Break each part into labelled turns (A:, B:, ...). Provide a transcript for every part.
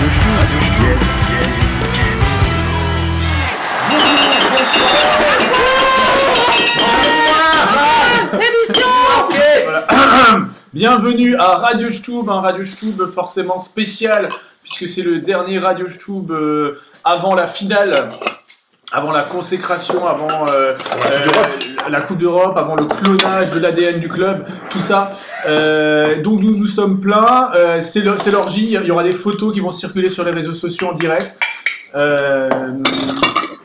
A: douche tout.
B: Émission
A: Voilà. Bienvenue à Radio Stube, un Radio Stube forcément spécial, puisque c'est le dernier Radio Stube euh, avant la finale, avant la consécration, avant euh, euh, la Coupe d'Europe, avant le clonage de l'ADN du club, tout ça. Euh, donc nous, nous sommes pleins, Euh, c'est le- c'est l'orgie, il y aura des photos qui vont circuler sur les réseaux sociaux en direct. Euh,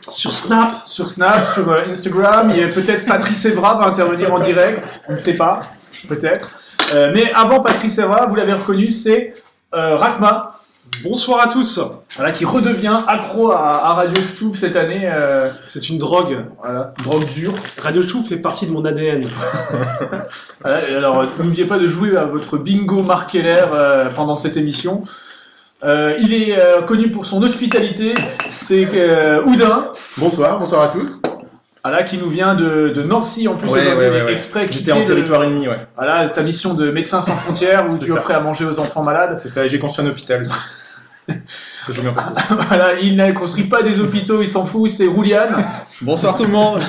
A: sur Snap, sur Snap, sur euh, Instagram, il y a peut-être Patrice Evra va intervenir en direct, on ne sait pas, peut-être. Euh, mais avant Patrice Evra, vous l'avez reconnu, c'est euh, Rakma.
C: Bonsoir à tous.
A: Voilà, qui redevient accro à, à Radio Stoup cette année. euh,
C: C'est une drogue.
A: voilà, drogue dure.
C: Radio Chou fait partie de mon ADN.
A: Voilà, et alors, euh, n'oubliez pas de jouer à votre bingo Marc Keller euh, pendant cette émission. Euh, il est euh, connu pour son hospitalité. C'est euh, Oudin,
D: Bonsoir, bonsoir à tous.
A: voilà, qui nous vient de, de Nancy en plus
D: Ouais,
A: aujourd'hui,
D: ouais, ouais, ouais.
A: exprès
D: J'étais
A: quitter
D: en
A: le-
D: territoire ennemi, ouais.
A: Voilà, ta mission de médecin sans frontières où
D: C'est
A: tu
D: ça.
A: offrais à manger aux enfants malades.
D: C'est ça, et j'ai construit un hôpital aussi. Ça, je veux bien passer.
A: voilà, il ne construit pas des hôpitaux, il s'en fout, c'est Rouliane.
D: Bonsoir tout le monde.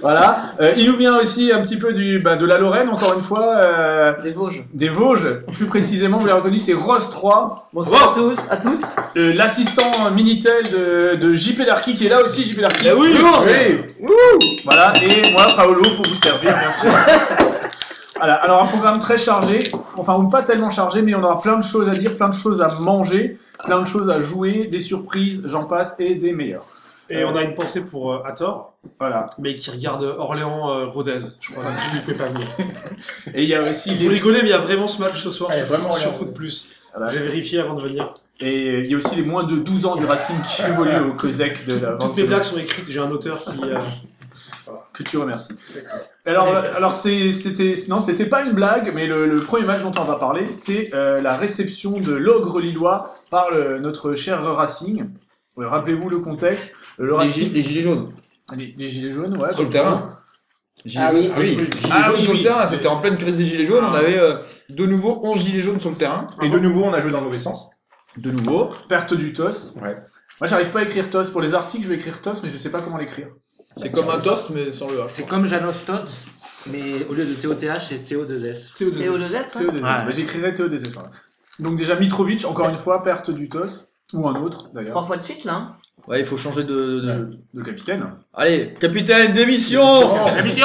A: Voilà. Euh, il nous vient aussi un petit peu du, bah, de la Lorraine, encore une fois, euh,
B: Des Vosges.
A: des Vosges. Plus précisément, vous l'avez reconnu, c'est Ross 3,
B: Bonsoir à tous, à toutes.
A: euh, l'assistant Minitel de, de JP Darky, qui est là aussi, JP Darky.
D: oui,
A: Bonjour.
D: oui.
A: Voilà, et moi, Paolo, pour vous servir, bien sûr. Voilà, alors un programme très chargé, enfin ou pas tellement chargé, mais on aura plein de choses à dire, plein de choses à manger, plein de choses à jouer, des surprises, j'en passe, et des meilleurs.
C: Et on a une pensée pour euh, Hathor,
A: Voilà.
C: mais qui regarde Orléans euh, Rodez. Je crois que vous ne pouvez pas venir.
A: Et il y a aussi
C: Vous
A: les
C: rigolez, mais il y a vraiment ce match ce soir
D: Ah, il y a vraiment
C: sur
D: Orléans.
C: Foot Plus.
A: Voilà.
C: J'ai vérifié avant de venir.
A: Et il y a aussi les moins de 12 ans du Racing qui évoluent au COSEC de la
C: Toutes mes
A: Vendée.
C: blagues sont écrites. J'ai un auteur qui. euh,
A: que tu remercies. Alors, euh, alors c'est- c'était non, c'était pas une blague, mais le, le premier match dont on va parler, c'est euh, la réception de l'ogre lillois par le- notre cher Racing. Ouais, Rappelez-vous le contexte. Euh, Le
E: Les,
A: Racing,
E: gilets, les gilets jaunes
A: les, les gilets jaunes, ouais,
E: sur le
A: bah,
E: terrain. Gilets
B: Ah
E: jaunes-
B: oui.
E: ah oui, gilets
A: Ah
E: jaunes
A: oui,
E: sur
A: oui.
E: le terrain. C'était en pleine crise des gilets jaunes.
A: Ah.
E: On avait euh, de nouveau 11 gilets jaunes sur le terrain.
D: Et de nouveau, on a joué dans le mauvais sens.
E: De nouveau.
A: Perte du TOS.
E: Ouais.
A: Moi, j'arrive pas à écrire TOS. Pour les articles, je vais écrire TOS, mais je sais pas comment l'écrire. Ah,
E: C'est comme un toast, mais sans le H.
F: C'est comme Janos Todd, mais au lieu de TOTH, c'est TO2S.
A: Théo
B: Théo Lezès, ouais.
A: Théo Dezès.
F: Ouais.
A: Bah, J'écrirai Théo Dezès, voilà. Donc déjà Mitrovic, encore une fois, perte du TOS, ou un autre d'ailleurs,
B: Trois fois de suite, là. hein.
E: Ouais, il faut changer de. de- de-
A: de capitaine.
E: Allez, capitaine, démission
C: Émission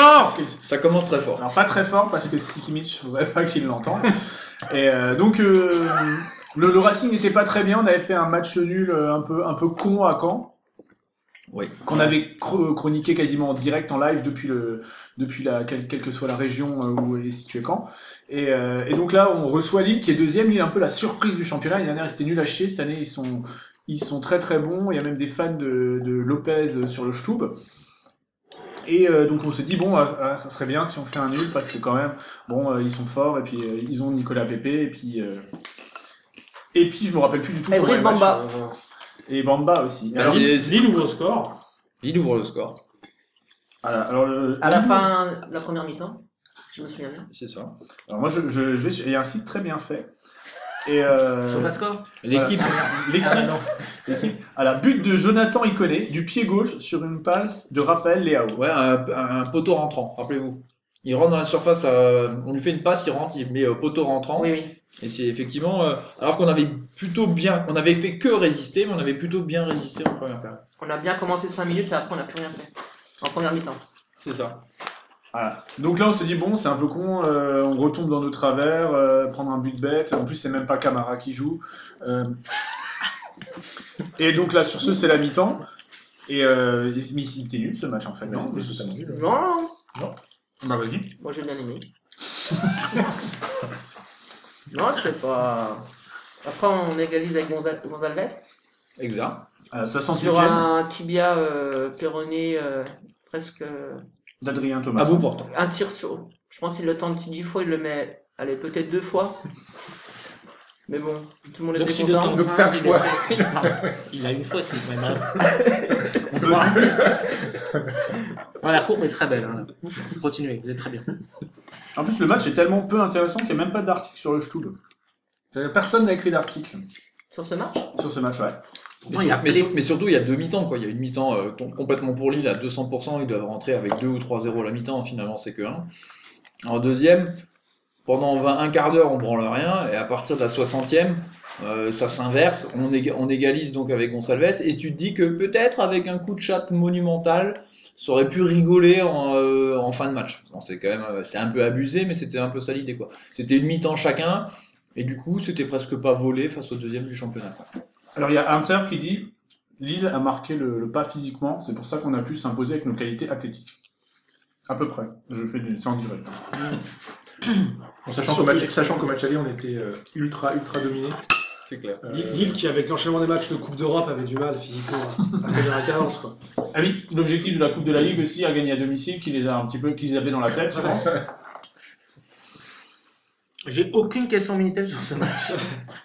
E: Ça commence très fort.
A: Alors pas très fort parce que Sikimic, je voudrais pas qu'il l'entende. Et euh, donc euh, le, le Racing n'était pas très bien. On avait fait un match nul euh, un peu un peu con à Caen.
E: Oui.
A: Qu'on avait chro- chroniqué quasiment en direct en live depuis le depuis la quelle, quelle que soit la région euh, où est situé Caen. Et, euh, et donc là on reçoit Lille qui est deuxième. Lille est un peu la surprise du championnat. L'année dernière c'était nul à chier. Cette année ils sont ils sont très très bons. Il y a même des fans de, de Lopez sur le Stub. Et euh, donc on se dit bon, euh, ah, ça serait bien si on fait un nul parce que quand même, bon, euh, ils sont forts et puis euh, ils ont Nicolas Pépé et puis euh, et puis je me rappelle plus du tout.
B: Et
A: comment
B: Brice
A: les matchs,
B: Bamba.
A: euh, Et Bamba aussi.
E: Bah,
A: Alors,
E: c'est-
C: Lille ouvre le score.
E: Il ouvre le score.
A: voilà, alors, le-
B: À la fin, la première mi-temps. Je me souviens bien.
E: C'est ça.
A: alors, moi je, je, je vais sur- il y a un site très bien fait. Et euh,
F: Sauf à score.
E: L'équipe.
A: l'équipe,
E: Ah,
A: l'équipe, à la but de Jonathan Iconé du pied gauche sur une passe de Raphaël Léao.
E: Ouais, un, un euh, poteau rentrant, rappelez-vous. Il rentre dans la surface, euh, on lui fait une passe, il rentre, il met euh, poteau rentrant.
B: Oui, oui.
E: Et c'est effectivement, euh, alors qu'on avait plutôt bien, on avait fait que résister, mais on avait plutôt bien résisté en première période.
B: On a bien commencé 5 minutes et après, on n'a plus rien fait. En première mi-temps.
E: C'est ça.
A: Voilà. Donc là, on se dit, bon, c'est un peu con, euh, on retombe dans nos travers, euh, prendre un but bête. En plus, c'est même pas Camara qui joue. Euh, Et donc là, sur ce, c'est la mi-temps. Et euh, mais il était nul ce match en fait.
D: Mais
A: non
D: c'était totalement nul.
B: Non,
A: Bah,
E: Euh,
A: vas-y.
B: moi j'ai bien aimé. non, c'était pas. Après, on égalise avec Gonza- Gonzalez.
E: Exact.
A: À la 68
B: Sur un tibia euh, péroné euh, presque. euh,
A: d'Adrien Thomas.
D: Ah
E: À bout portant.
B: Un tir sur. Je pense qu'il le tente 10 fois, il le met. Allez, peut-être deux fois. Mais bon, tout le monde
F: Donc,
B: était
F: s'il le
B: content.
F: tente
D: Donc, cinq
F: il
D: fois.
F: est- Il a une fois, c'est quand même grave. Bon, la courbe est très belle. hein, là. Continuez, vous êtes très bien.
A: En plus, le match est tellement peu intéressant qu'il n'y a même pas d'article sur le Stub. Personne n'a écrit d'article.
B: Sur ce match
A: sur ce match. Ouais.
E: Mais,
F: Non, il y a
E: sur- mais
F: plein-
E: sur- mais surtout, il y a deux mi-temps. quoi. Il y a une mi-temps euh, tom- complètement pour Lille à 200%. Ils doivent rentrer avec 2 ou 3-0 à la mi-temps. Finalement, c'est que 1. En deuxième, pendant 20 un quart d'heure, on branle rien. Et à partir de la 60e, euh, ça s'inverse. On, éga- on égalise donc avec Gonsalves. Et tu te dis que peut-être avec un coup de chatte monumental, ça aurait pu rigoler en, euh, en fin de match. Bon, c'est quand même euh, c'est un peu abusé, mais c'était un peu ça l'idée. quoi. C'était une mi-temps chacun. Et du coup, c'était presque pas volé face au deuxième du championnat. quoi.
A: Alors il y a Hunter qui dit Lille a marqué le, le pas physiquement, c'est pour ça qu'on a pu s'imposer avec nos qualités athlétiques. À peu près. Je fais du c'est en direct.
D: En sachant qu'au match, sachant qu'au match aller, on était euh, ultra, ultra dominé.
E: C'est clair.
D: Euh,
C: Lille Lille qui, avec l'enchaînement des matchs de Coupe d'Europe, avait du mal physiquement à à tenir la cadence. Quoi.
A: Ah oui, l'objectif de la Coupe de la Ligue aussi à gagner à domicile, qui les a un petit peu, qu'ils avaient dans la tête, je pense.
F: J'ai aucune question Minitel sur ce match.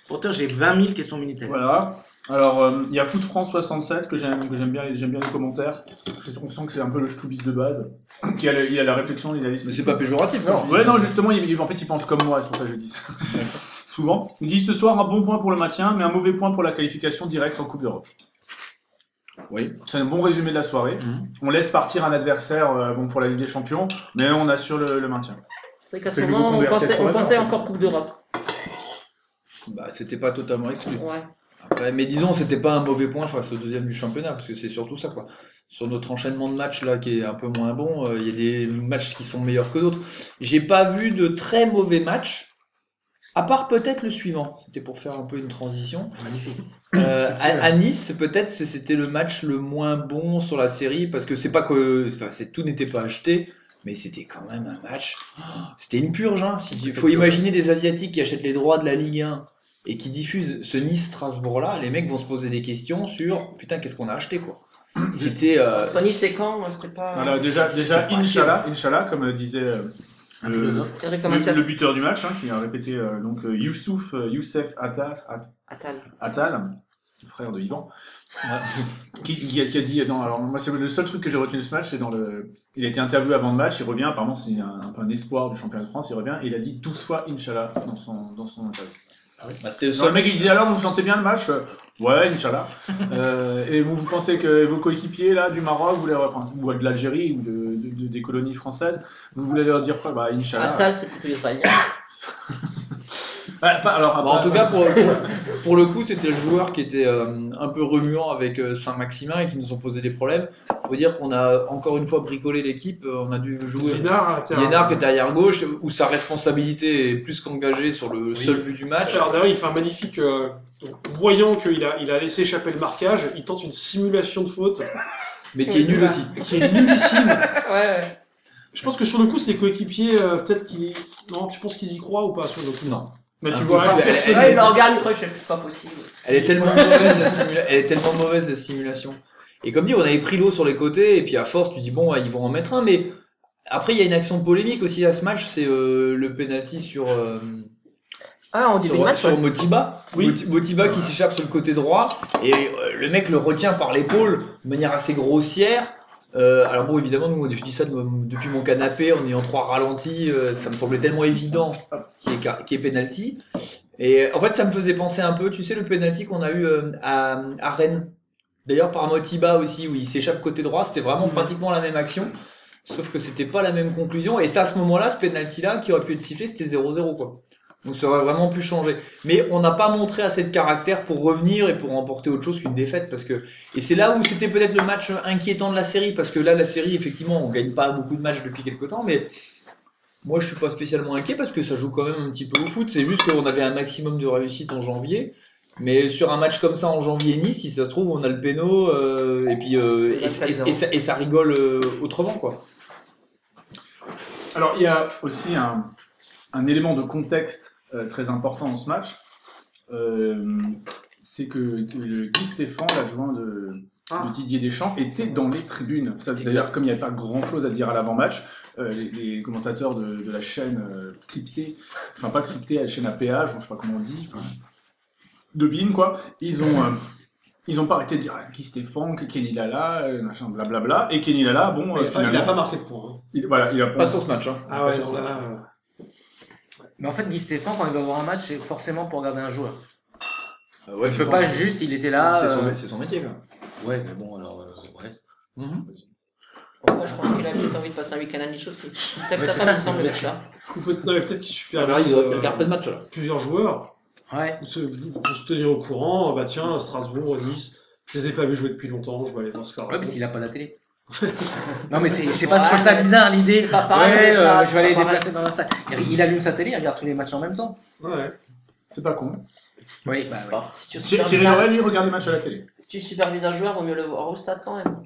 F: Pourtant, j'ai 20 000 questions Minitel.
A: Voilà. Alors, euh, il y a Foot France 67 que j'aime que j'aime bien, les- j'aime bien les commentaires. Parce qu'on sent que c'est un peu le stoubis de base. Qui a le- il a la réflexion, il a l'esprit.
E: Mais c'est pas péjoratif, hein. non
A: Ouais, non, justement, il- il- en fait, il pense comme moi, c'est pour ça que je dis ça. Souvent. Il dit ce soir un bon point pour le maintien, mais un mauvais point pour la qualification directe en Coupe d'Europe.
E: Oui.
A: C'est un bon résumé de la soirée.
E: Mhm.
A: On laisse partir un adversaire euh, bon, pour la Ligue des Champions, mais on assure le, le maintien.
B: C'est vrai qu'à ce
D: C'est le
B: moment, on
D: Converse,
B: pensait,
D: c'est
B: on
D: vrai,
B: pensait
D: non
B: encore Coupe d'Europe.
E: Bah, c'était pas totalement exclu.
B: Ouais.
E: Après, mais disons, c'était pas un mauvais point face au deuxième du championnat, parce que c'est surtout ça, quoi. Sur notre enchaînement de matchs, là, qui est un peu moins bon, euh, il y a des matchs qui sont meilleurs que d'autres. J'ai pas vu de très mauvais matchs, à part peut-être le suivant. C'était pour faire un peu une transition.
F: Magnifique.
E: Euh, à, à Nice, peut-être ce- c'était le match le moins bon sur la série parce que c'est pas que enfin, c'est- tout n'était pas acheté, mais c'était quand même un match. Ah, C'était une purge. Hein. Si tu- faut imaginer des asiatiques qui achètent les droits de la Ligue 1 et qui diffusent ce Nice Strasbourg là, les mecs vont se poser des questions sur putain qu'est-ce qu'on a acheté quoi. C'était euh,
B: Entre Nice et Caen, ouais, c'était
F: Euh,
B: pas.
A: Voilà, déjà,
E: c'est-
A: déjà
E: c'est pas
A: Inch'Allah, Inch'Allah, comme euh, disait euh,
F: Un
A: le-
F: philosophe.
B: Eric Amassias.
A: le, le buteur du match, hein, qui a répété euh, donc euh, Youssouf, euh, Youssef Atta- At-
B: Attal.
A: Attal, le frère de Yvan,
E: Ouais.
A: qui, qui a, qui a dit non. Alors moi, c'est le seul truc que j'ai retenu de ce match, c'est dans le. Il a été interviewé avant le match, il revient. Apparemment, c'est un, un peu un espoir du championnat de France. Il revient et il a dit 12 fois Inch'Allah dans son dans son interview.
E: bah, c'était le
A: Sur le
E: seul.
A: mec, il disait alors vous vous sentez bien le match Euh, Ouais, Inch'Allah. Euh, et vous, vous pensez que vos coéquipiers là du Maroc, vous les, enfin, ou de l'Algérie ou de, de- de- des colonies françaises, vous voulez leur dire quoi Bah
F: Ah.
A: Inch'Allah.
B: Attal, c'est plutôt israélien.
A: Bah, pas- alors,
E: Ah bah, en tout cas, pour, pour- pour le coup, c'était le joueur qui était euh, un peu remuant avec euh, Saint-Maximin et qui nous ont posé des problèmes. Faut dire qu'on a encore une fois bricolé l'équipe. euh, On a dû jouer
C: Lienard, t'es euh, un-
E: Lienard qui est derrière gauche, où sa responsabilité est plus qu'engagée sur le seul but du match.
C: Alors d'ailleurs, il fait un magnifique. euh, voyant qu'il a, il a laissé échapper le marquage, il tente une simulation de faute
E: Mais qui est
B: Oui, c'est
E: nul
B: ça.
E: aussi.
C: qui est nullissime.
B: Ouais, ouais.
C: Je pense que sur le coup, c'est les coéquipiers, euh, peut-être qu'ils. Non, tu penses qu'ils y croient ou pas sur le coup
E: Non.
C: Mais tu
E: Impossible.
C: vois,
E: Elle-
B: C'est
E: elle-
B: vrai,
E: elle-
B: il le regarde, il croit que c'est pas possible.
E: Elle est tellement mauvaise la simula- elle est tellement mauvaise la simulation. Et comme dit, on avait pris l'eau sur les côtés et puis à force, tu dis bon, ouais, ils vont en mettre un. Mais après, il y a une action polémique aussi à ce match, c'est euh, le penalty sur. euh,
B: Ah, on dit
E: sur,
B: des matchs.
E: sur Motiba.
C: Oui.
E: Moti- Motiba qui s'échappe sur le côté droit et euh, le mec le retient par l'épaule de manière assez grossière. Euh, alors bon, évidemment, nous, je dis ça de mon- depuis mon canapé en ayant trois ralentis, euh, ça me semblait tellement évident qu'il y ait, ca- qu'il y ait penalty. Et euh, en fait, ça me faisait penser un peu, tu sais, le penalty qu'on a eu euh, à, à Rennes. D'ailleurs, par Motiba aussi, où il s'échappe côté droit, c'était vraiment pratiquement la même action. Sauf que c'était pas la même conclusion. Et c'est à ce moment-là, ce penalty-là, qui aurait pu être sifflé, c'était 0-0, quoi. Donc ça aurait vraiment pu changer. Mais on n'a pas montré assez de caractère pour revenir et pour remporter autre chose qu'une défaite. Parce que... Et c'est là où c'était peut-être le match inquiétant de la série. Parce que là, la série, effectivement, on gagne pas beaucoup de matchs depuis quelques temps. Mais moi, je suis pas spécialement inquiet parce que ça joue quand même un petit peu au foot. C'est juste qu'on avait un maximum de réussite en janvier. Mais sur un match comme ça en janvier-Nice, si ça se trouve, on a le péno euh, et puis euh, et, et- et ça, et ça rigole euh, autrement quoi.
A: Alors, il y a aussi un, un élément de contexte euh, très important dans ce match. Euh, c'est que le- Guy Stéphane, l'adjoint de,
B: Ah.
A: de Didier Deschamps, était dans les tribunes. Ça, D'ailleurs, comme il n'y avait pas grand-chose à dire à l'avant-match, euh, les, les commentateurs de, de la chaîne euh, cryptée, enfin pas cryptée, la chaîne à péage, je ne sais pas comment on dit, enfin, de Bean, quoi, ils ont... euh, ils n'ont pas arrêté de dire ah, Guy Stéphane, Kenny Lala, euh, machin, blablabla. Et Kenny Lala, bon, euh,
C: il a pas- il n'a
A: finalement,
C: pas marqué de points.
A: il, voilà, il a
E: Pas sur ce match. Hein.
C: hein. Ah ouais, alors là, euh,
F: Mais en fait, Guy Stéphane, quand il va voir un match, c'est forcément pour regarder un joueur.
E: Euh, ouais, je
F: Je peux
E: pense
F: pas
E: que
F: juste, il était
E: c'est-
F: là.
E: C'est son,
F: euh,
E: c'est son métier, quoi.
F: Ouais, mais bon, alors. euh, ouais.
E: Mhm.
B: Bon, moi, je pense qu'il a peut-être envie de passer un week-end à Nice aussi. Peut-être
F: Ouais,
B: que
F: c'est
B: ça,
F: ça,
B: ça me semble
F: mais
B: être ça.
C: Ou peut-être non, mais peut-être qu'il suffit
E: Alors, il
C: euh,
E: regarde pas de match, là.
C: plusieurs joueurs
F: Ouais.
C: pour se, pour se tenir au courant. Ah Bah tiens, Strasbourg, Nice, je les ai pas vus jouer depuis longtemps, je vais aller voir ce que ça
E: Ah,
F: Ouais, mais
C: raconte.
F: s'il a pas la télé. non, mais c'est- je sais pas, je trouve ça
B: Ouais, mais
F: bizarre l'idée.
B: c'est pas pareil,
F: ouais,
B: ça,
F: euh, je
B: c'est
F: vais
B: pas
F: aller
B: pareil.
F: déplacer dans un stade. Il il allume sa télé, il regarde tous les matchs en même temps.
C: Ouais.
D: C'est pas con.
F: Oui, bah ouais.
B: Si tu,
D: Thi-
B: supervises
D: Thierry
B: un,
D: Laurel, lui, regarde les matchs à la télé.
B: si tu supervises un joueur, vaut mieux le voir au stade quand même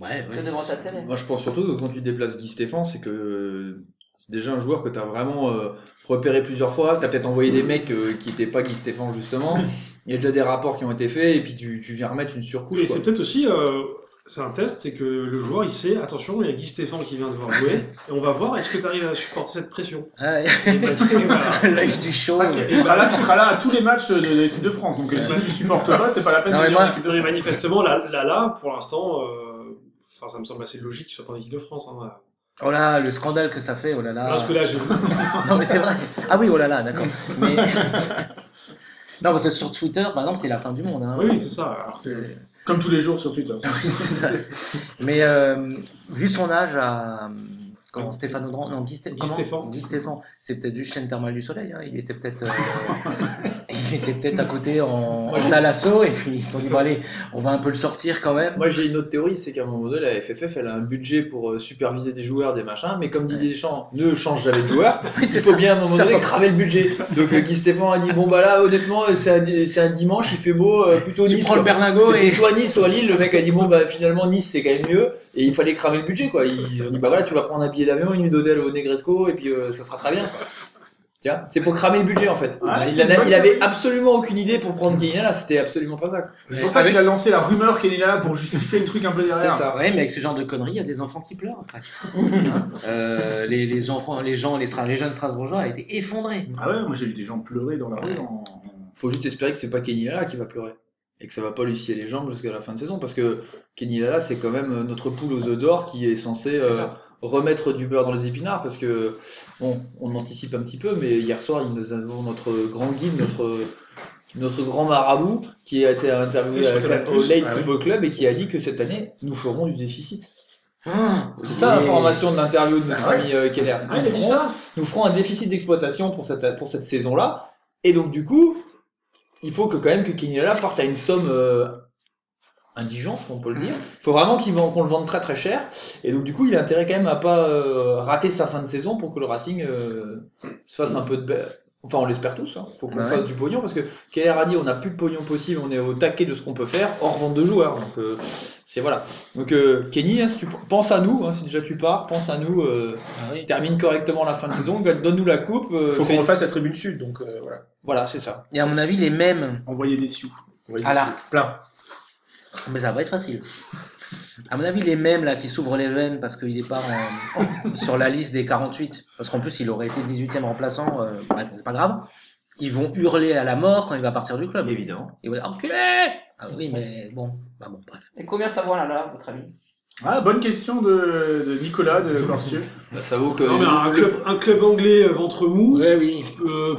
F: Ouais,
B: que devant ta télé.
E: Moi, je pense surtout que quand tu déplaces Guy Stéphane, c'est que euh, c'est déjà un joueur que tu as vraiment euh, repéré plusieurs fois. Tu as peut-être envoyé des mecs euh, qui n'étaient pas Guy Stéphane, justement. Il y a déjà des rapports qui ont été faits, et puis tu, tu viens remettre une surcouche.
C: Et
E: quoi.
C: c'est peut-être aussi, euh, c'est un test, c'est que le joueur il sait, attention, il y a Guy Stéphane qui vient de voir jouer, et on va voir est-ce que tu arrives à supporter cette pression.
F: Ouais.
C: Et bah, et voilà.
F: L'œil du show.
A: Parce qu'il sera là, il sera là à tous les matchs de l'équipe de France. Donc euh, si tu supportes pas, c'est pas la peine
F: Non,
A: de
F: mais
A: dire
F: moi-
A: l'équipe de
C: Et
A: France.
C: manifestement, là, là, là, pour l'instant, euh, enfin, ça me semble assez logique qu'il soit pas en équipe de France. hein.
F: Oh là, le scandale que ça fait, oh là
A: Ah.
F: là.
C: Parce que là, j'ai
F: Non, mais c'est vrai. Ah oui, oh là là, d'accord. Mais... non, parce que sur Twitter, par exemple, c'est la fin du monde.
A: Ah.
F: Hein.
C: Oui, c'est ça. Alors que-
F: Euh,
D: Comme tous les jours sur Twitter.
F: c'est ça. Mais euh, vu son âge à. Comment Stéphane Audran Non, Guy, Sté-
C: Guy
F: comment
C: Stéphane.
F: Guy Stéphane. C'est peut-être juste chaîne thermale du soleil. hein. Il était peut-être euh, il était peut-être à côté en, en thalasso et puis ils se sont dit, bon, allez, on va un peu le sortir quand même.
E: Moi, j'ai une autre théorie, c'est qu'à un moment donné, la FFF, elle a un budget pour euh, superviser des joueurs, des machins, mais comme Didier Deschamps ne change jamais de joueur,
F: Oui,
E: il
F: c'est
E: faut
F: ça.
E: bien à un moment
F: Ça
E: donné
F: faut-
E: cramer le budget. Donc euh, Guy Stéphane a dit bon bah là, honnêtement, euh, c'est un, di- c'est un dimanche, il fait beau, euh, plutôt
F: Tu
E: Nice.
F: prends
E: quoi.
F: le berlingot
E: C'était
F: et.
E: soit Nice, soit Lille. Le mec a dit bon bah finalement Nice c'est quand même mieux et il fallait cramer le budget quoi. Ils ont dit bah voilà tu vas prendre un billet d'avion, une nuit d'hôtel au Negresco et puis euh, ça sera très bien. quoi. Tiens, c'est pour cramer le budget en fait.
A: Ouais,
E: il,
A: c'est
E: en a-
A: ça.
E: il avait absolument aucune idée pour prendre Guinea c'était absolument pas ça. quoi.
A: C'est pour ça
F: Avec-
A: qu'il a lancé la rumeur qu'il est là pour justifier le truc un peu
E: C'est
A: derrière.
E: ça.
F: Ouais, mais avec ce genre de conneries, il y a des enfants qui pleurent après. Hein Euh, les, les enfants, les gens, les, Stra- les jeunes Strasbourgeois ont été effondrés.
A: Ah ouais, moi j'ai vu des gens pleurer dans la rue.
F: Ouais.
A: en-
E: Faut juste espérer que c'est pas Kenny Lala qui va pleurer et que ça va pas lui scier les jambes jusqu'à la fin de saison parce que Kenny Lala c'est quand même euh, notre poule aux œufs d'or qui est censée euh,
F: ça.
E: remettre du beurre dans les épinards parce que bon on anticipe un petit peu mais hier soir il- nous avons notre grand guide notre notre grand marabout qui a été interviewé
C: Oui, sur
E: à-
C: Canal+,
E: au Late
C: ah oui.
E: Football Club et qui a dit que cette année nous ferons du déficit.
F: Ah,
E: C'est ça
F: oui.
E: l'information de l'interview de notre
A: Ah ouais.
E: ami euh, Keller.
C: Ah, il a
E: Nous
C: dit
E: ferons-
C: ça
E: nous ferons un déficit d'exploitation pour cette, pour cette saison-là. Et donc, du coup, il faut que quand même que Kenyala parte à une somme euh, indigente, on peut le dire. Il faut vraiment qu'il vend- qu'on le vende très très cher. Et donc, du coup, il a intérêt quand même à pas euh, rater sa fin de saison pour que le Racing euh, se fasse un peu de. ba- Enfin, on l'espère tous. Il faut qu'on
F: Ouais.
E: fasse du pognon parce que Keller a dit on n'a plus de pognon possible, on est au taquet de ce qu'on peut faire, hors vente de joueurs. Donc, euh, c'est voilà. Donc, euh, Kenny, hein, si tu penses à nous, hein, si déjà tu pars, pense à nous. euh,
F: Ah oui.
E: termine correctement la fin de saison, donne-nous la coupe. euh,
D: Faut
E: fais-
D: qu'on le fasse à Tribune Sud, donc euh, voilà.
E: Voilà, c'est ça.
F: Et à mon avis, les mêmes.
A: Envoyer des sioux.
D: On va y
F: À
D: aller.
F: l'arc.
D: Plein.
F: Mais ça va être facile. À mon avis, les mêmes là qui s'ouvrent les veines parce qu'il est pas en- sur la liste des 48. Parce qu'en plus, il aurait été 18e remplaçant. euh, bref, c'est pas grave. Ils vont hurler à la mort quand il va partir du club.
E: Évidemment.
F: Ils vont dire enculé. Ah oui, mais bon, bah bon, bref.
B: Et combien ça vaut là, là, à votre avis
F: Euh,
A: Ah, bonne question de, de Nicolas de Corsieux.
E: Bah, ça vaut que.
C: Non, mais un club, un club anglais euh, ventre mou
F: Ouais, oui.
C: euh,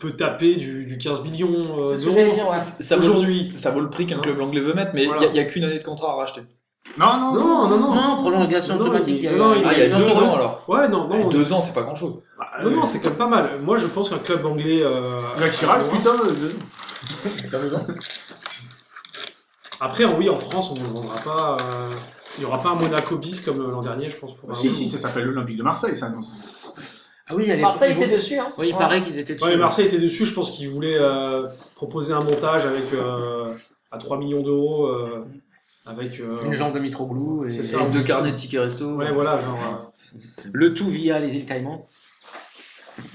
C: peut taper du, du 15 millions euh,
B: C'est ce que j'allais
C: d'euros
B: dire, ouais.
E: ça vaut,
C: aujourd'hui.
E: ça vaut le prix qu'un club anglais veut mettre, mais il
A: Voilà.
E: n'y a, qu'une année de contrat à racheter.
A: Non, non, non.
C: Non, non, non.
F: Non, prolongation
C: Non,
F: automatique.
C: il-
F: y a eu-
C: non, il-
E: Ah, il y a
F: une
E: deux
F: autre-
E: ans alors.
C: Ouais, non,
E: Eh,
C: non.
E: deux ans, c'est pas grand chose.
A: Bah,
C: Non, non,
A: euh,
C: c'est quand même pas mal. Moi, je pense qu'un club anglais. euh,
A: Jacques Chirac,
C: euh,
A: putain. de-
D: T'as raison.
C: Après, oui, en France, on ne vendra pas. euh, Il n'y aura pas un Monaco bis comme euh, l'an dernier, je pense. Pour
A: Si, si, ça s'appelle l'Olympique de Marseille, ça. non, c'est-
F: Ah oui, elle est-
B: Marseille
F: ils vont-
B: était dessus, hein
F: Oui, il
B: Ouais.
F: paraît qu'ils étaient
C: Ouais, mais
F: dessus.
C: Marseille était dessus, je pense qu'ils voulaient euh, proposer un montage avec euh, à 3 millions d'euros euh, avec euh,
F: hein. Une jambe de Mitroglou et,
C: C'est
E: Et
C: ça.
E: deux carnets de tickets resto.
C: Ouais, voilà, genre, euh,
F: le tout via les îles Caïmans.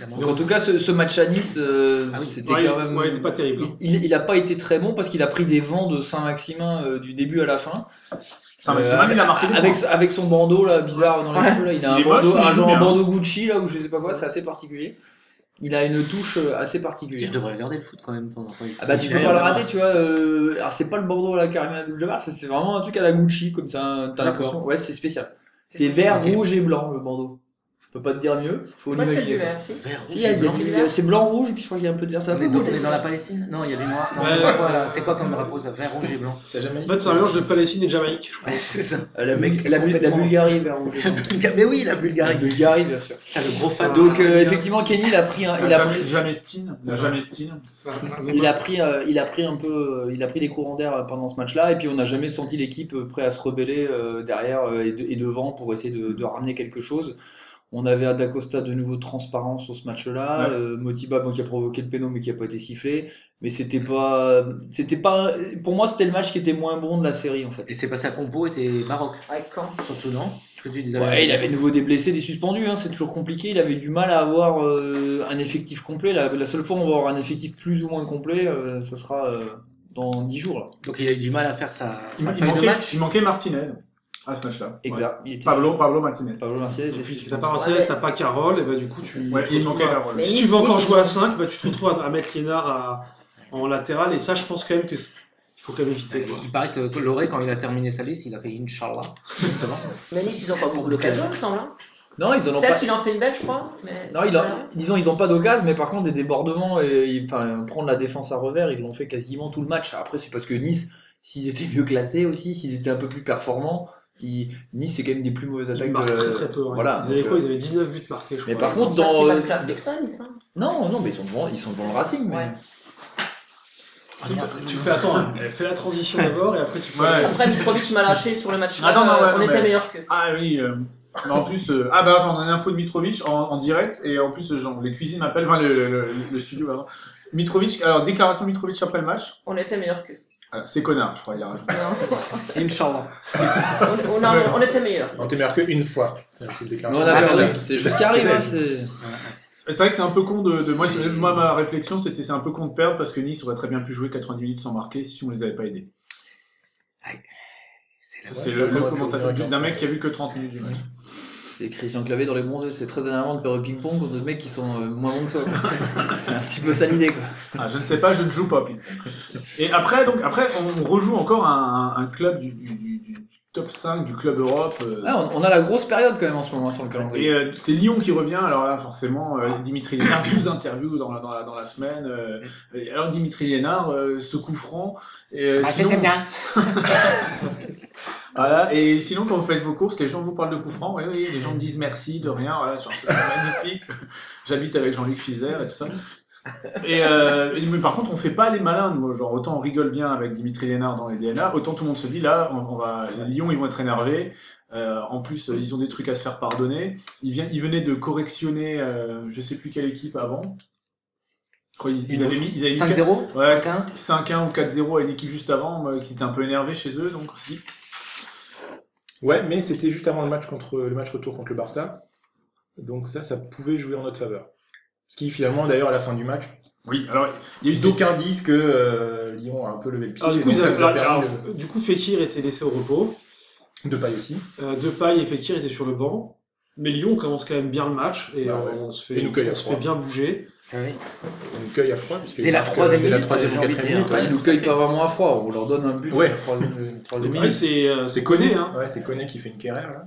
E: Donc, en tout cas, ce, ce match à Nice, euh,
F: Ah oui.
E: c'était
C: euh, ouais,
E: quand même.
C: ouais, c'est pas terrible.
E: Il il n'a pas été très bon parce qu'il a pris des vents de Saint-Maximin euh, du début à la fin.
A: Saint
E: Euh,
A: Maximin, il a marqué des
E: avec,
A: points.
E: son- avec son bandeau là bizarre dans les cheveux là, il a
A: Ah, Il
E: un
A: est moche
E: bandeau,
A: ou il
E: un
A: joue
E: genre
A: bien
E: bandeau Gucci là ou je sais pas quoi, c'est assez particulier. Il a une touche euh, assez particulière.
F: Je devrais regarder le foot quand même de temps en temps.
E: Ah bah tu peux pas le rater, tu vois. euh, alors c'est pas le bandeau à la Karim Abdul-Jabbar, c'est c'est vraiment un truc à la Gucci comme ça. t'as
F: D'accord.
E: l'impression- Ouais, c'est spécial. C'est vert,
F: Ok.
E: rouge et blanc le bandeau. Je peux pas te dire mieux. Faut
B: Moi, je fais du
E: l'imaginer.
B: vert, si.
F: Vert,
E: Si,
F: rouge
E: il y a-
F: et
E: il y a
F: blanc.
E: du- il y a- C'est blanc-rouge, puis je crois qu'il y a un peu de vert. ça
F: On est, dans, on est dans la Palestine Non, il y a du noir. Non,
C: Ouais,
F: on voit
C: ouais.
F: quoi, là C'est quoi comme drapeau ça Vert, rouge et blanc.
D: C'est la Jamaïque.
C: En fait, c'est un mélange de Palestine et de Jamaïque.
F: Ouais, c'est ça.
E: Euh, La, Bul- la, Bul- la Bulgarie, vers rouge.
F: La Bulga- Mais oui, la
E: La
F: Bulgarie.
E: Bulgarie, bien sûr.
F: Ah, le gros
C: Ça-
F: fan.
E: Donc, euh, effectivement, Kenny, il a pris un,
A: Euh,
E: il a pris,
A: Jamestine. La Jamestine.
E: il a pris, euh, il a pris un peu, euh, il a pris des courants d'air pendant ce match-là, et puis on n'a jamais senti l'équipe euh, prête à se rebeller euh, derrière euh, et, de- et devant pour essayer de, de ramener quelque chose. On avait à Dacosta de nouveau transparent sur ce match-là,
A: Ouais.
E: euh, Motiba bon, qui a provoqué le péno mais qui a pas été sifflé, mais c'était pas, c'était pas, pour moi c'était le match qui était moins bon de la série en fait.
F: Et c'est passé à compo et t'es Maroc,
B: Avec quand
F: surtout, non Ce que tu disais.
E: Ouais, il avait de nouveau des blessés, des suspendus, hein, c'est toujours compliqué. Il avait du mal à avoir euh, un effectif complet. La, la seule fois où on va avoir un effectif plus ou moins complet, euh, ça sera euh, dans 10 jours. Là.
F: Donc, il a eu du mal à faire sa,
A: Il,
F: sa
A: il
F: feuille de
A: manquait,
F: match.
A: il manquait Martinez à ce match-là. Ouais.
E: Exact. Il était-
A: Pablo, Pablo Martinez.
E: Pablo Martinez était
C: Et puis, si
E: suspendu.
C: t'as pas Martinez, t'as pas Carole, et bah du coup, tu.
A: Ouais, il manquait la
B: Mais
C: Si
B: Nice,
C: tu veux encore
B: Nice,
C: jouer à 5, bah, tu te retrouves à, à mettre Lénard à- en latéral, et ça, je pense quand même que c'est- il faut quand même éviter. quoi.
F: Il paraît que Loré, quand il a terminé sa liste, il a fait Inch'Allah, justement.
B: Mais Nice, ils ont pas beaucoup d'occasions, il me semble. hein.
E: Non, ils en ont
B: Cels,
E: pas.
B: il en fait une belle, je crois. Mais...
E: Non, il en-
B: Voilà.
E: disons, ils n'ont pas d'occasion, mais par contre, des débordements et ils- enfin, prendre la défense à revers, ils l'ont fait quasiment tout le match. Après, c'est parce que Nice, s'ils étaient mieux classés aussi, s'ils étaient un peu plus performants, ils- Nice, c'est quand même des plus mauvaises
C: Ils
E: attaques
C: marquent
E: de.
C: très très peu. ouais.
E: Voilà.
C: Ils avaient
E: donc,
C: quoi
E: euh,
C: Ils avaient 19 buts marqués, je
E: Mais
C: crois.
E: par
B: Ils
E: contre,
B: sont pas si
E: dans.
B: mal classés que ça, Nice. hein.
E: Non, non, mais ils sont devant, ils sont devant le Racing. mais-
B: Ouais.
C: Tu, tu fais, attends, hein, fais la transition d'abord, et après tu peux.
A: Ouais.
B: Après, Mitrovic m'a lâché sur le match.
A: Attends, non, ouais,
B: on
A: non,
B: était
A: mais-
B: meilleurs que.
A: Ah oui. euh, mais en plus, euh, ah bah attends, on a une info de Mitrovic en, en direct et en plus, euh, genre, les cuisines m'appellent, enfin le, le- le- le studio, pardon. Mitrovic, alors déclaration de Mitrovic après le match,
B: On était meilleurs que.
A: Voilà, c'est connard, je crois, il a rajouté.
B: Non.
F: Inch'Allah.
B: on, on a- on était meilleurs.
D: On t'est meilleur qu'une fois. C'est c'est une
E: Mais
D: déclaration.
E: on a
F: Ah,
E: perdu.
F: ouais.
E: C'est juste qui arrive. hein, c'est-
A: C'est vrai que c'est un peu con de, de- moi,
F: C'est-
A: je- moi, ma réflexion c'était c'est un peu con de perdre parce que Nice aurait très bien pu jouer 90 minutes sans marquer si on les avait pas aidés.
F: C'est
A: Ça,
F: la
A: c'est
D: je
A: le, le
D: crois qu'on aurait pu
A: commentateur
D: le dire.
A: d'un mec qui a vu que 30 minutes du match.
E: C'est Christian Clavé dans les bronzés. C'est très énervant de faire au ping-pong contre des mecs qui sont euh, moins bons que soi. quoi. c'est un petit peu ça l'idée. quoi.
A: Ah, je ne sais pas, je ne joue pas. ping-pong. Et après, donc, après on rejoue encore un, un club du, du- du- du top 5 du club Europe. euh,
E: Ah, on, on a la grosse période quand même en ce moment sur le
A: Et
E: calendrier.
A: euh, c'est Lyon qui revient, alors là forcément, euh, Dimitri Lénard, 12 interviews dans la, dans la, dans la semaine. euh, et alors Dimitri Lénard, euh, ce coup franc. Et, euh,
F: Ah,
A: sinon,
F: c'était bien.
A: voilà, et sinon, quand vous faites vos courses, les gens vous parlent de coup franc, oui, oui, les gens me disent merci, de rien, voilà, genre, c'est magnifique. J'habite avec Jean-Luc Fizer et tout ça. Et euh, mais par contre, on fait pas les malins, nous. Genre, autant on rigole bien avec Dimitri Lénard dans les DNA, autant tout le monde se dit là, on, on va, Lyon, ils vont être énervés. Euh, en plus, euh, ils ont des trucs à se faire pardonner. Ils, viennent, ils venaient de correctionner, euh, je sais plus quelle équipe avant. Je crois Ils, ils avaient mis, ils avaient mis
F: 5-0
A: Ouais.
F: 5-1
A: 5-1 ou 4-0 à une équipe juste avant euh, qui était un peu énervée chez eux, donc on se dit
D: Ouais, mais c'était juste avant le match contre le match retour contre le Barça. Donc ça, ça pouvait jouer en notre faveur. Ce qui finalement, d'ailleurs, à la fin du match,
A: oui. Alors il y a eu
D: d'aucuns disent que euh, Lyon a un peu levé le pied.
C: Alors, Ah,
D: et
C: du coup,
D: donc,
C: ils
D: ça
C: avaient-
D: nous a
C: alors,
D: permis
C: du coup, Fekir était laissé au repos.
D: de paille aussi.
C: Euh, Depay et Fekir étaient sur le banc. Mais Lyon commence quand même bien le match et
D: Bah
C: euh,
D: ouais.
C: on se fait,
D: Et nous cueille à
C: on se
D: froid.
C: fait bien bouger.
E: Ah
D: On nous cueille à froid. puisque
F: Dès
D: il
F: la
D: marque, euh,
F: troisième
D: Dès la
F: minute,
D: troisième
F: j'ai
D: ou
F: envie de
D: quatrième
F: dire.
D: minute.
E: Ouais,
D: ouais.
E: ils nous cueillent pas vraiment à froid. On leur donne un but.
D: Ouais.
E: en troisième- troisième
C: Ouais,
E: minute.
C: c'est euh,
D: C'est
C: Koné,
D: Koné,
C: hein.
D: Ouais, c'est Koné qui fait une carrière là.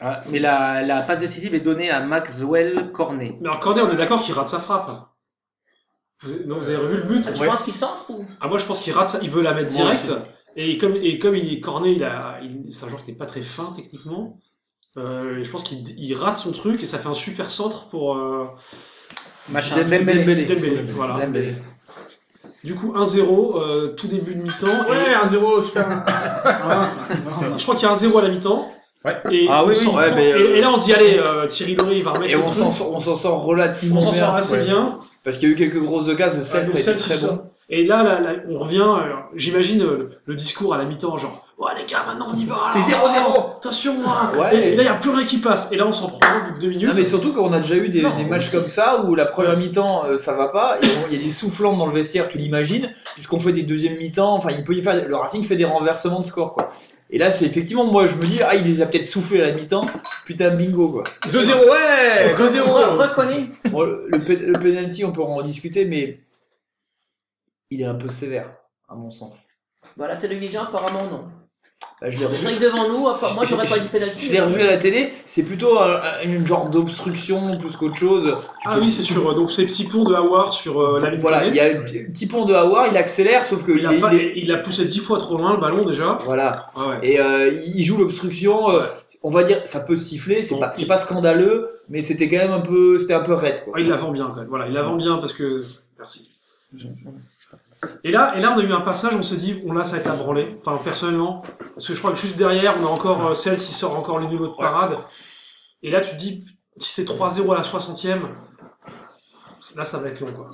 F: Ah, Mais la, la passe décisive est donnée à Maxwell Cornet.
C: Mais alors Cornet, on est d'accord qu'il rate sa frappe. Vous avez- non, vous avez revu le but
B: Ah, tu
D: Ouais.
B: penses qu'ils centrent ou
C: Ah moi je pense qu'il rate ça, il veut la mettre
D: Moi
C: direct. Et comme, et comme il est corné, il a, il- c'est un joueur qui n'est pas très fin techniquement. Euh, et je pense qu'il il rate son truc et ça fait un super centre pour euh,
F: Machin.
E: Dembélé.
C: Dembélé. voilà.
E: Dembélé.
C: Du coup 1-0, euh, tout début de mi-temps.
A: Ouais,
C: Et
A: 1-0, super.
C: Ah, je crois qu'il y a 1-0 à la mi-temps.
D: Ouais.
C: Et,
E: Ah
C: on
E: oui,
C: s'en
E: oui,
C: prend-
E: ouais, mais,
C: et-
E: euh,
C: et là on se dit allez, euh, Thierry Loré il va remettre
E: Et
C: le
E: on s'en
C: truc.
E: sort- on s'en sort
C: On
E: relativement
C: s'en sort
E: bien.
C: assez
D: Ouais. Ah,
C: bien. Euh,
E: Parce qu'il y a eu quelques grosses occasions. Le sel,
C: Ouais,
E: ça a
C: le
E: été
C: sel,
E: très
C: c'est
E: bon.
C: Et là, là, là, on revient, alors, j'imagine euh, le, le discours à la mi-temps, genre, ouais les gars, maintenant on y va
E: C'est 0-0.
C: Attention, hein.
E: Ouais.
C: Et là, il n'y a plus rien qui passe. Et là, on s'en prend un au bout de deux minutes.
E: Non, mais surtout qu'on a déjà eu des,
C: Non,
E: des matchs
C: on-
E: comme ça où la première mi-temps euh, ça va pas et on- il y a des soufflants dans le vestiaire, tu l'imagines, puisqu'on fait des deuxièmes mi-temps, enfin il peut y faire le Racing fait des renversements de score quoi. Et là c'est effectivement moi je me dis ah il les a peut-être soufflés à la mi-temps, putain bingo quoi.
A: 2-0, ouais
B: Re-
A: 2-0
B: Reconnaît.
E: Bon, le, le pé- le penalty on peut en discuter mais il est un peu sévère à mon sens.
B: Bah, la télévision, apparemment, non.
E: Bah, je l'ai
B: C'est
E: revu.
B: vrai que devant nous, à part- moi j'aurais pas dit
E: Je
B: penalty.
E: l'ai revu à la télé, c'est plutôt euh, une genre d'obstruction plus qu'autre chose. Tu
C: Ah
E: peux-
C: oui, c'est sur euh, donc ces petits ponts de Hawar sur euh, la ligne
E: Voilà, il
C: de
E: y a un petit petit pont de Hawar, il accélère, sauf que
C: il,
E: il
C: a
E: est-
C: pas-
E: il est-
C: il a poussé dix fois trop loin le ballon déjà.
E: Voilà,
C: Ah ouais.
E: et euh, il il joue l'obstruction. euh, on va dire, ça peut siffler, c'est
C: Bon,
E: pas,
C: il-
E: c'est pas scandaleux, mais c'était quand même un peu, c'était un peu raide. Quoi.
C: Ah, il la vend bien quand même. Voilà, il la vend bien parce que. Merci. Et là, et là, on a eu un passage, on s'est dit, on là, ça va être la branlée. Enfin, personnellement, parce que je crois que juste derrière, on a encore euh, Cels, il sort encore le niveau de parade. Et là, tu te dis, si c'est 3-0 à la 60e, c'est- là, ça va être long, quoi.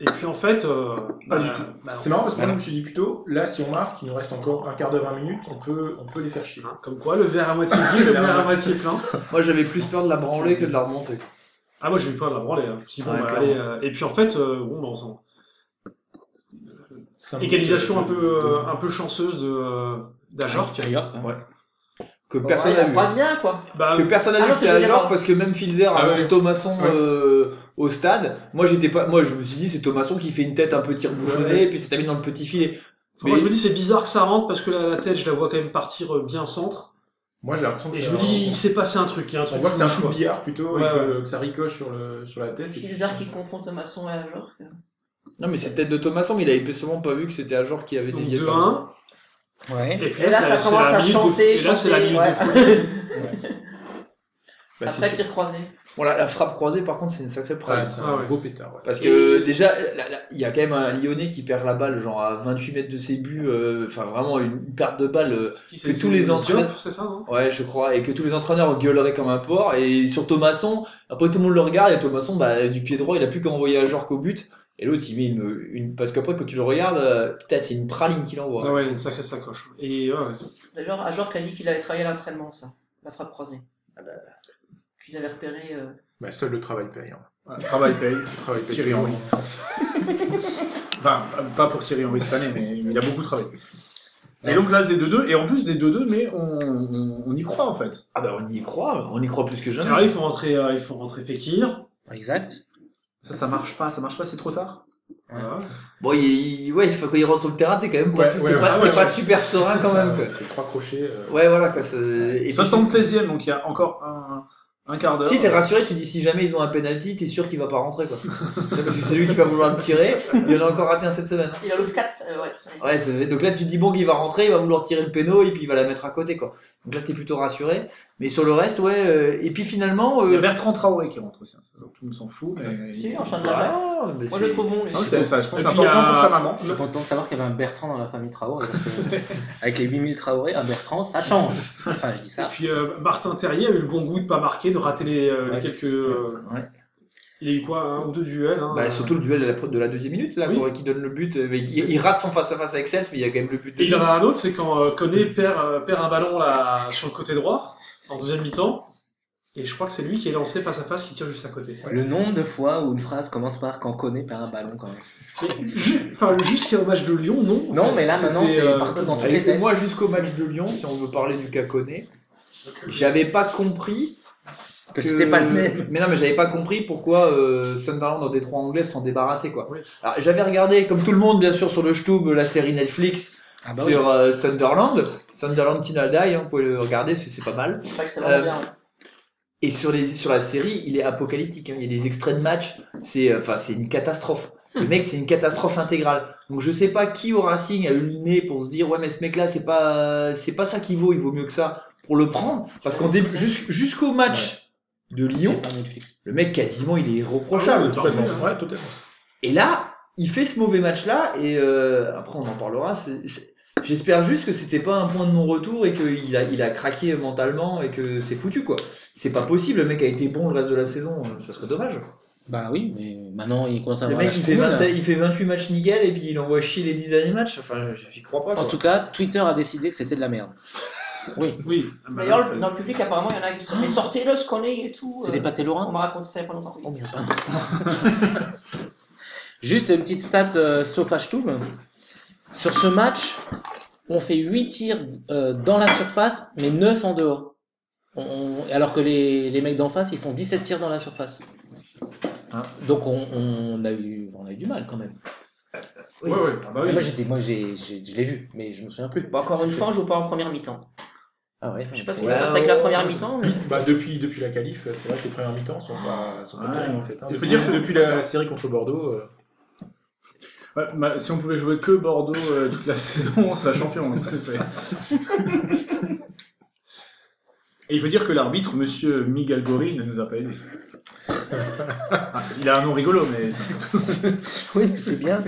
C: Et puis en fait, euh,
D: Pas du tout.
C: bah,
D: C'est marrant parce que moi,
E: Voilà.
D: je me suis dit plutôt, là, si on marque, il nous reste encore un quart d'heure, 20 minutes, on peut, on peut les faire chier.
C: hein, comme quoi, le verre à moitié vide, le verre à moitié plein.
E: Moi, j'avais plus peur de la branler que de la remonter.
C: Ah, moi, j'ai eu peur de la branlée. hein. Je me suis dit, bon,
E: Ouais,
C: bah,
E: clairement.
C: allez, euh, et puis en fait, euh, bon, bah, on s'en-
D: Cinq
C: Égalisation un
D: minutes,
C: peu, euh, un peu chanceuse de euh, d'Ajorc.
D: D'ailleurs, hein.
E: Que personne
B: Personne
E: n'a
B: la
E: vu.
B: croise bien quoi.
C: Bah,
E: Que personne n'a
B: Ah
E: vu,
B: non,
E: c'est
B: c'est
E: la
B: déjà
E: genre
B: pas.
E: parce que même Filzer
D: Ah
E: annonce
D: ouais.
E: Thomasson
D: Ouais.
E: euh, au stade. Moi, j'étais pas, moi, je me suis dit, c'est Thomasson qui fait une tête un peu tire
D: Ouais.
E: bouchonnée, puis ça termine dans le petit filet.
C: enfin, moi,
E: mais-
C: je me dis c'est bizarre que ça rentre parce que la, la tête, je la vois quand même partir euh, bien centre.
D: Moi, j'ai l'impression que
C: Et
D: c'est
C: je me dis, il
D: un-
C: s'est passé un truc. Il y a un truc
D: On voit que c'est un
C: louche,
D: coup de
C: quoi.
D: billard plutôt, et
C: Ouais,
D: que, que ça ricoche sur, le, sur la
B: C'est
D: tête. et-
B: bizarre qui confond Thomasson et Ajor.
E: Non, mais c'est tête de Thomasson, mais il avait sûrement pas vu que c'était un genre qui avait
C: Donc,
E: dévié. le
C: 2-1.
E: ballon.
F: Ouais.
C: Et puis
B: Et là, ça
C: c'est la-
B: commence
C: c'est la
B: à
C: minute de-
B: chanter,
C: Et là, c'est la
B: chanter,
C: minute de
B: ouais.
C: folie.
E: Bah, c'est-
B: Après, tir croisé.
E: Voilà, la frappe croisée, par contre, c'est une sacrée
D: Ouais,
E: problème.
D: c'est
C: Ah
D: un
C: ouais.
D: beau pétard. ouais.
E: Parce que
B: Et-
E: euh, déjà, là, là, il y a quand même un Lyonnais qui perd la balle, genre à 28 mètres de ses buts, euh, enfin vraiment une perte de balle. euh,
C: C'est-
E: tous les
C: c'est-
E: entraîneurs-
C: C'est ça, non
E: ouais, je crois, et que tous les entraîneurs gueuleraient comme un porc. Et sur Thomasson, après tout le monde le regarde, et Thomasson, bah, du pied droit, il a plus qu'à envoyer à Jorque au but. Et l'autre, il met une. une- Parce qu'après, quand tu le regardes, euh, putain, c'est une praline qu'il envoie.
C: Ah ouais, il a une sacrée sacoche. Et ouais, ouais.
B: D'ailleurs, Ajor qui a dit qu'il avait travaillé à l'entraînement, ça. La frappe croisée. Qu'ils avaient repéré. euh,
D: Bah, seul le travail paye. hein.
G: Le Travail paye.
D: Le travail paye.
G: Thierry
D: toujours.
G: Henry. Enfin, pas pour Thierry Henry cette année, mais il a beaucoup travaillé. Et donc là, c'est 2-2, et en plus, c'est 2-2, mais on, on- on y croit en fait.
E: Ah bah, on y croit, on y croit plus que jamais.
C: Alors là, il faut rentrer, euh, il faut rentrer Fekir.
F: Exact.
G: Ça, ça marche pas, ça marche pas, c'est trop tard.
C: Voilà.
E: Bon, il, il- ouais, il faut quand il rentre sur le terrain, t'es quand même pas,
D: Ouais,
E: t'es
D: ouais,
E: pas,
D: ouais,
E: t'es
D: ouais,
E: pas
D: ouais.
E: super serein quand même. Quoi.
D: Euh, J'ai trois crochets. euh,
E: Ouais, voilà, quoi. ça- et puis-
G: 76ème, donc il y a encore un, un quart d'heure.
E: Si t'es rassuré, tu dis si jamais ils ont un penalty, t'es sûr qu'il va pas rentrer quoi. C'est parce que c'est lui qui va vouloir le tirer. Il en a encore raté un cette semaine. hein.
B: Il a le 4. euh, ouais, c'est vrai.
E: Ouais, c'est- donc là tu te dis bon qu'il va rentrer, il va vouloir tirer le péno et puis il va la mettre à côté quoi. Donc là t'es plutôt rassuré. Mais sur le reste, ouais. euh, Et puis finalement.
G: Il y a
E: Euh...
G: Bertrand Traoré qui rentre aussi. hein. Donc tout le monde s'en fout. Mais...
B: Si, en
E: ah,
B: chaîne d'Ajax.
E: mais
B: Moi,
E: c'est-
B: je le trouve bon.
A: Ah,
B: lui.
G: Non, c'est ça, je pense que
C: Et
G: c'est
C: puis, euh, il y a-
G: important pour sa maman.
F: Je suis content de savoir qu'il y avait un Bertrand dans la famille Traoré. parce que avec les 8000 Traoré, un Bertrand, ça change. Enfin, je dis
C: Et
F: ça.
C: puis euh, Martin Terrier a eu le bon goût de pas marquer, de rater les euh, les
E: Ouais.
C: quelques. euh,
E: Ouais.
C: Il y a eu quoi, un ou deux duels. hein.
E: Bah, surtout le duel de la, de la deuxième minute là,
C: Oui.
E: quoi, qui donne le but. euh, Il, il rate son face à face avec Sels, mais il y a quand même le but. De
C: Et il y en a un autre, c'est quand euh, Koné perd, euh, perd un ballon là, sur le côté droit, en deuxième mi-temps. Et je crois que c'est lui qui est lancé face à face, qui tire juste à côté.
F: Le nombre de fois où une phrase commence par quand connaît par un ballon quand même.
C: Mais, ju- enfin, jusqu'au match de Lyon, non. en
F: Non,
C: fait,
F: mais là, maintenant,
C: c'était,
F: c'est
C: euh,
F: partout dans toutes
E: Allez,
F: les têtes.
E: Moi, jusqu'au match de Lyon, si on veut parler du cas Koné,
G: euh,
E: j'avais pas compris
F: Que c'était pas le même.
E: Mais non, mais j'avais pas compris pourquoi euh, Sunderland dans Détroit anglais s'en débarrassait quoi.
C: Oui.
E: Alors, j'avais regardé, comme tout le monde bien sûr, sur le Stub la série Netflix
F: Ah bah oui.
E: sur euh, Sunderland, Sunderland Tinal Die, hein, vous pouvez le regarder, c'est c'est pas mal.
B: C'est vrai que c'est
E: Euh,
B: vraiment bien.
E: Et sur les sur la série, il est apocalyptique. hein, Il y a des extraits de matchs. C'est euh, enfin c'est une catastrophe. Le mec, c'est une catastrophe intégrale. Donc je sais pas qui au Racing a eu le nez pour se dire ouais mais ce mec là c'est pas c'est pas ça qu'il vaut. Il vaut mieux que ça pour le prendre. Parce qu'on début jus- jusqu'au match de Lyon,
F: C'est pas Netflix.
E: le mec quasiment il est
D: Ah
E: irreprochable.
D: oui, totalement. Ouais, totalement.
E: Et là, il fait ce mauvais match-là, et euh, après on en parlera. c'est- c'est- J'espère juste que c'était pas un point de non-retour et qu'il a, il a craqué mentalement et que c'est foutu quoi. C'est pas possible, le mec a été bon le reste de la saison, euh, ça serait dommage.
F: Bah oui, mais maintenant il commence à
E: le
F: avoir
E: mec
F: l'âge
E: il fait,
F: cool.
E: 27 il fait 28 matchs nickel et puis il envoie chier les 10 derniers matchs, enfin j'y crois pas.
F: En
E: quoi.
F: tout cas, Twitter a décidé que c'était de la merde. Oui,
C: Oui. Ah bah,
B: D'ailleurs,
C: c'est-
B: dans le public, apparemment, il y en a qui sont. Mais sortez-le, ce qu'on est et tout.
F: c'est
B: euh,
F: des pâtés
B: On
F: lorrains.
B: m'a raconté ça il y a pas longtemps.
F: Oh merde, pardon. Juste une petite stat euh, sauf Ashtoum. Sur ce match, on fait 8 tirs euh, dans la surface, mais 9 en dehors. On- on- alors que les, les mecs d'en face, ils font 17 tirs dans la surface.
E: Hein
F: Donc on, on a eu, on a eu du mal quand même. Oui.
A: Ouais, ouais. Ah bah
F: Et
A: oui.
F: Moi, j'étais, moi, j'ai, j'ai- je l'ai vu, mais je me souviens plus.
B: Bon, encore une fois, on joue pas en première mi-temps.
F: Ah ouais.
B: Je sais pas ce qui
E: Ouais,
B: se passe avec la
E: ouais,
B: première
E: ouais.
B: mi-temps, mais.
H: Bah, depuis, depuis la qualif, c'est vrai que les premières mi-temps sont pas, sont pas
A: Ouais.
H: terribles en fait. hein.
A: Il faut
H: Depuis,
A: dire que-
H: depuis la série contre Bordeaux, euh,
A: Ouais, bah, si on pouvait jouer que Bordeaux euh, toute la saison, on serait champion. hein, c'est- c'est- Et il faut dire que l'arbitre, monsieur Miguel Gori, ne nous a pas aidés. Ah, il a un nom rigolo, mais c'est-
F: Oui, c'est bien.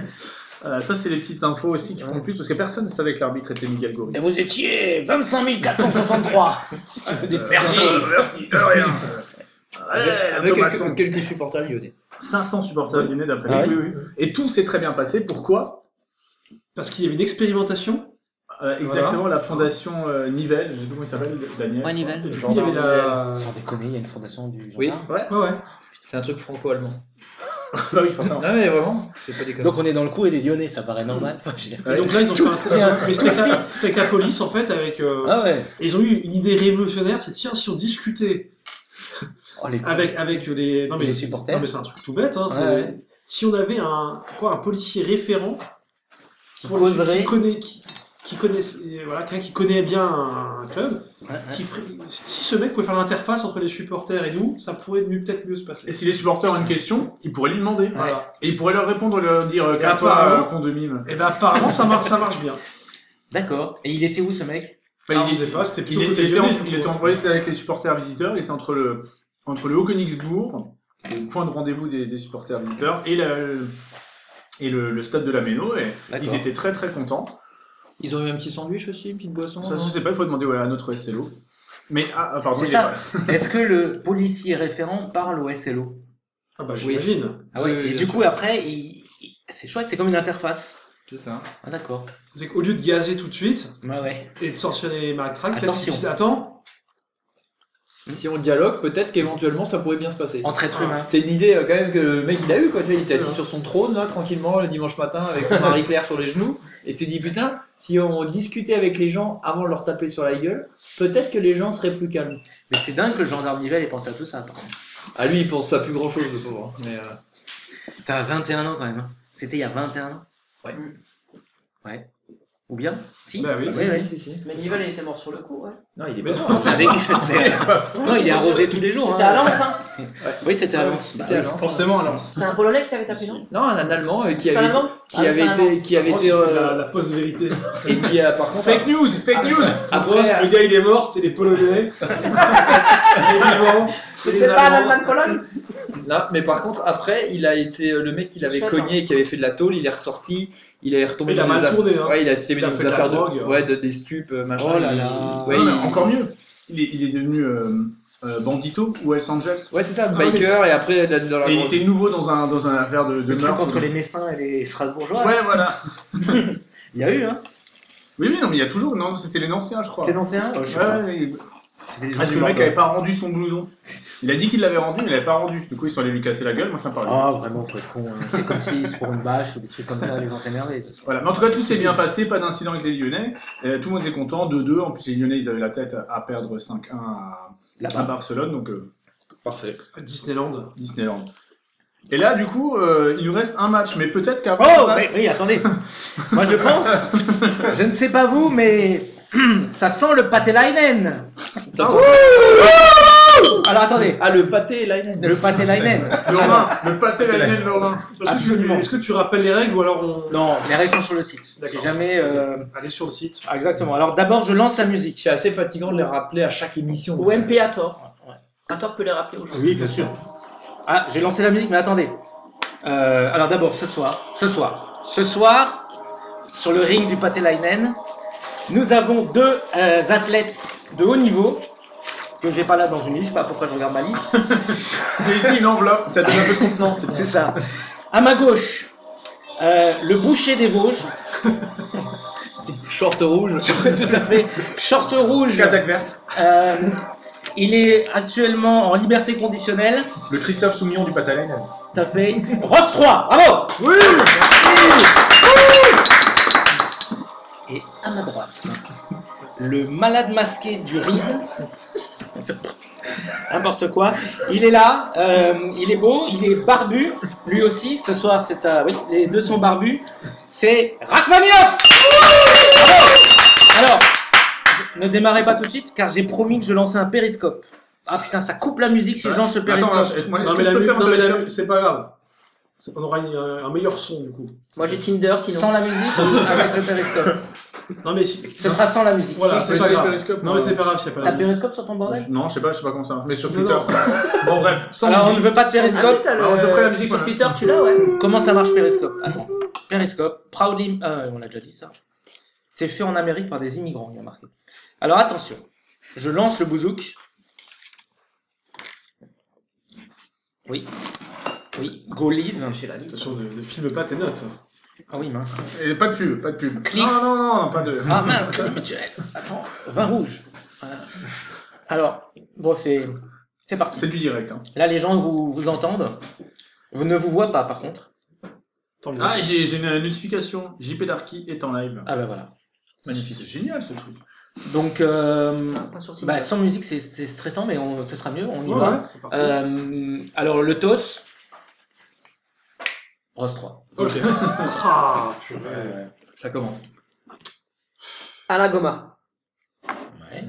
A: Voilà, ça, c'est les petites infos aussi qui font le plus, parce que personne ne savait que l'arbitre était Miguel Gori.
F: Et vous étiez 25 463. si tu veux des petits.
A: Euh, merci, de rien. Ouais,
E: Avec
A: Thomasson.
E: quelques, quelques supporters lyonnais.
A: 500 supporters lyonnais d'après
F: Ah
A: lui. Et tout s'est très bien passé. Pourquoi
C: Parce qu'il y avait une expérimentation.
A: Euh, Exactement, la fondation euh, Nivelle, je sais plus comment il s'appelle, Daniel.
B: Ouais, Nivelle.
A: Et puis,
C: Il y avait la...
F: Sans déconner, il y a une fondation du
E: Oui.
F: gendarme.
C: Ouais, ouais.
E: C'est un truc franco-allemand.
A: Bah oui, forcément.
E: Non mais Ah vraiment, c'est pas des
F: Donc on est dans le coup et les Lyonnais, ça paraît normal. Enfin, je veux dire,
C: Et donc là, ils ont
F: Tout
C: fait
F: tient.
C: un... mais c'était avec la- c'était avec la police, en fait, avec... euh,
F: Ah ouais.
C: et ils ont eu une idée révolutionnaire, c'est tiens, si on discutait
F: Oh, les cons.
C: avec, avec les... Non, mais,
F: Les supporters.
C: Non, mais c'est un truc tout bête, hein,
F: Ouais,
C: c'est-
F: ouais.
C: Si on avait un, quoi, un policier référent
F: Qui
C: pour-
F: causerait.
C: qui connaît, qui, qui connaissait- voilà, quelqu'un qui connaît bien un club,
F: Ouais, ouais.
C: qui ferait- si ce mec pouvait faire l'interface entre les supporters et nous, ça pourrait mieux- peut-être mieux se passer.
A: Et si les supporters ont une question, ils pourraient lui demander.
C: Voilà.
A: Et ils pourraient leur répondre, leur dire euh,
C: Et
A: casse-toi,
C: apparemment-
A: euh, con de mime.
C: Et ben apparemment ça marche, ça marche bien.
F: D'accord. Et il était où ce mec
C: Ah, je sais pas, c'était
A: Bah, il, était-
C: plutôt côté
A: il était en-
C: lyonnais, du
A: il
C: coup.
A: était envoyé c'était avec les supporters visiteurs, il était entre le, entre le Haut-Königsbourg, le point de rendez-vous des, des supporters visiteurs, et, la- et le, le stade de la Méno, et
F: D'accord.
A: ils étaient très très contents.
E: Ils ont eu un petit sandwich aussi, une petite boisson.
A: Ça,
E: hein.
A: je sais pas, il faut demander ouais, à notre SLO. Mais, ah, ah, pardon,
F: C'est
A: il est
F: ça.
A: pas là.
F: Est-ce que le policier référent parle au SLO
C: Ah bah j'imagine.
F: Ah ouais.
E: Oui, oui,
F: et
E: bien
F: du coup après, il- il- c'est chouette, c'est comme une interface.
E: C'est ça.
F: Ah d'accord.
C: C'est qu'au lieu de gazer tout de suite
F: Ouais ouais.
C: et de sortir les matraques, peut-être qu'ils
F: Attention.
C: disent, attends,
E: Si on dialogue, peut-être qu'éventuellement ça pourrait bien se passer.
F: Entre êtres
C: Ah.
F: humains.
E: C'est une idée euh, quand même que le mec il a eu quoi, tu vois, il était assis
C: Ouais.
E: sur son trône là tranquillement le dimanche matin avec son Marie Claire sur les genoux et s'est dit putain si on discutait avec les gens avant de leur taper sur la gueule, peut-être que les gens seraient plus calmes.
F: Mais c'est dingue que le gendarme Nivelle ait pensé à tout ça. par contre.
E: Ah lui il pense à plus grand chose de pauvre. hein. Mais, euh,
F: T'as 21 ans quand même. hein. C'était il y a 21 ans.
E: Ouais.
F: Ouais. Ou bien Si.
C: Bah oui,
F: Ouais,
E: si,
F: ouais.
E: Ah si, si, si.
B: Mais Nivelle, il était mort sur le coup, ouais.
E: Non il est
C: Mais
E: pas
C: non.
E: mort.
F: C'est avec- c'est- Non, il est arrosé tous les jours.
B: C'était
F: hein.
B: à Lens, hein.
F: Oui, c'était à Lens. Bah
E: C'était à
F: oui.
E: Lens.
A: Forcément, alors.
B: C'était un Polonais qui t'avait tapé, non
E: Non un Allemand euh, qui
B: C'est un
E: avait
B: Allemand
E: qui
B: Ah, mais
E: avait
B: c'est un Allemand.
E: été qui avait
C: Vraiment,
E: été
C: c'est
E: euh,
C: la, la fausse vérité.
E: et qui a par contre
A: Fake news, fake news
E: après
C: Grosse,
B: euh,
C: le gars il est mort, c'était les Polonais. les vivants, c'est les
B: C'était pas
C: Allemands.
B: l'Allemand de Cologne
E: Là, mais par contre, après, il a été euh, le mec qui l'avait
B: Chouette, hein.
E: cogné et qui avait fait de la tôle, il est ressorti, il est retombé
C: Il a
E: dans des
C: mal
E: affaires-
C: tourné, hein.
E: Ouais, il a été
C: Il a
E: dans
C: fait
E: des
C: de la
E: affaires de,
C: drogue.
E: ouais, de, des stupes, euh, machin.
F: Oh là
E: Il-
F: là.
E: Ouais,
A: Non, mais
E: il-
A: Encore mieux, il est, il est devenu euh, euh, Bandito ou Hells Angels.
E: ouais, c'est ça,
A: mais-
E: biker, et après, là, dans la
A: Et il
E: drogue.
A: était nouveau dans un, dans un affaire de, de
F: Le truc
A: meurtre.
F: contre les Messins et les Strasbourgeois.
A: Ouais, voilà.
F: Il y a eu, hein.
A: Oui, oui, non, mais il y a toujours. Non, c'était les anciens, je crois.
F: C'est Oh, dans un.
A: Ouais, ouais, ouais.
F: C'était les gens
A: Parce que
F: du
A: le mec
F: Bordeaux.
A: avait pas rendu son blouson. Il a dit qu'il l'avait rendu, mais il l'avait pas rendu. Du coup, ils sont allés lui casser la gueule. Moi, ça me parlait.
F: Ah, vraiment, faut être con. hein. C'est comme s'ils se pour une bâche ou des trucs comme ça, ils vont s'énerver. de toute façon.
A: Voilà. Mais en tout cas, tout s'est bien passé. Pas d'incident avec les Lyonnais. Euh, tout le monde était content. 2-2. En plus, les Lyonnais, ils avaient la tête à perdre 5-1 à, à
F: Là-bas.
A: Barcelone. Donc, euh,
E: Parfait.
C: Disneyland.
A: Disneyland. Et là, du coup, euh, il nous reste un match. Mais peut-être qu'avant.
F: Oh,
A: le match-
F: oui, oui, attendez. Moi, je pense, je ne sais pas vous, mais ça sent le pâté Leinen.
E: Ça sent-
F: Alors, attendez.
E: Ah, le pâté, là, il est-
F: Le pâté Leinen.
A: Lorrain, le pâté Lionel Lorrain.
F: Absolument.
C: Est-ce que tu rappelles les règles ou alors on.
F: Non, les réactions sur le site. Si
C: D'accord.
F: jamais. euh,
C: Allez sur le site.
F: ah, Exactement. Alors, d'abord, je lance la musique.
E: C'est assez fatigant de les rappeler à chaque émission.
B: Ou MP à tort. À tort peut les rappeler aujourd'hui.
F: Oui, bien sûr. Ah, j'ai lancé la musique, mais attendez. Euh, alors d'abord, ce soir, ce soir, ce soir, sur le ring du Patelainen, nous avons deux euh, athlètes de haut niveau que j'ai pas là dans une liste, je sais pas pourquoi je regarde ma liste.
A: C'est ici une enveloppe. Ah,
E: Ça donne un peu de contenance, c'est
F: C'est ça. À ma gauche, euh, le boucher des Vosges,
E: bien. Short rouge.
F: tout à fait, short rouge.
A: Casaque verte.
F: Euh, il est actuellement en liberté conditionnelle.
H: le Christophe Soumillon du Patalainen.
F: Tout à fait. Ross 3, bravo Oui Et à ma droite, le malade masqué du ride,
I: N'importe quoi. Il est là, euh, il est beau, il est barbu, lui aussi. Ce soir, c'est à. Oui, les deux sont barbus. C'est Rachmaninoff Bravo Alors, ne démarrez pas tout de suite, car j'ai promis que je lançais un périscope. Ah putain, ça coupe la musique si je lance le périscope.
A: Attends, là, je- moi, est-ce
C: Non,
A: que
C: mais
A: je
C: la
A: peux
C: mu-
A: faire un
C: non, mais la
A: périscope
C: mu- c'est pas grave. C'est- On aura une- euh, un meilleur son, du coup.
B: Moi j'ai Tinder sinon.
F: Sans la musique ou avec le périscope
C: Non, mais si-
F: Ce sera sans la musique.
C: Voilà,
A: Je
C: c'est
A: peux
C: pas
A: essayer
C: grave.
A: le périscope,
C: Non, mais
A: moi.
C: c'est pas grave, c'est pas
F: T'as
C: grave.
F: périscope sur ton bordel
A: Non, je sais pas, je sais pas comment ça marche. Mais sur
C: Non,
A: Twitter,
C: non.
A: ça marche. Bon, bref, sans
F: Alors, on ne
A: musique.
F: veut pas de périscope.
B: Ah, si, t'as le-
A: Alors, je ferai la musique,
B: sur
A: voilà.
B: Twitter, tu l'as, ouais.
F: Comment ça marche Periscope Attends. Periscope, Proudly. euh, on l'a déjà dit ça. C'est fait en Amérique par des immigrants, il y a marqué. Alors attention, je lance le bouzouk. Oui. Oui, go live.
B: J'ai la liste.
C: Attention, ne, ne filme pas tes notes.
F: Ah oui, mince.
A: Et pas de pub, pas de pub.
F: Clique.
A: Non, non, non, non, pas de.
F: Ah mince, crédit mutuel. Attends, vin rouge. Voilà. Alors, bon, c'est c'est parti.
A: C'est du direct. Hein.
F: Là, les gens vous, vous entendent. Vous ne vous voient pas, par contre.
C: Tant mieux.
A: Ah, j'ai j'ai une notification. JP Darky est en live.
F: Ah ben voilà.
A: Magnifique, c'est génial ce truc.
F: Donc, euh,
B: Pas sur Tinder.
F: bah, sans musique, c'est c'est stressant, mais on, ce sera mieux. On y
C: Ouais,
F: va.
C: ouais, c'est parti.
F: Euh, alors le TOS. Rose 3.
C: Ok. Ah, purée.
E: Ça commence.
B: À la goma.
F: Ouais.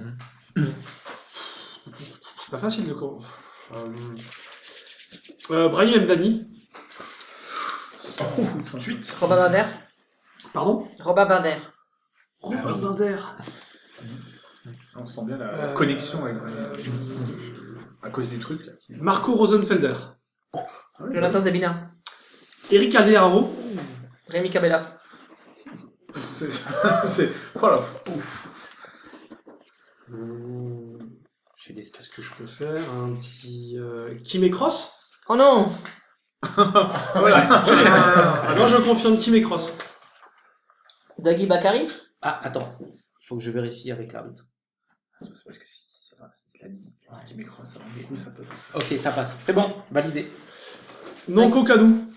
C: C'est pas facile de con. Euh... Euh, Brahim Mdani.
B: Robin Bader.
C: Pardon
B: Robin Bader.
C: Robert Binder.
A: On sent bien la, la
C: Euh,
A: connexion avec. à cause du truc là. Ah
C: Marco Rosenfelder.
B: Jonathan Zabina.
C: Eric Alderaro.
B: Rémi Cabella.
A: C'est. c'est- Voilà. Euh,
F: Je suis désolé.
C: Qu'est-ce que je peux faire Un petit. Euh... Kim et Cross
B: Oh non
A: voilà.
C: Alors Ah, je confirme Kim et Cross.
B: Dagui Bakari.
F: Ah, attends. Faut que je vérifie avec l'arbitre.
A: C'est parce que si ça va, c'est la vie. Qui m'écrase, ça va. Du coup, ça peut passer.
F: Ok, ça passe. C'est bon, validé.
C: Nanko Kadou.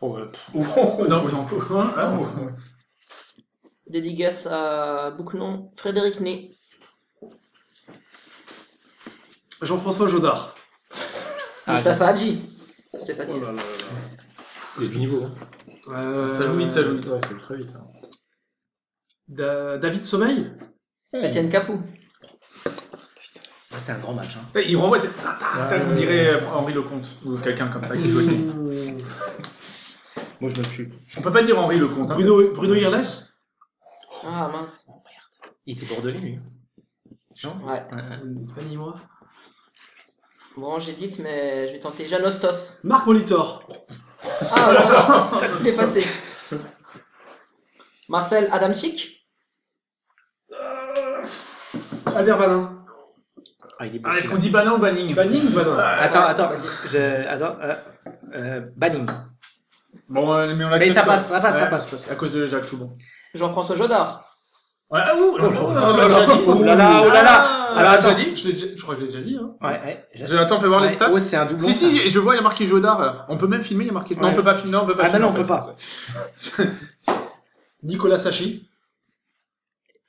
A: Oh, non, mais non, quoi. Ah, oh.
B: Dédicace à Boucnon. Frédéric Ney.
C: Jean-François Jodard.
F: Ah,
B: Mustafa Hadji. C'était facile.
J: Il est du niveau. hein.
C: Euh...
A: Ça joue vite, ça joue
J: Ouais,
A: vite.
J: ça joue très vite. hein.
C: Da- David Sommeil.
B: Etienne Capou.
F: Ah, C'est un grand match. Hein.
A: Eh, Il renvoie, c'est. tac, tac, tac, On dirait euh, Henri Lecomte ou quelqu'un comme ça qui joue au tennis.
C: Euh,
F: Moi, je me tue.
A: On peut pas dire Henri Lecomte. hein.
C: Bruno, Bruno Irles.
B: Ah mince.
F: Oh merde. Il était bordelais, lui.
B: Ouais.
C: Pas ni moi.
B: Bon, j'hésite, mais je vais tenter. Janostos.
C: Marc Molitor.
B: Ah, voilà. Je l'ai passé. Marcel Adamczyk.
C: Albert Badin.
F: Ah, il est beau,
A: Ah, est-ce qu'on
F: celui-là.
A: dit Banin ou Banning
C: Banning ou Badin
F: Attends, attends. Je... attends euh, euh, banning.
A: Bon, euh, mais on l'a
F: Mais
A: dit
F: ça
A: tout à
F: passe, ça passe, ça
A: Ouais.
F: passe.
A: l'heure, À cause de Jacques Toubon.
B: Jean-François Jodard.
A: Ouais, ah, ouh, oh là là Ah là là.
F: Oh là là, oh là là. Alors,
A: tu as
F: attends.
A: dit
C: Je, l'ai déjà- je crois que je l'ai déjà dit. Hein.
F: Ouais, ouais. j'ai-
A: Je- Attends, fais voir les
F: Ouais,
A: stats.
F: oh, c'est un doublon.
A: Si,
F: ça.
A: si, je vois, il y a marqué Jodard. On peut même filmer, il y a marqué. Non,
F: Ouais.
A: on peut pas filmer. Non, on peut pas
F: Ah, bah
A: filmer,
F: non,
A: en
F: on peut
A: fait.
F: pas.
C: Nicolas Sachi.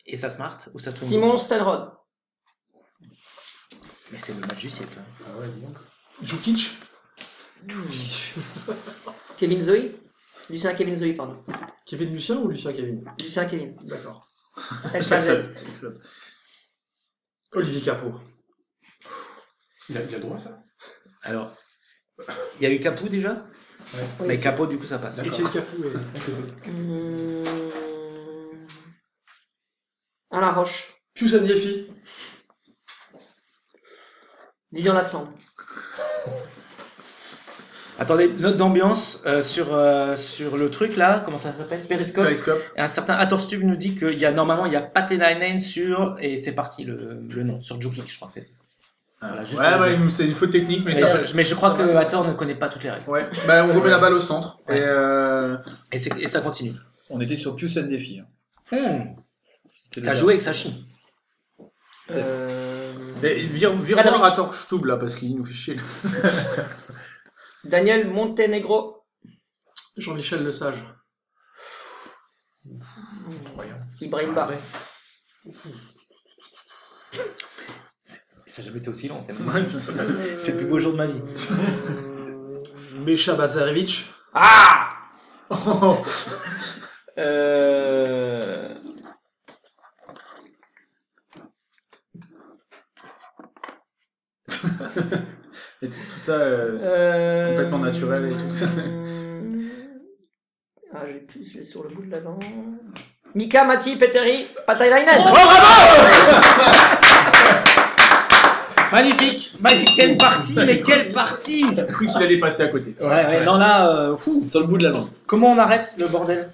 F: Et ça smart ou ça tourne
B: Simon Stenrod.
F: Mais c'est le match du siècle. hein.
J: Ah ouais, dis donc.
C: Jukic.
B: Kevin Zoé. Lucien Kevin Zoé, pardon.
C: Kevin Lucien ou Lucien Kevin
B: Lucien Kevin.
C: D'accord.
B: El Chazel.
C: Olivier Capot.
J: Il a, il a droit à ça
F: Alors, il y a eu Capou déjà
B: Oui.
F: Mais Capot, du coup, ça passe.
C: Étienne Capou. Et...
B: Hum... Alain Roche.
C: Pius Ndiaye.
B: Lilian Lasland.
F: Attendez, note d'ambiance euh, sur, euh, sur le truc là, comment ça s'appelle Periscope.
A: Periscope.
F: Et Un certain Atorstub nous dit qu'il y a normalement il y a Pathé Nine sur et c'est parti le, le nom sur Jokic, je crois que c'est. Voilà, juste
A: Ouais,
F: pour
A: ouais,
F: dire.
A: c'est une faute technique, mais
F: Mais,
A: ça.
F: je-
A: va.
F: mais je crois que Hathor ne connaît pas toutes les règles.
A: Ouais, bah, on remet la balle au centre.
F: Ouais.
A: Et euh...
F: Et, c'est- et ça continue.
E: On était sur Pius and Défi. hein.
F: Hmm,
E: C'était le
F: T'as
E: dernier.
F: joué avec Sachi.
B: Euh...
A: et vire, vire
B: Frédéric.
A: voir à tort Stub là, parce qu'il nous fait chier.
B: Daniel Montenegro.
C: Jean-Michel Lesage.
B: Ibrahim Barré.
E: Ça n'a jamais été aussi long, c'est C'est le plus beau jour de ma vie.
B: Euh,
C: Mecha Bazarevich.
K: Ah Euh,
A: Et tout, tout ça, euh, c'est-
B: Euh,
A: complètement naturel et tout.
B: ah, j'ai plus, je l'ai sur le bout de la dent. Mika, Mati, Peteri, Patailainen.
K: Magnifique Magnifique, quelle partie Mais quelle partie
A: j'ai cru qu'il allait passer à côté.
K: Ouais, ouais, non, là, euh, fou
E: Sur le bout de la langue.
K: Comment on arrête le bordel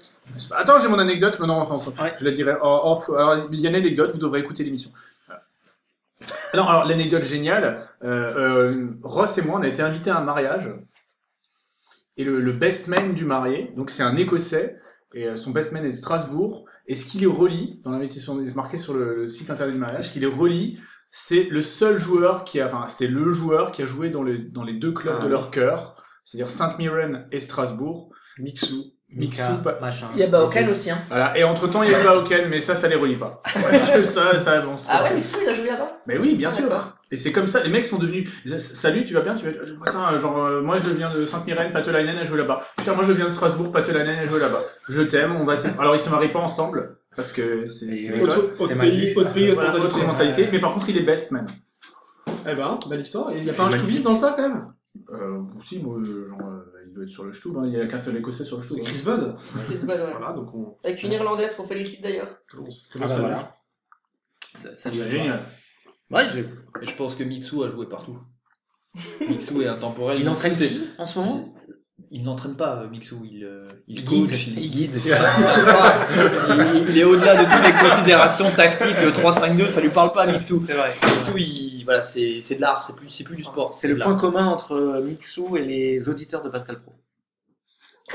A: Attends, j'ai mon anecdote, maintenant enfin, enfin,
K: Ouais.
A: je la dirai. hors- hors- alors, il y a une anecdote, vous devrez écouter l'émission. Voilà. Non, alors l'anecdote géniale, euh, euh, Ross et moi, on a été invités à un mariage. Et le, le best man du marié, donc c'est un Écossais, et euh, son best man est de Strasbourg. Et ce qui les relie, dans l'invitation, c'est marqué sur le, le site internet du mariage, ce qui les relie, c'est le seul joueur qui a, enfin, c'était le joueur qui a joué dans les, dans les deux clubs
F: Ah,
A: de
F: oui.
A: leur cœur, c'est-à-dire Sainte-Mirren et Strasbourg.
L: Mixou.
A: Mixou,
F: Mika,
A: pas-
F: machin.
B: Il y a
K: bah,
B: Baoken aussi. Hein.
A: voilà, et entre temps, il y a eu Baoken, mais ça, ça les relie pas. ça, ça avance.
B: Ah ouais, Mixou, il a joué là-bas
A: Mais oui, bien sûr.
B: D'accord.
A: Et c'est comme ça, les mecs sont devenus. Salut, tu vas bien Tu vas. Putain, genre, euh, moi je viens de Sainte-Mirren, Patelainen a joué là-bas. Putain, moi je viens de Strasbourg, Patelainen a joué là-bas. Je t'aime, on va. se- Alors ils se marient pas ensemble, parce que c'est.
F: Mais
A: c'est
F: oui.
A: l'Écosse.
C: Autre, autre
F: C'est mal
C: pays,
F: vu.
C: euh, autre pays, autre
A: Voilà,
C: mentalité.
A: autre mentalité, mais par contre il est best man.
C: Eh ben, belle histoire. Il y a
A: C'est
C: pas un
A: magnifique.
C: Stouvis dans le tas quand même
A: Euh, si, moi, euh, genre, euh, il doit être sur le Stub, hein. il y a qu'un seul écossais sur le Stub.
C: C'est
A: hein.
C: Chris Bud.
B: C'est pas vrai.
C: Voilà, donc on
B: Avec une Irlandaise qu'on félicite d'ailleurs.
C: commence.
F: Ah bah voilà. Ça, ça lui a
A: C'est
F: dit.
A: génial.
F: Ouais, je-
E: Et je pense que Mixou a joué partout. Mixou est intemporel.
F: Il entraîne
E: C'est-
F: qui en ce moment
E: Il n'entraîne pas euh, Mixou, il, euh, il
F: Il
E: coach,
F: guide.
E: il-
F: Il guide.
E: il, il est au-delà de toutes les considérations tactiques, le 3-5-2, ça lui parle pas Mixou.
F: vrai.
E: Mixou, il, voilà, c'est c'est de l'art, c'est plus, c'est plus du sport.
F: C'est le
E: de
F: point
E: l'art.
F: commun entre euh, Mixou et les auditeurs de Pascal Pro.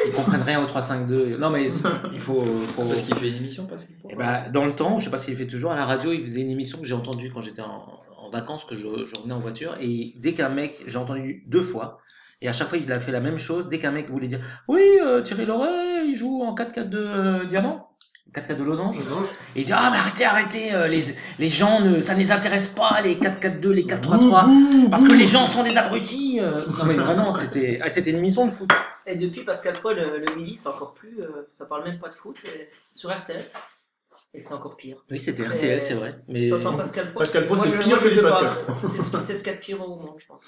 F: Ils comprennent rien au 3-5-2. Non, mais c'est- il faut. faut-
E: Parce qu'il fait une émission, parce qu'il
F: Eh ben, dans le temps, je sais pas s'il fait toujours, à la radio, il faisait une émission que j'ai entendue quand j'étais en, en vacances, que je, je revenais en voiture. Et dès qu'un mec, j'ai entendu deux fois, et à chaque fois, il a fait la même chose. Dès qu'un mec voulait dire Oui, euh, Thierry Loret, il joue en 4-4 de euh, diamant. 4-4 de losange. Et il dit Ah, mais arrêtez, arrêtez, euh, les, les gens, ne, ça ne les intéresse pas, les 4-4-2, les 4-3-3. Parce que les gens sont des abrutis. euh. Non mais vraiment, c'était ah, c'était une émission de foot.
B: Et depuis, Pascal Paul, le, le midi, c'est encore plus. euh, ça parle même pas de foot, euh, sur RTL. Et c'est encore pire.
F: Oui, c'était
B: C'est-
F: RTL, c'est vrai. Mais
B: T'entends Pascal Paul
A: Pascal Pro,
B: Moi,
A: c'est
B: je-
A: pire
B: moi,
A: que
B: je
A: lui,
B: le
A: Pascal.
B: parle. C'est ce qui- c'est ce qu'il y a de pire au monde, je pense.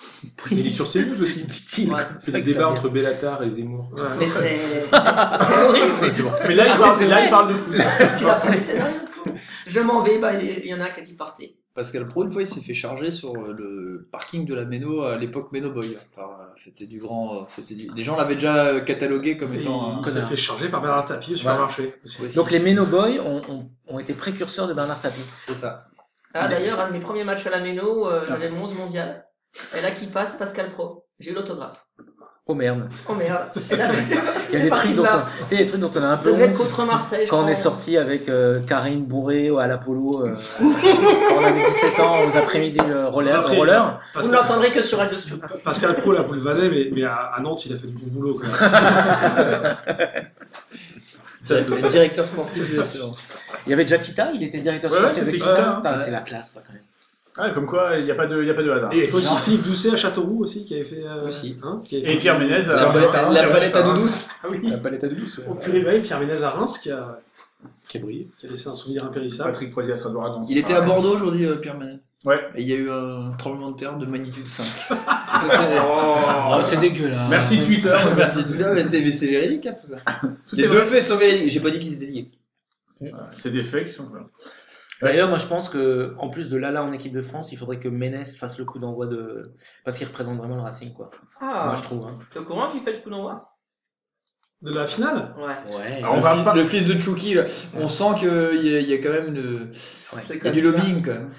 L: Il est sur ses news aussi.
F: dit-il.
B: Ouais.
L: C'est des débats entre Bellatar et Zemmour.
B: Mais c'est c'est- c'est horrible.
A: Mais là, il
F: Ah,
A: parle,
F: mais c'est
A: là, il
F: vrai.
A: parle de foot.
B: Tu l'as pas vu, c'est dingue. Je m'en vais, bah, il y en a un qui a dit partez.
E: Pascal Pro, une fois, il s'est fait charger sur euh, le parking de la Méno à l'époque Méno Boy. Enfin, euh, c'était du grand. euh, C'était du- Les gens l'avaient déjà euh, catalogué comme
C: Il
E: étant. un-
C: il s'est
F: connard.
C: fait charger par Bernard Tapie au
F: Voilà.
C: supermarché.
F: Donc les Meno Boys ont, ont- ont été précurseurs de Bernard Tapie.
E: C'est ça.
B: Ah, d'ailleurs, un de mes premiers matchs à la Méno, euh, j'avais mon 11 mondial. Et là, qui passe, Pascal Pro. J'ai eu l'autographe.
F: Oh merde.
B: Oh merde. Et là,
F: Il y a des trucs dont on, tu sais, des trucs dont on a un
B: Ça
F: peu
B: devait être
F: honte.
B: contre Marseille. je
F: Quand on est
B: pense.
F: sorti avec euh, Karine Bourré au- à l'Apollo, euh, quand on avait 17 ans aux après-midi euh, roller,
C: Après,
F: roller,
B: Vous ne l'entendrez que sur Radio Stu.
C: Pascal Pro, là, vous le vannez, mais, mais à, à Nantes, il a fait du bon boulot. Quand même.
E: Ça, c'est le directeur sportif de la séance.
F: il y avait déjà Kita, il était directeur
A: Ouais,
F: sportif
A: ouais,
F: de
A: c'était
F: Kita.
A: Kita, hein.
F: Putain, C'est la classe, ça, quand même.
A: Ouais, Ah, comme quoi, il n'y a, pas de- il y a pas de hasard.
C: Et aussi Philippe Doucet à Châteauroux aussi, qui avait fait. euh,
E: Aussi.
C: hein, qui avait
A: Et
C: fait-
A: Pierre Ménez.
E: La
A: euh,
E: palette-
A: hein,
E: la
A: Pierre
E: palette à
A: Ménez,
E: nous
A: hein.
E: douce.
A: Ah oui.
L: La palette à douce.
C: Au purée, bah oui, Pierre Ménez à Reims, qui a,
L: Qui a brillé.
C: qui a laissé un souvenir impérissable.
A: Patrick Poisier sera droit
E: Il était à Bordeaux aujourd'hui, euh, Pierre Manet.
A: Ouais.
E: Et il y a eu un tremblement de terre de magnitude 5. Ça, c'est-
A: Ah,
F: Oh, c'est dégueulasse.
A: Merci Twitter.
E: Merci. Non, mais c'est mais c'est véridique, hein, tout ça.
A: Tout
E: Les
A: est
E: deux
A: vrai.
E: faits sont véridiques. J'ai pas dit qu'ils étaient liés.
A: C'est des faits qui sont. voilà.
F: D'ailleurs, moi, je pense que en plus de Lala en équipe de France, il faudrait que Ménès fasse le coup d'envoi de parce qu'il représente vraiment le Racing, quoi.
B: Ah,
F: Moi, je trouve. hein.
B: t'es au courant qu'il fait le coup d'envoi
C: De la finale
B: Ouais.
F: Ouais.
A: Alors, on
E: le,
A: va
E: fils,
A: pas-
E: le fils de Chucky, là, on sent qu'il y, a- il y a quand même une-
F: Ouais.
B: C'est
E: il y a
B: comme
E: du
B: ça.
E: lobbying quand même.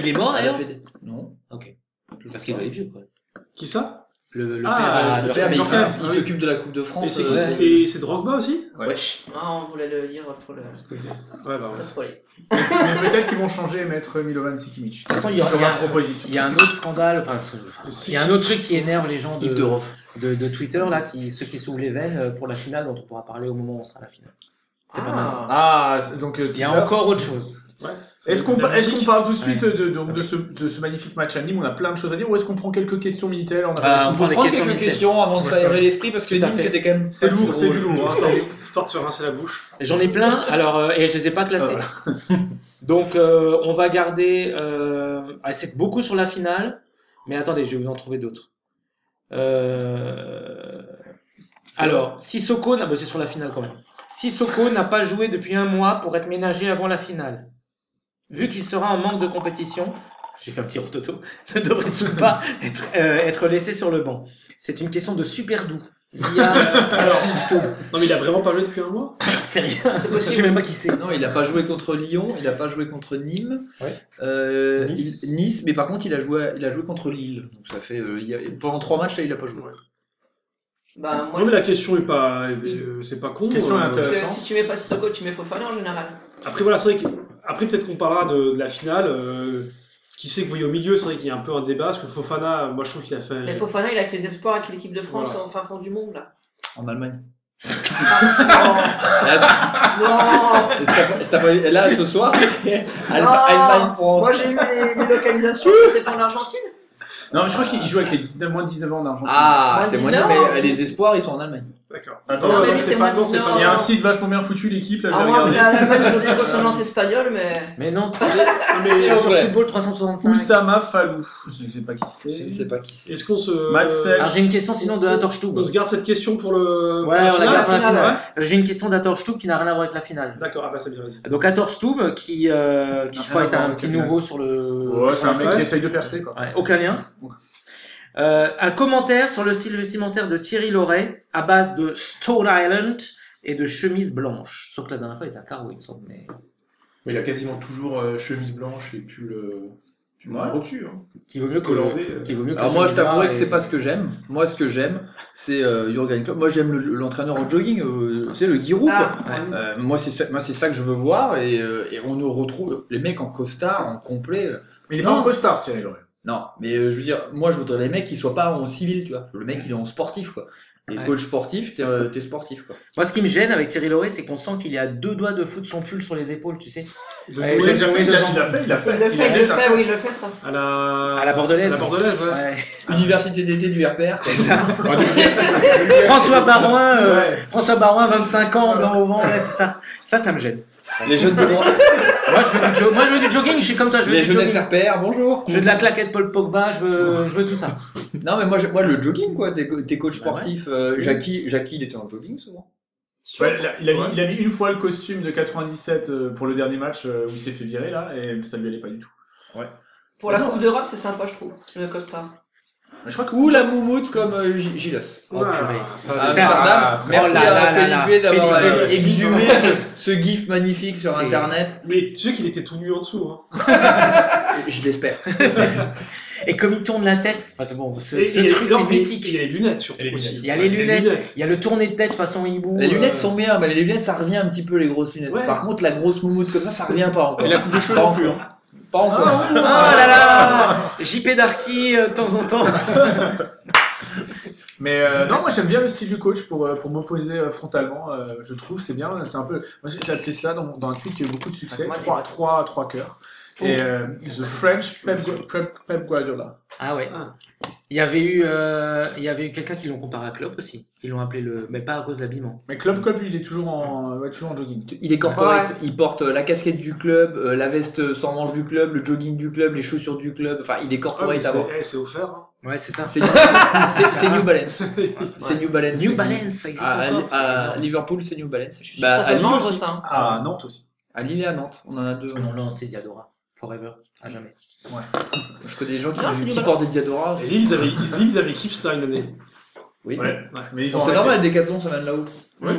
F: Il est mort
E: Elle a
F: d'ailleurs.
E: fait des- Non.
F: Ok. Parce qu'il doit être vieux, quoi.
C: Qui ça
F: Le, le
C: Ah,
F: père.
C: euh,
F: à
E: le
C: le
F: Djorkaeff.
E: père,
C: père
E: mais il-
C: Djorkaeff,
E: il
C: ah oui.
E: s'occupe de la Coupe de
C: Et
E: France.
C: c'est qui
E: euh,
C: c'est- Et c'est Drogba aussi
B: Ah, on voulait le dire pour le.
C: Ouais, bah,
B: Pas spoiler.
A: Mais peut-être qu'ils vont changer Maître Milovan Sikimic.
F: toute façon, il y a- il y a-
A: proposition.
F: Il y a un autre scandale, enfin, ce- enfin, il y a un autre truc qui énerve les gens de,
E: Yves Doroff.
F: de, de Twitter, là, qui, ceux qui s'ouvrent les veines euh, pour la finale, dont on pourra parler au moment où on sera à la finale. C'est pas mal.
B: Ah.
A: Ah, c'est- donc euh,
F: Il y a
A: teaser.
F: encore autre chose.
A: Est-ce qu'on est-ce qu'on parle tout de suite
G: Ouais.
A: de, donc, de, ce, de ce magnifique match à Nîmes On a plein de choses à dire. Ou est-ce qu'on prend quelques questions Minitel On a
F: Bah,
E: On
F: prend des
E: prend
F: questions
E: quelques
F: Minitel.
E: questions avant de s'aérer l'esprit parce que
A: Tout à
E: Nîmes
A: fait.
E: c'était quand même.
A: C'est
E: pas si
A: lourd, c'est
E: drôle.
A: du lourd. hein.
C: Histoire de se rincer la bouche.
M: J'en ai plein, alors, euh, et je les ai pas classés.
F: Ah,
M: Donc, euh, on va garder. Euh, ah, c'est beaucoup sur la finale, mais attendez, je vais vous en trouver d'autres. Euh, alors, Sissoko, n'a- bah, c'est sur la finale quand même. Sissoko n'a pas joué depuis un mois pour être ménagé avant la finale. Vu qu'il sera en manque de compétition, j'ai fait un petit rototo, ne devrait-il pas être, euh, être laissé sur le banc C'est une question de super doux. Via...
C: Alors, non, mais il a vraiment pas joué depuis un mois
M: J'en sais rien,
B: C'est
M: je
B: possible.
M: sais même pas qui c'est.
E: Non, il n'a pas joué contre Lyon, il n'a pas joué contre Nîmes,
D: Ouais.
E: euh, il-
D: Nice.
E: nice. mais par contre il a joué, il a joué contre Lille. Donc ça fait euh, il y a- pendant trois matchs là il n'a pas joué.
B: Bah, moi,
C: Non, mais la question est pas, euh, c'est pas con.
A: Question
C: euh,
B: parce que
A: intéressante.
B: si tu mets pas Sissoko, tu mets Fofana en général.
C: Après, voilà, c'est vrai que- Après, peut-être qu'on parlera de, de la finale. euh, qui sait que vous voyez au milieu, c'est vrai qu'il y a un peu un débat. Parce que Fofana, moi je trouve qu'il a fait.
B: Mais Fofana, il a que les espoirs avec l'équipe de France
C: Voilà.
B: en fin fond du monde, là.
E: En Allemagne.
B: Non,
E: Et c'est pas- c'est pas- et là ce soir c'est
B: Ah.
E: Allemagne France.
B: Moi, j'ai eu mes, mes localisations, c'était pas en Argentine.
A: Non, mais je crois qu'il joue avec les 19, moins de 19 ans en Argentine.
E: Ah,
B: Moi,
E: c'est moins
B: dix-neuf
E: mais
B: ans.
E: euh, les espoirs ils sont en Allemagne.
C: D'accord.
A: Attends,
B: Non, mais
A: attends,
B: lui,
A: c'est
B: c'est
A: pas,
B: moins
A: non, c'est
B: dix-neuf
A: pas. Il y a
B: ans.
A: un site vachement bien foutu, l'équipe, là, je
B: À
A: vais
B: moins que
A: regarder.
B: l'Allemagne joue des consonances espagnoles, mais.
F: Mais non,
C: Non, mais
F: sur
E: ouais.
F: Football 365.
A: Oussama Falou. Je sais pas qui
E: Je
A: c'est.
E: ne sais pas qui c'est.
C: est-ce qu'on se. Ah,
A: Matzel.
F: Alors j'ai une question sinon de Hatterstub.
C: On se garde cette question pour le.
F: Ouais, on la garde pour la finale.
C: ouais
F: Euh, J'ai une question d'Hatterstub qui n'a rien à voir avec la finale.
C: D'accord, ah bah c'est bien, vas-y.
F: Donc Hatterstub, qui, euh, qui je crois est un petit nouveau sur le.
A: Ouais, c'est un mec
C: Ouais.
A: qui essaye de percer, quoi.
F: Ouais, aucun lien. Euh, un commentaire sur le style vestimentaire de Thierry Loret à base de Stone Island et de chemise blanche. Sauf que la dernière fois, il était à carreau, il me semble. Mais...
D: Mais il a quasiment toujours euh, chemise blanche et pull, euh, pull
A: Ouais.
D: au-dessus. hein.
F: Qui vaut mieux que
D: Hollandais, euh.
F: Qui vaut mieux que
E: Alors moi je
F: chemise
E: t'avouerai
F: noire
E: que
F: et-
E: c'est pas ce que j'aime. Moi ce que j'aime c'est euh, Jurgen Klopp. Moi j'aime le- l'entraîneur en jogging, euh, c'est le Giroud. quoi.
B: Ah,
F: Ouais.
B: ouais.
E: Euh, moi, c'est ça, moi, c'est ça que je veux voir. Et, euh, et on nous retrouve, les mecs en costard, en complet. euh,
A: Mais il est
E: Non.
A: pas en costard, Thierry Loret.
E: Non, mais euh, je veux dire, moi, je voudrais les mecs qui soient pas en civil, tu vois. Le mec, il est en sportif, quoi. Et
F: Ouais.
E: coach sportif, t'es euh, t'es sportif, quoi.
F: Moi, ce qui me gêne avec Thierry Loret, c'est qu'on sent qu'il est à deux doigts de foutre son pull sur les épaules, tu sais.
C: De
F: Ouais,
C: jouer
F: il a déjà fait,
A: Il l'a
F: Devant.
A: il l'a fait, il l'a
B: Il le
A: fait.
B: fait, il le fait, oui, il le fait, ça.
C: à la.
F: À la Bordelaise.
C: Ah, À la Bordelaise, ouais.
E: Université d'été du RPR. quoi.
F: François Barouin, euh, François Barouin, 25 ans, dans au vent, ouais, c'est ça. Ça, ça me gêne.
E: les jeunes de droit,
F: Moi, je veux du, jo- moi, je veux du jogging, je suis comme toi, je veux
E: les
F: du
E: jeunes
F: jogging.
E: SRPR, bonjour.
F: Je veux de la claquette Paul Pogba, je veux, je veux tout ça.
E: Non, mais moi, je- moi, le jogging, quoi. T'es co- t'es coach
F: Bah ouais.
E: sportif. euh, Jackie, Jackie, il était en jogging, souvent.
A: Ouais, il a- il, a mis, il a mis une fois le costume de 97 euh, pour le dernier match euh, où il s'est fait virer, là, et ça lui allait pas du tout.
B: Pour la Coupe d'Europe, c'est sympa, je trouve, le costard.
A: Mais je crois que
E: Ou la moumoute comme euh, G- Gilles.
F: Oh, purée.
C: Ah, ça,
E: à
F: Ça,
E: Amsterdam.
F: ah,
E: Merci
F: oh là
E: à
F: là là là.
E: Felipe d'avoir
F: Felipe.
E: euh, exhumé ce, ce gif magnifique sur
F: C'est-
E: internet.
C: Mais tu sais qu'il était tout nu en dessous. Hein.
E: Je l'espère.
F: Et comme il tourne la tête, enfin, c'est bon, ce,
C: Et-
F: ce
C: et-
F: truc,
C: non,
F: c'est
C: mais
F: mythique.
C: Il y a les lunettes surtout aussi.
F: Il y a les lunettes. Il y a le tourné de tête façon hibou.
E: Les
F: euh,
E: lunettes sont bien, mais les lunettes ça revient un petit peu les grosses lunettes.
C: Ouais.
E: Par contre, la grosse moumoute comme ça, ça revient pas encore.
D: Et la coupe de cheveux
E: Pas
D: non
E: encore.
D: plus. hein.
E: Pas encore.
A: Ah,
F: Oh là là JP Darky, euh, de temps en temps.
A: Mais euh, non, moi j'aime bien le style du coach pour, euh, pour m'opposer euh, frontalement. euh, je trouve c'est bien, c'est un peu. Moi j'ai j'ai appelé ça dans, dans un tweet qui a eu beaucoup de succès.
B: Moi,
A: 3 trois, trois cœurs. Et euh, The French Pep, Gu- Pep, Pep Guardiola.
F: Ah ouais.
C: Ah.
F: Il y avait eu, euh, il y avait eu quelqu'un qui l'ont comparé à Klopp aussi. Ils l'ont appelé le, mais pas à cause de l'habillement.
A: Mais Club Club il est toujours en, ouais, toujours en jogging.
E: Il est corporate, il porte euh, la casquette du club, euh, la veste sans manche du club, le jogging du club, les chaussures du club. Enfin, il est
C: Ah, mais
E: corporate avant.
C: c'est- eh, c'est offert. hein.
F: Ouais, c'est ça.
E: C'est New, c'est- c'est New Balance. C'est New Balance.
F: New Balance, ça existe
E: À,
F: encore.
E: à
F: c'est énorme.
E: Ah, Liverpool, c'est New Balance.
B: Je suis
E: Bah,
B: sûr
E: à,
B: qu'on
E: Lille
B: mange
E: aussi.
B: ça. hein.
A: Ah, Nantes aussi.
E: à Lille et à Nantes, on en a deux.
F: Ah Non, non, c'est Diadora. Forever. À jamais.
E: Je connais des gens qui,
B: Non, Ah, c'est
E: qui
B: New Balance.
E: portent des Diadora.
C: Et Lille, ils avaient, Lille, ils avaient Keepstar une année.
E: Oui.
A: Ouais. Mais ils
E: Bon,
A: ont
E: c'est
A: arrêté.
E: normal, Decathlon, ça vient de là-haut.
C: Ouais,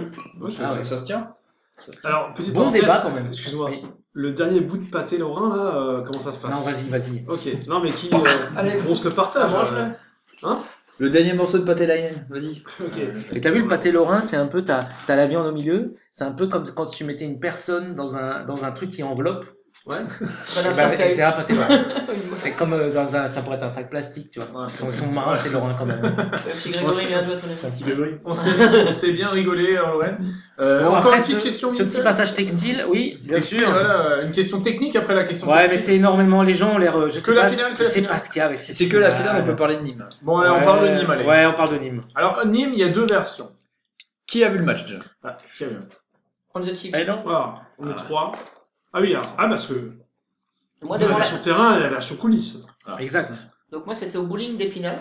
C: c'est-
F: Ah ouais.
E: Ça se tient.
C: Alors, petit
F: Bon débat quand même.
C: Excuse-moi.
F: Oui.
C: Le dernier bout de pâté lorrain, là, euh, comment ça se passe
F: Non, vas-y, vas-y.
C: Ok, non mais qui. euh,
B: Allez.
C: on se le partage.
B: Ah, mange,
C: euh,
E: Le dernier morceau de pâté Lion, vas-y.
G: Euh,
C: ok.
F: Et t'as vu le pâté lorrain, c'est un peu t'as t'as la viande au milieu. C'est un peu comme quand tu mettais une personne dans un dans un truc qui enveloppe.
B: Pas d'un
F: Et bah, et
B: cercueil.
F: c'est un pâté, voilà. C'est comme euh, dans un, ça pourrait être un sac plastique, tu vois. Ils sont, ils sont marrants, c'est Laurent quand même.
B: Le petit Grégory, bien joué, ton ami.
D: C'est un petit bébé.
G: On s'est on s'est bien rigolé en Lorraine. Euh,
F: Bon,
G: encore
F: après,
G: une petite
F: ce,
G: question.
F: ce petit
G: Michel
F: passage textile, oui, bien sûr.
G: Voilà, euh, une question technique après la question.
F: Ouais, mais
G: technique.
F: c'est énormément les gens, ont l'air, euh, je
G: Que
F: sais
G: la
F: pas,
G: finale, que
F: je
G: la
F: sais
G: finale.
F: pas ce qu'il y a avec
E: Si
F: cette
E: c'est que la finale,
F: Ah.
E: on peut parler de Nîmes.
G: Bon, allez, on parle de Nîmes. Allez.
F: Ouais, on parle de Nîmes.
G: Alors Nîmes, il y a deux versions.
E: Qui a vu le match déjà
G: Ah, qui a bien.
B: On le dit.
F: Eh non
C: Voilà, on
E: Ah.
C: est trois. Ah oui, alors, ah parce que
B: Moi,
C: la
B: devant la-
C: version terrain et la version coulisse.
F: Exact.
B: Donc, moi, c'était au bowling d'Épinal.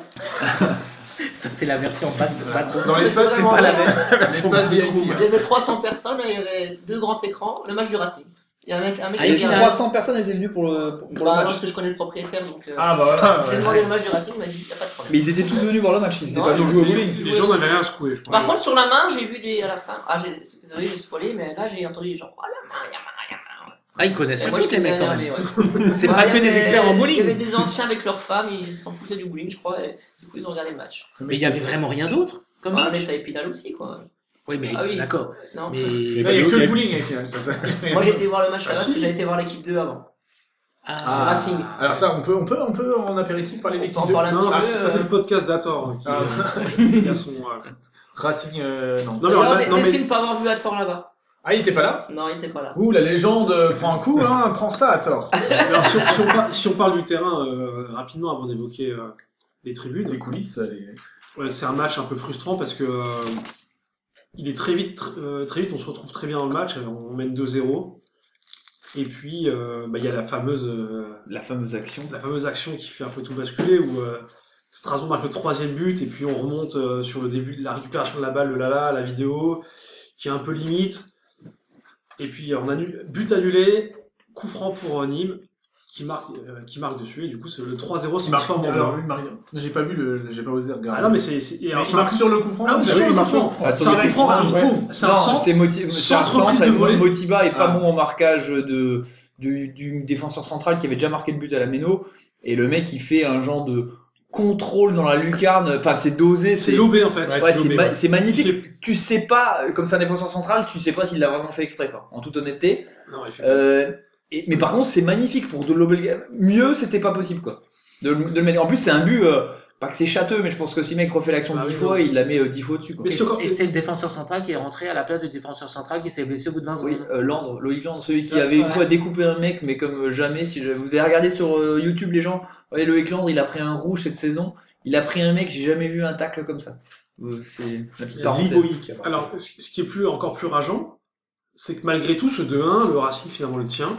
F: Ça, c'est la version pas de. pas de-
G: Dans l'espace,
B: C'est pas la même.
G: L'espace
B: Il y avait 300 personnes, il y avait deux grands écrans, le match du Racing. Il y a un mec, un mec
F: Ah, il y
B: qui
F: a
B: vient-
E: 300 personnes étaient venues pour le, pour le
B: Bah, non,
E: match.
B: parce que je connais le propriétaire, donc euh,
E: Ah bah voilà.
B: j'ai demandé le match du Racing, il m'a dit, il a pas de problème.
E: Mais ils étaient tous venus voir le match, ils étaient
B: Non,
E: pas venus jouer au
C: Les,
E: bowling.
C: les gens n'avaient rien à secouer, je
B: Par
C: crois.
B: contre, sur la main, j'ai vu des. à la fin. Ah, j'ai- désolé, j'ai spoilé, mais là, j'ai entendu les gens. Ah, la main, la main, la main.
F: Ah, ils connaissent
B: Et
F: le
B: moi,
F: foot, les
B: j'étais
F: mecs, quand même.
B: énervé, ouais.
F: C'est
B: Bah,
F: pas
B: il y
F: que des
B: avait-
F: experts en
B: Il y avait
F: bowling.
B: des anciens avec leurs femmes, ils s'en foutaient du bowling, je crois, et du coup, ils ont regardé le match.
F: Mais il y avait vraiment rien d'autre comme
C: Ah
B: Bah, on
F: match.
B: est à Épinal aussi, quoi.
F: Oui, mais
B: Ah oui.
F: d'accord.
B: Non,
F: Mais.
D: Et
G: Il n'y a que
D: il y
G: le
D: a-
G: bowling avec Nîmes, ça, ça.
B: Moi, j'ai été voir le match
G: Ah,
B: là-bas parce
G: si.
B: que j'avais été voir l'équipe 2 avant.
F: Ah.
B: Racing.
G: Alors ça, on peut, on peut, on peut en apéritif parler
B: On
G: d'équipe
B: peut en
G: de-
B: parler un
C: Non,
B: petit
E: Ah,
C: ça,
B: peu.
C: ça, c'est
B: euh,
C: le podcast d'Ator. hein, qui,
G: Ah.
C: euh, qui a son, euh,
G: Racing, euh, non.
C: Non, mais,
B: alors,
C: on- non, mais-
B: merci de ne pas avoir vu à tort là-bas.
G: Ah, il était pas là
B: Non, il était pas là.
G: Ouh, la légende euh, prend un coup, hein, prends ça à tort.
C: alors, si, on, si on par- si on parle du terrain euh, rapidement avant d'évoquer euh, les tribunes,
G: Les coulisses, les...
C: Ouais, c'est un match un peu frustrant parce que euh, il est très vite, tr- euh, très vite, on se retrouve très bien dans le match, on mène 2-0. Et puis euh, bah, il y a la fameuse, euh,
E: La fameuse action.
C: la fameuse action qui fait un peu tout basculer où euh, Strasbourg marque le troisième but et puis on remonte euh, sur le début de la récupération de la balle, le lala, la vidéo qui est un peu limite. Et puis euh, on a but annulé, coup franc pour euh, Nîmes qui marque, euh, qui marque dessus et du coup c'est le 3-0 se transforme en
G: Alors,
C: deux.
G: oui, Mario. J'ai pas vu le, j'ai pas osé regarder.
C: Ah non mais c'est, c'est- et alors,
G: il
C: c'est un-
G: marque sur le coup franc.
C: Ah oui,
G: Bah
C: sur
G: il
C: le
G: marque
C: coup franc.
G: sur le
C: C'est un coup franc,
G: Ah,
C: un
G: ouais.
C: coup. C'est un
E: Non,
C: centre.
E: c'est Moti- c'est un
C: centre reprise
E: centre,
C: de
E: et
C: volée.
E: Motiba est pas
G: Ah.
E: bon en marquage de, du, du défenseur central qui avait déjà marqué le but à la Méno. Et le mec, il fait un genre de contrôle dans la lucarne. Enfin, c'est dosé,
C: C'est
E: c'est.
C: lobé en fait.
E: Ouais,
C: Ouais,
E: c'est ma- c'est magnifique.
C: Il
E: Tu sais pas, euh, comme c'est un défenseur central, tu sais pas s'il l'a vraiment fait exprès, quoi. En toute honnêteté.
C: Non, il fait-
E: Euh, et- mais par contre, c'est magnifique pour de l'Obel Game. Mieux, c'était pas possible, quoi. De, le- de le mettre. En plus, c'est un but, euh, pas que c'est châteux, mais je pense que si le mec refait l'action
C: Ah
E: dix
C: oui,
E: fois,
C: oui.
E: il la met euh, dix fois dessus, quoi.
C: Mais
F: Et
C: Parce que quand-
F: et c'est le défenseur central qui est rentré à la place du défenseur central qui s'est blessé au bout de 20
E: Oui,
F: secondes.
E: euh, Landre, Loïc Landre, celui qui
B: Ouais,
E: avait une
B: ouais.
E: fois découpé un mec, mais comme euh, jamais. Si je- vous avez regardé sur euh, YouTube les gens, ouais, Loïc Landre, il a pris un rouge cette saison. Il a pris un mec, j'ai jamais vu un tacle comme ça. Euh, c'est la petite
D: C'est
E: parenthèse.
D: Liboï qui a marqué.
C: Alors, ce ce qui est plus, encore plus rageant, c'est que malgré tout, ce 2-1, le Racing finalement le tient.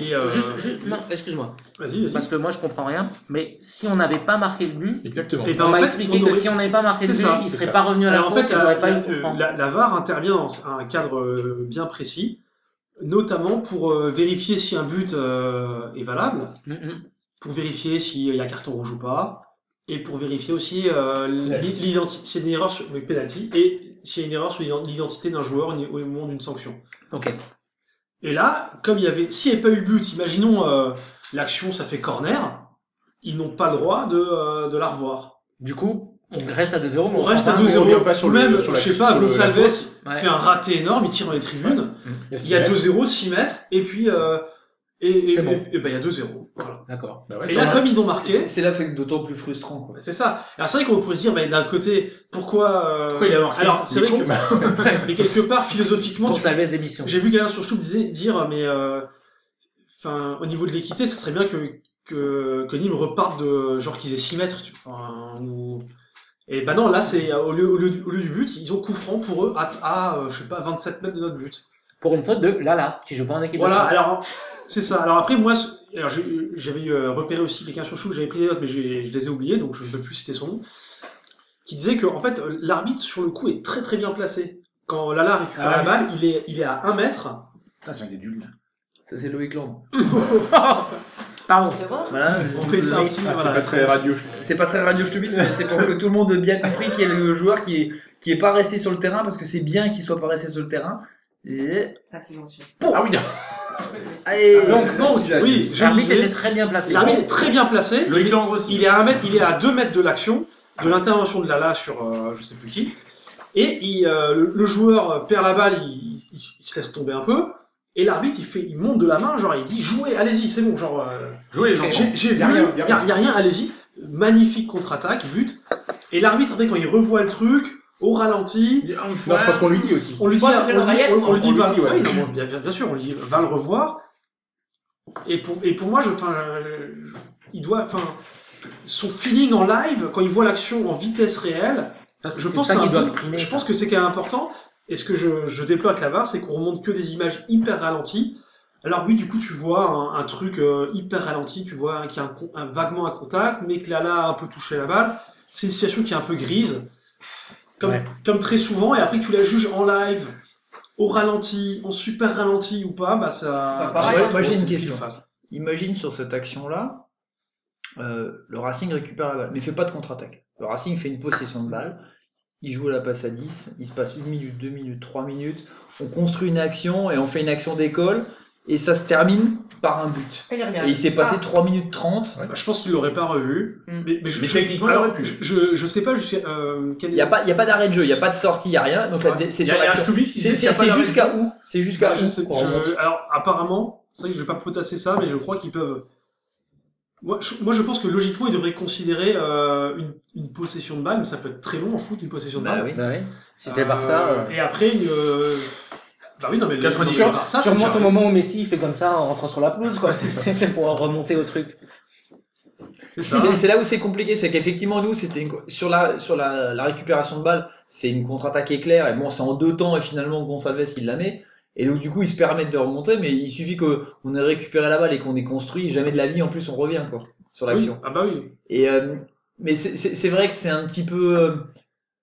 C: Et euh,
F: Juste, juste- non, excuse-moi.
C: vas-y, vas-y.
F: Parce que moi, je comprends rien. Mais si on n'avait pas marqué le but,
D: Exactement.
C: Et ben,
F: on
C: en
F: m'a
C: fait,
F: expliqué
C: on
F: que
C: aurait-
F: si on n'avait pas marqué le
C: C'est
F: but,
C: ça,
F: il
D: c'est
F: serait
D: ça.
F: pas revenu à la
C: Alors, en
F: faute,
C: fait,
F: il n'aurait
C: la,
F: pas eu
C: la-
F: le coup
C: euh,
F: franc.
C: la- la VAR intervient dans un cadre euh, bien précis, notamment pour euh, vérifier si un but euh, est valable.
F: Mm, mm.
C: pour vérifier s'il y a carton rouge ou pas, et pour vérifier aussi euh, l'identi- s'il y a une erreur sur le penalty et s'il y a une erreur sur l'ident- l'identité d'un joueur au ni- au moment d'une sanction.
F: Ok.
C: Et là, comme il y avait, s'il n'y avait pas eu but, imaginons euh, l'action, ça fait corner, ils n'ont pas le droit de, euh, de la revoir.
F: Du coup, on reste à 2-0. Ah, mais
C: On reste à
F: prend
D: on
C: 2-0.
D: revient pas sur le-
C: Même,
D: sur la-
C: je sais pas,
D: sur le- la
C: Gonçalves
F: Ouais.
C: fait un raté énorme, il tire dans les tribunes, il y
D: Cyril.
C: a 2-0, 6 mètres, et puis euh, et, et-
F: C'est bon.
C: et- et ben, il y a 2-0. Voilà.
F: un. D'accord.
D: Bah ouais,
C: Et là,
D: t'en as-
C: comme ils ont marqué,
E: C'est c'est là, c'est d'autant plus frustrant. Quoi.
C: C'est ça. Alors c'est vrai qu'on pourrait se dire, bah, d'un côté, pourquoi... euh,
G: Pourquoi il a marqué
C: Alors c'est
G: Il est
C: vrai que... mais quelque part, philosophiquement,
F: Pour
C: tu-
F: sa baisse d'émission.
C: j'ai vu quelqu'un sur YouTube disait, dire, mais... euh, Enfin, au niveau de l'équité, ça serait bien que, que, que Nîmes reparte de... Genre qu'ils aient 6 mètres. tu- enfin, ou- Et bah non, là, c'est au lieu, au, lieu, du- au lieu du but, ils ont coup franc pour eux à, à, euh, je sais pas, 27 mètres de notre but.
F: Pour une faute de Lala, qui joue pas en équipe
C: Voilà,
F: de France.
C: alors c'est ça. Alors après, moi, ce- alors, j'ai- j'avais eu, euh, repéré aussi quelqu'un sur Chou, j'avais pris des notes, mais j'ai- je les ai oubliés, donc je ne peux plus citer son nom, qui disait que en fait, euh, l'arbitre sur le coup est très très bien placé. Quand Lala récupère
F: Ah
C: la
F: oui.
C: balle, il est, il est à 1 mètre.
E: Putain, c'est un des nuls. Ça, c'est Loïc Land.
F: Pardon.
B: Tu vois
E: Voilà,
C: On fait un petit.
D: Ah, c'est
C: voilà.
D: pas très radio.
E: c'est pas très radio stupide, mais c'est pour que tout le monde ait bien compris qu'il y a le joueur qui est, qui est pas resté sur le terrain, parce que c'est bien qu'il soit pas resté sur le terrain. Et...
B: Ah, si, Ah, j'en suis.
D: Ah oui,
E: Allez,
C: Donc, non,
E: merci, Jacques.
C: oui, je
F: L'arbitre
C: disais,
F: était très bien placé.
C: l'arbitre est très bien placé.
G: Loïc Langres aussi.
C: Il est à un mètre, il est à 2 mètres de l'action, de l'intervention de Lala sur euh, je sais plus qui. Et il, euh, le, le joueur perd la balle, il, il- il se laisse tomber un peu. Et l'arbitre, il, fait, il monte de la main, genre, il dit jouez, allez-y, c'est bon, genre. euh,
G: Jouez les enfants.
C: j'ai j'ai vu,
D: Y a rien, y
C: il
D: a
C: n'y a,
D: rien.
C: y a rien, allez-y. Magnifique contre-attaque, but. Et l'arbitre, après, quand il revoit le truc, au ralenti,
D: Non, je pense qu'on lui dit aussi.
C: on lui dit,
B: pense que c'est
C: on
B: le
C: lui dit-
B: Rayet,
C: on- on lui dit,
D: on lui
C: va,
D: dit, ouais.
C: oui, non, bon, bien, bien- bien sûr, on lui dit, va le revoir. Et pour, et pour moi, je, enfin, euh, je- il doit, enfin, son feeling en live, quand il voit l'action en vitesse réelle,
F: Ça, c'est
C: je
F: c'est
C: pense,
F: ça
C: que
F: qui
C: c'est un
F: doit
C: peu-
F: primer.
C: je
F: ça.
C: pense que c'est quand même important. Et ce que je, je déplore avec la VAR, c'est qu'on remonte que des images hyper ralenties. Alors oui, du coup, tu vois un, un truc euh, hyper ralenti, tu vois hein, qu'il y a un, con- un- vaguement un contact, mais que Lala a un peu touché la balle. C'est une situation qui est un peu grise, comme,
F: Ouais.
C: comme très souvent. Et après que tu la juges en live, au ralenti, en super ralenti ou pas, bah ça.
B: C'est pas pareil.
E: Ouais, moi, j'ai une
C: C'est pile
E: question.
C: face.
E: Imagine sur cette action-là, euh, le Racing récupère la balle, mais fait pas de contre-attaque. Le Racing fait une possession de balle, il joue à la passe à 10, il se passe une minute, deux minutes, trois minutes, on construit une action et on fait une action d'école, et ça se termine par un but.
B: Il regarde.
E: Et il s'est passé
B: Ah,
E: 3 minutes 30.
C: Bah, je pense que tu l'aurais pas revu.
B: Hmm.
C: Mais, mais, je,
G: Mais
C: je-
G: techniquement, il
C: alors,
G: aurait pu.
C: Je, je, je sais pas jusqu'à. euh, quel-
E: Il n'y a pas, il y a pas d'arrêt de jeu, il n'y a pas de sortie, il n'y a rien. Donc la dé- c'est
G: Il y a- il y
E: sur
G: a
E: l'action.
G: Stubis qui
E: C'est
G: dit qu'il y
E: c'est-
G: a pas
E: c'est
G: d'arrêt de
E: jusqu'à
G: jeu.
E: où C'est jusqu'à
C: Bah,
E: où
C: je sais-
E: qu'on
C: je-
E: remonte
C: alors apparemment, c'est vrai que je vais pas potasser ça, mais je crois qu'ils peuvent. Moi je, moi, je pense que logiquement, ils devraient considérer euh, une, une possession de balle, mais ça peut être très long en foot, une possession de
E: Bah
C: balle.
E: oui.
F: Bah oui. Si
C: Euh,
F: t'es Barça. euh,
C: Et après, une, euh, bah oui, non mais le-
G: 90,
C: non, mais
G: tu-
C: le Barça,
F: Tu
C: c'est
F: remontes au
C: déjà-
F: moment où Messi il fait comme ça en rentrant sur la pelouse, quoi. C'est c'est pour remonter au truc.
C: C'est ça.
E: C'est c'est là où c'est compliqué, c'est qu'effectivement nous c'était une co- sur la sur la, la récupération de balle, c'est une contre-attaque éclair et bon c'est en deux temps et finalement Gonçalves il la met et donc du coup ils se permettent de remonter mais il suffit que on ait récupéré la balle et qu'on ait construit jamais de la vie en plus on revient quoi sur
C: Oui.
E: l'action.
C: Ah bah oui.
E: Et euh, mais c'est- c'est c'est vrai que c'est un petit peu euh,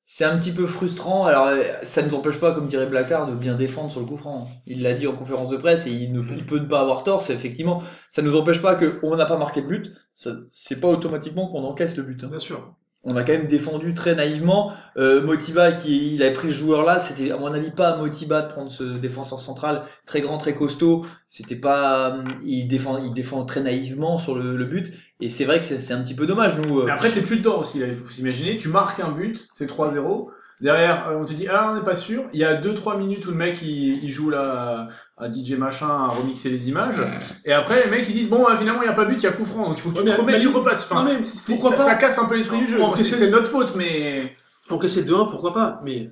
E: c'est un petit peu frustrant. Alors euh, ça ne nous empêche pas, comme dirait Blacard, de bien défendre sur le coup franc. Il l'a dit en conférence de presse et il ne il peut ne pas avoir tort. C'est effectivement ça ne nous empêche pas que on n'a pas marqué de but. Ça- C'est pas automatiquement qu'on encaisse le but. hein.
C: Bien sûr.
E: On a quand même défendu très naïvement. Euh, Motiba qui il avait pris ce joueur là, c'était à mon avis pas à Motiba de prendre ce défenseur central très grand, très costaud. C'était pas euh, il défend il défend très naïvement sur le, le but. Et c'est vrai que c'est c'est un petit peu dommage nous. euh,
G: Mais après, t'es plus dedans aussi. Là. Vous imaginez, tu marques un but, c'est 3-0. Derrière, euh, on te dit, ah, on n'est pas sûr. Il y a 2-3 minutes où le mec, il, il joue là, à DJ machin, à remixer les images. Et après, les mecs, ils disent, bon, bah, finalement, il n'y a pas but, il y a coup franc. Donc, il faut que
C: Ouais,
G: tu
C: mais-
G: te remettes,
C: mais-
G: tu repasses. Enfin,
C: non, mais
G: c'est-
C: pourquoi
G: ça,
C: pas
G: ça casse un peu l'esprit du jeu.
C: En
G: Moi,
C: plus,
G: c'est
C: c'est-
G: c'est notre faute, mais.
C: Pour que c'est 2-1, pourquoi pas Mais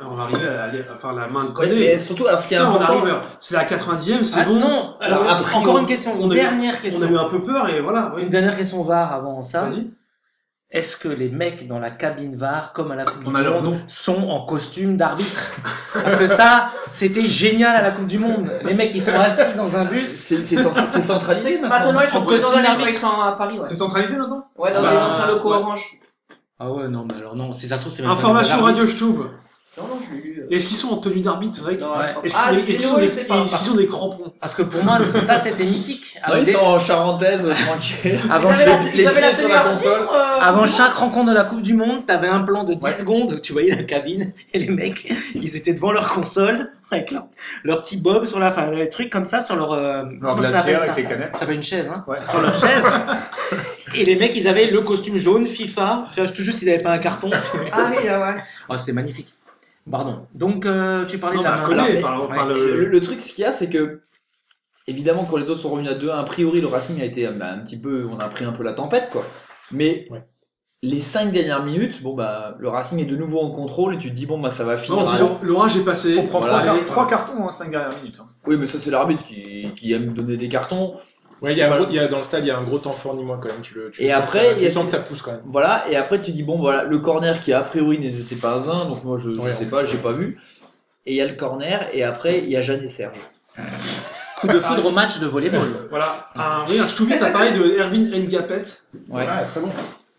C: euh, on va arriver à, la- à faire la main de
E: Ouais,
C: Koné.
E: mais surtout, alors ce qui est
C: Putain, on
E: important,
B: euh,
C: arrive. à- C'est la 90e, c'est
F: Ah,
C: bon.
F: Non, alors
C: On a-
F: après, encore une question,
C: on
F: une
C: a eu-
F: dernière
C: On a eu
F: question.
C: un peu peur et voilà. oui.
F: Une dernière question VAR avant ça.
C: Vas-y.
F: Est-ce que les mecs dans la cabine VAR, comme à la Coupe
G: On
F: du
G: a leur
F: Monde, sont en costume d'arbitre Parce que ça, c'était génial à la Coupe du Monde. Les mecs, ils sont assis dans un bus.
E: c'est c'est cent- c'est centralisé maintenant.
B: Ah, Maintenant, ils sont
F: En
B: présents
F: costume
B: d'arbitre, ils sont à Paris. Ouais,
G: C'est centralisé maintenant
B: ouais dans
C: Bah,
B: des anciens locaux
C: ouais.
B: orange.
F: Ah ouais, non, mais alors non, si ça se trouve, c'est même pas
C: Information
F: l'arbitre.
C: Radio Stube.
B: Non, non, je l'ai lu. euh.
C: Est-ce qu'ils sont en tenue d'arbitre, vrai
B: Non, je crois
C: Est-ce
B: pas. Ah,
C: qu'ils
B: les
C: est-ce qu'ils
B: vidéos,
C: ont, des-
B: je sais pas.
C: est-ce qu'ils ont des crampons
F: Parce que pour moi, c'est- ça, c'était mythique.
E: Non,
F: Avant,
E: ils
F: dès-
E: sont en charentaise, euh, tranquille.
F: avant
B: Ils avaient
F: chaque,
B: la-
E: les
B: ils avaient
E: pieds
B: la
E: sur
B: tenue
E: la
B: arbitre,
E: console.
B: euh,
F: avant chaque rencontre de la Coupe du Monde, t'avais un plan de 10 secondes. Tu voyais la cabine et les mecs, ils étaient devant leur console avec leur, leur petit bob sur la, enfin, les trucs comme ça sur leur. euh, comment ça s'appelle ça
G: canettes.
F: Ça s'appelle une chaise, hein
G: Ouais.
F: Sur leur chaise. Et les mecs, ils avaient le costume jaune FIFA. Tu vois, tout juste, ils n'avaient pas un carton.
B: Ah oui, ah ouais.
F: Oh, c'était magnifique. Pardon. Donc, euh, tu parlais
C: Non,
F: de la
C: bah,
F: main.
C: Koné,
E: Alors, mais-
C: par-
F: ouais,
C: par
E: Et
C: le-
E: Le, le truc, ce qu'il y a, c'est que évidemment, quand les autres sont revenus à 2 a priori, le Racing a été euh, bah, un petit peu, on a pris un peu la tempête, quoi. Mais
D: Ouais.
E: les 5 dernières minutes, bon bah, le Racing est de nouveau en contrôle et tu te dis bon bah ça va finir.
C: Non,
E: à-
C: sinon, l'orage est passé.
G: On prend
E: Voilà,
G: 3,
E: allez.
G: cartons, 5 dernières minutes. hein.
E: Oui, mais ça c'est l'arbitre qui, qui aime donner des cartons.
D: Ouais, il y a
E: C'est
D: un
E: pas-
D: gros- il y a- dans le stade, il y a un gros temps fort ni moins quand même. Tu le, tu
E: Et
D: le sens
E: après,
D: que ça-
E: il y
D: tu
E: a-
D: le sens que ça pousse quand même.
E: Voilà, et après tu dis bon voilà, le corner qui a priori n'était pas un, donc moi je, je
D: Ouais,
E: sais
D: en
E: pas,
D: plus,
E: j'ai
D: ouais.
E: pas vu. Et il y a le corner, et après il y a Jeanne et Serge.
F: Coup
B: ah,
F: de foudre au match de volleyball.
C: Voilà. Un, oui, un Stubis a parlé de Erwin Ngapet.
E: Ouais.
D: Ah, très bon.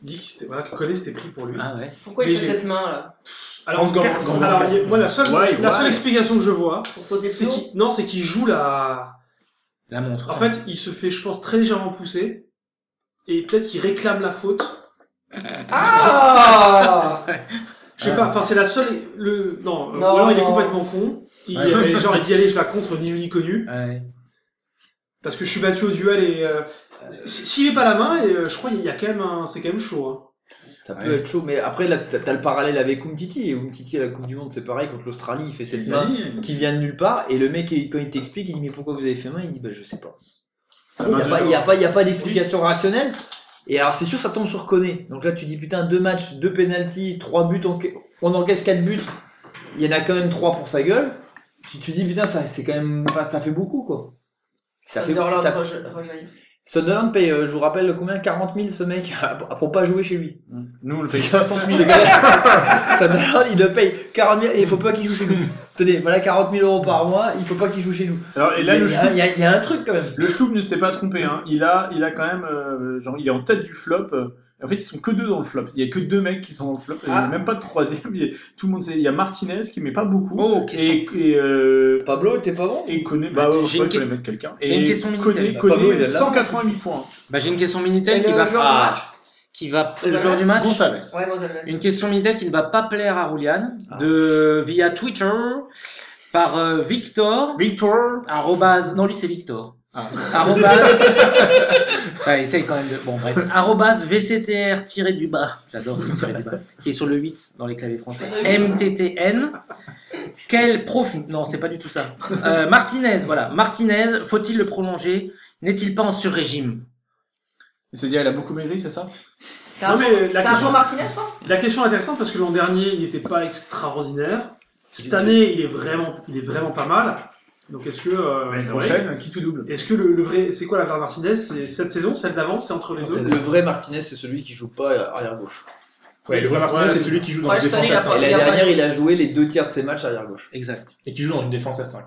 C: Dit que c'était- voilà, que Koné, c'était pris pour lui.
F: Ah ouais.
B: Pourquoi
C: Mais
B: il fait
C: j'ai-
B: cette main là
C: Alors,
D: France Gambie-
C: perso-
D: Gambie-
C: alors, il y a- moi, la seule,
G: Ouais,
C: la
G: ouais.
C: seule explication que je vois,
B: Pour sauter
C: c'est
B: le haut
C: qu'il, non, c'est qu'il joue la.
F: La montre.
C: En fait, il se fait, je pense, très légèrement pousser. Et peut-être qu'il réclame la faute.
B: Ah
C: Je sais
F: Ah.
C: pas, enfin, c'est la seule. Le... Non, euh,
B: Non,
C: ou alors il est
B: non.
C: complètement con. Il,
F: Ouais.
C: euh, genre, il dit allez, je la contre, ni vu ni connu.
F: Ouais.
C: Parce que je suis battu au duel et euh, s- s'il est pas la main, et, euh, je crois qu'il y a quand même un, c'est quand même chaud. hein.
E: Ça peut être chaud, mais après, là, t'as t'as le parallèle avec Umtiti. Et Umtiti à la Coupe du Monde, c'est pareil, contre l'Australie, il fait cette
A: Bah
E: main qui vient de nulle part. Et le mec, il- quand il t'explique, il dit Mais pourquoi vous avez fait main Il dit Bah, je sais pas. Il n'y a, pas- il y a pas, il y a pas d'explication rationnelle. Et alors, c'est sûr, ça tombe sur Koné. Donc là, tu dis Putain, deux matchs, deux pénalties, trois buts, enca- on encaisse quatre buts. Il y en a quand même trois pour sa gueule. Tu tu dis Putain, ça, c'est quand même, enfin, ça fait beaucoup, quoi. Ça fait
B: Sunderland,
E: Ah ça-
B: Roja- Rojaille.
E: Sunderland paye, euh, je vous rappelle, combien 40 000 ce mec pour pas jouer chez lui.
A: Nous, on le
E: C'est
A: fait.
E: 500 000 les gars. Sunderland, il le paye 40 000 et il faut pas qu'il joue chez nous. Tenez, voilà 40 000 euros par mois, il faut pas qu'il joue chez nous.
A: Alors, et là,
E: il,
A: le
E: y a, il y a- il y a un truc quand même.
A: Le Stoub ne s'est pas trompé, hein. il, a, il a quand même. euh, genre, il est en tête du flop. euh. En fait, ils sont que deux dans le flop. Il y a que deux mecs qui sont dans le flop. Il n'y a même pas de troisième. Il y a- tout le monde sait. Il y a Martinez qui met pas beaucoup.
N: Oh,
A: et et, euh,
E: Pablo, t'es pas bon
A: et Koné- Bah,
F: Attends,
A: ouais,
F: j'ai
A: ouais,
F: une
A: fallait
F: que-
A: mettre quelqu'un.
F: j'ai une
A: Et
F: question
A: Koné-
F: Minitel.
A: Koné,
E: Pablo, il a de la
A: 188 points.
F: Bah, j'ai une question Minitel qui
B: Et
F: va
B: le joueur du
E: Ah.
B: match
F: qui va
B: Le
F: le joueur du match.
A: Gonzalez.
B: Ouais, Gonzalez.
F: Une question Minitel qui ne va pas plaire à Rouliane de via Twitter par euh, Victor
A: Victor.
F: arrobase non lui c'est Victor
A: Ah.
F: arrobase Enfin, essaye quand même de bon bref arrobase vctr tiré du bas j'adore ce tiré du bas qui est sur le 8 dans les claviers français mttn quel prof non c'est pas du tout ça Euh, Martinez voilà Martinez faut-il le prolonger n'est-il pas en sur-régime
A: Il s'est dit, elle a beaucoup maigri, c'est ça
B: T'as
C: Non,
B: un
C: mais la
B: t'as un
C: question-
B: Jean Martinez, toi
C: La question est intéressante parce que l'an dernier, il n'était pas extraordinaire. Cette année, il est vraiment, il est vraiment pas mal. Donc est-ce que euh,
A: La
C: ouais.
A: prochaine, qui tout double
C: Est-ce que le, le vrai, c'est quoi la vraie Martinez C'est cette saison, celle d'avant, c'est entre les deux.
E: Le vrai Martinez, c'est celui qui joue pas arrière gauche.
D: Ouais, le vrai Martinez,
C: Ouais,
D: c'est
C: c'est-
D: celui qui joue dans
B: Ouais,
D: une
B: cette
D: défense
B: année, il
D: à
E: Et la
B: a
D: 5
B: Il y a pas-
E: dernière, il a joué les deux tiers de ses matchs arrière gauche.
F: exact
D: et qui joue dans une défense à 5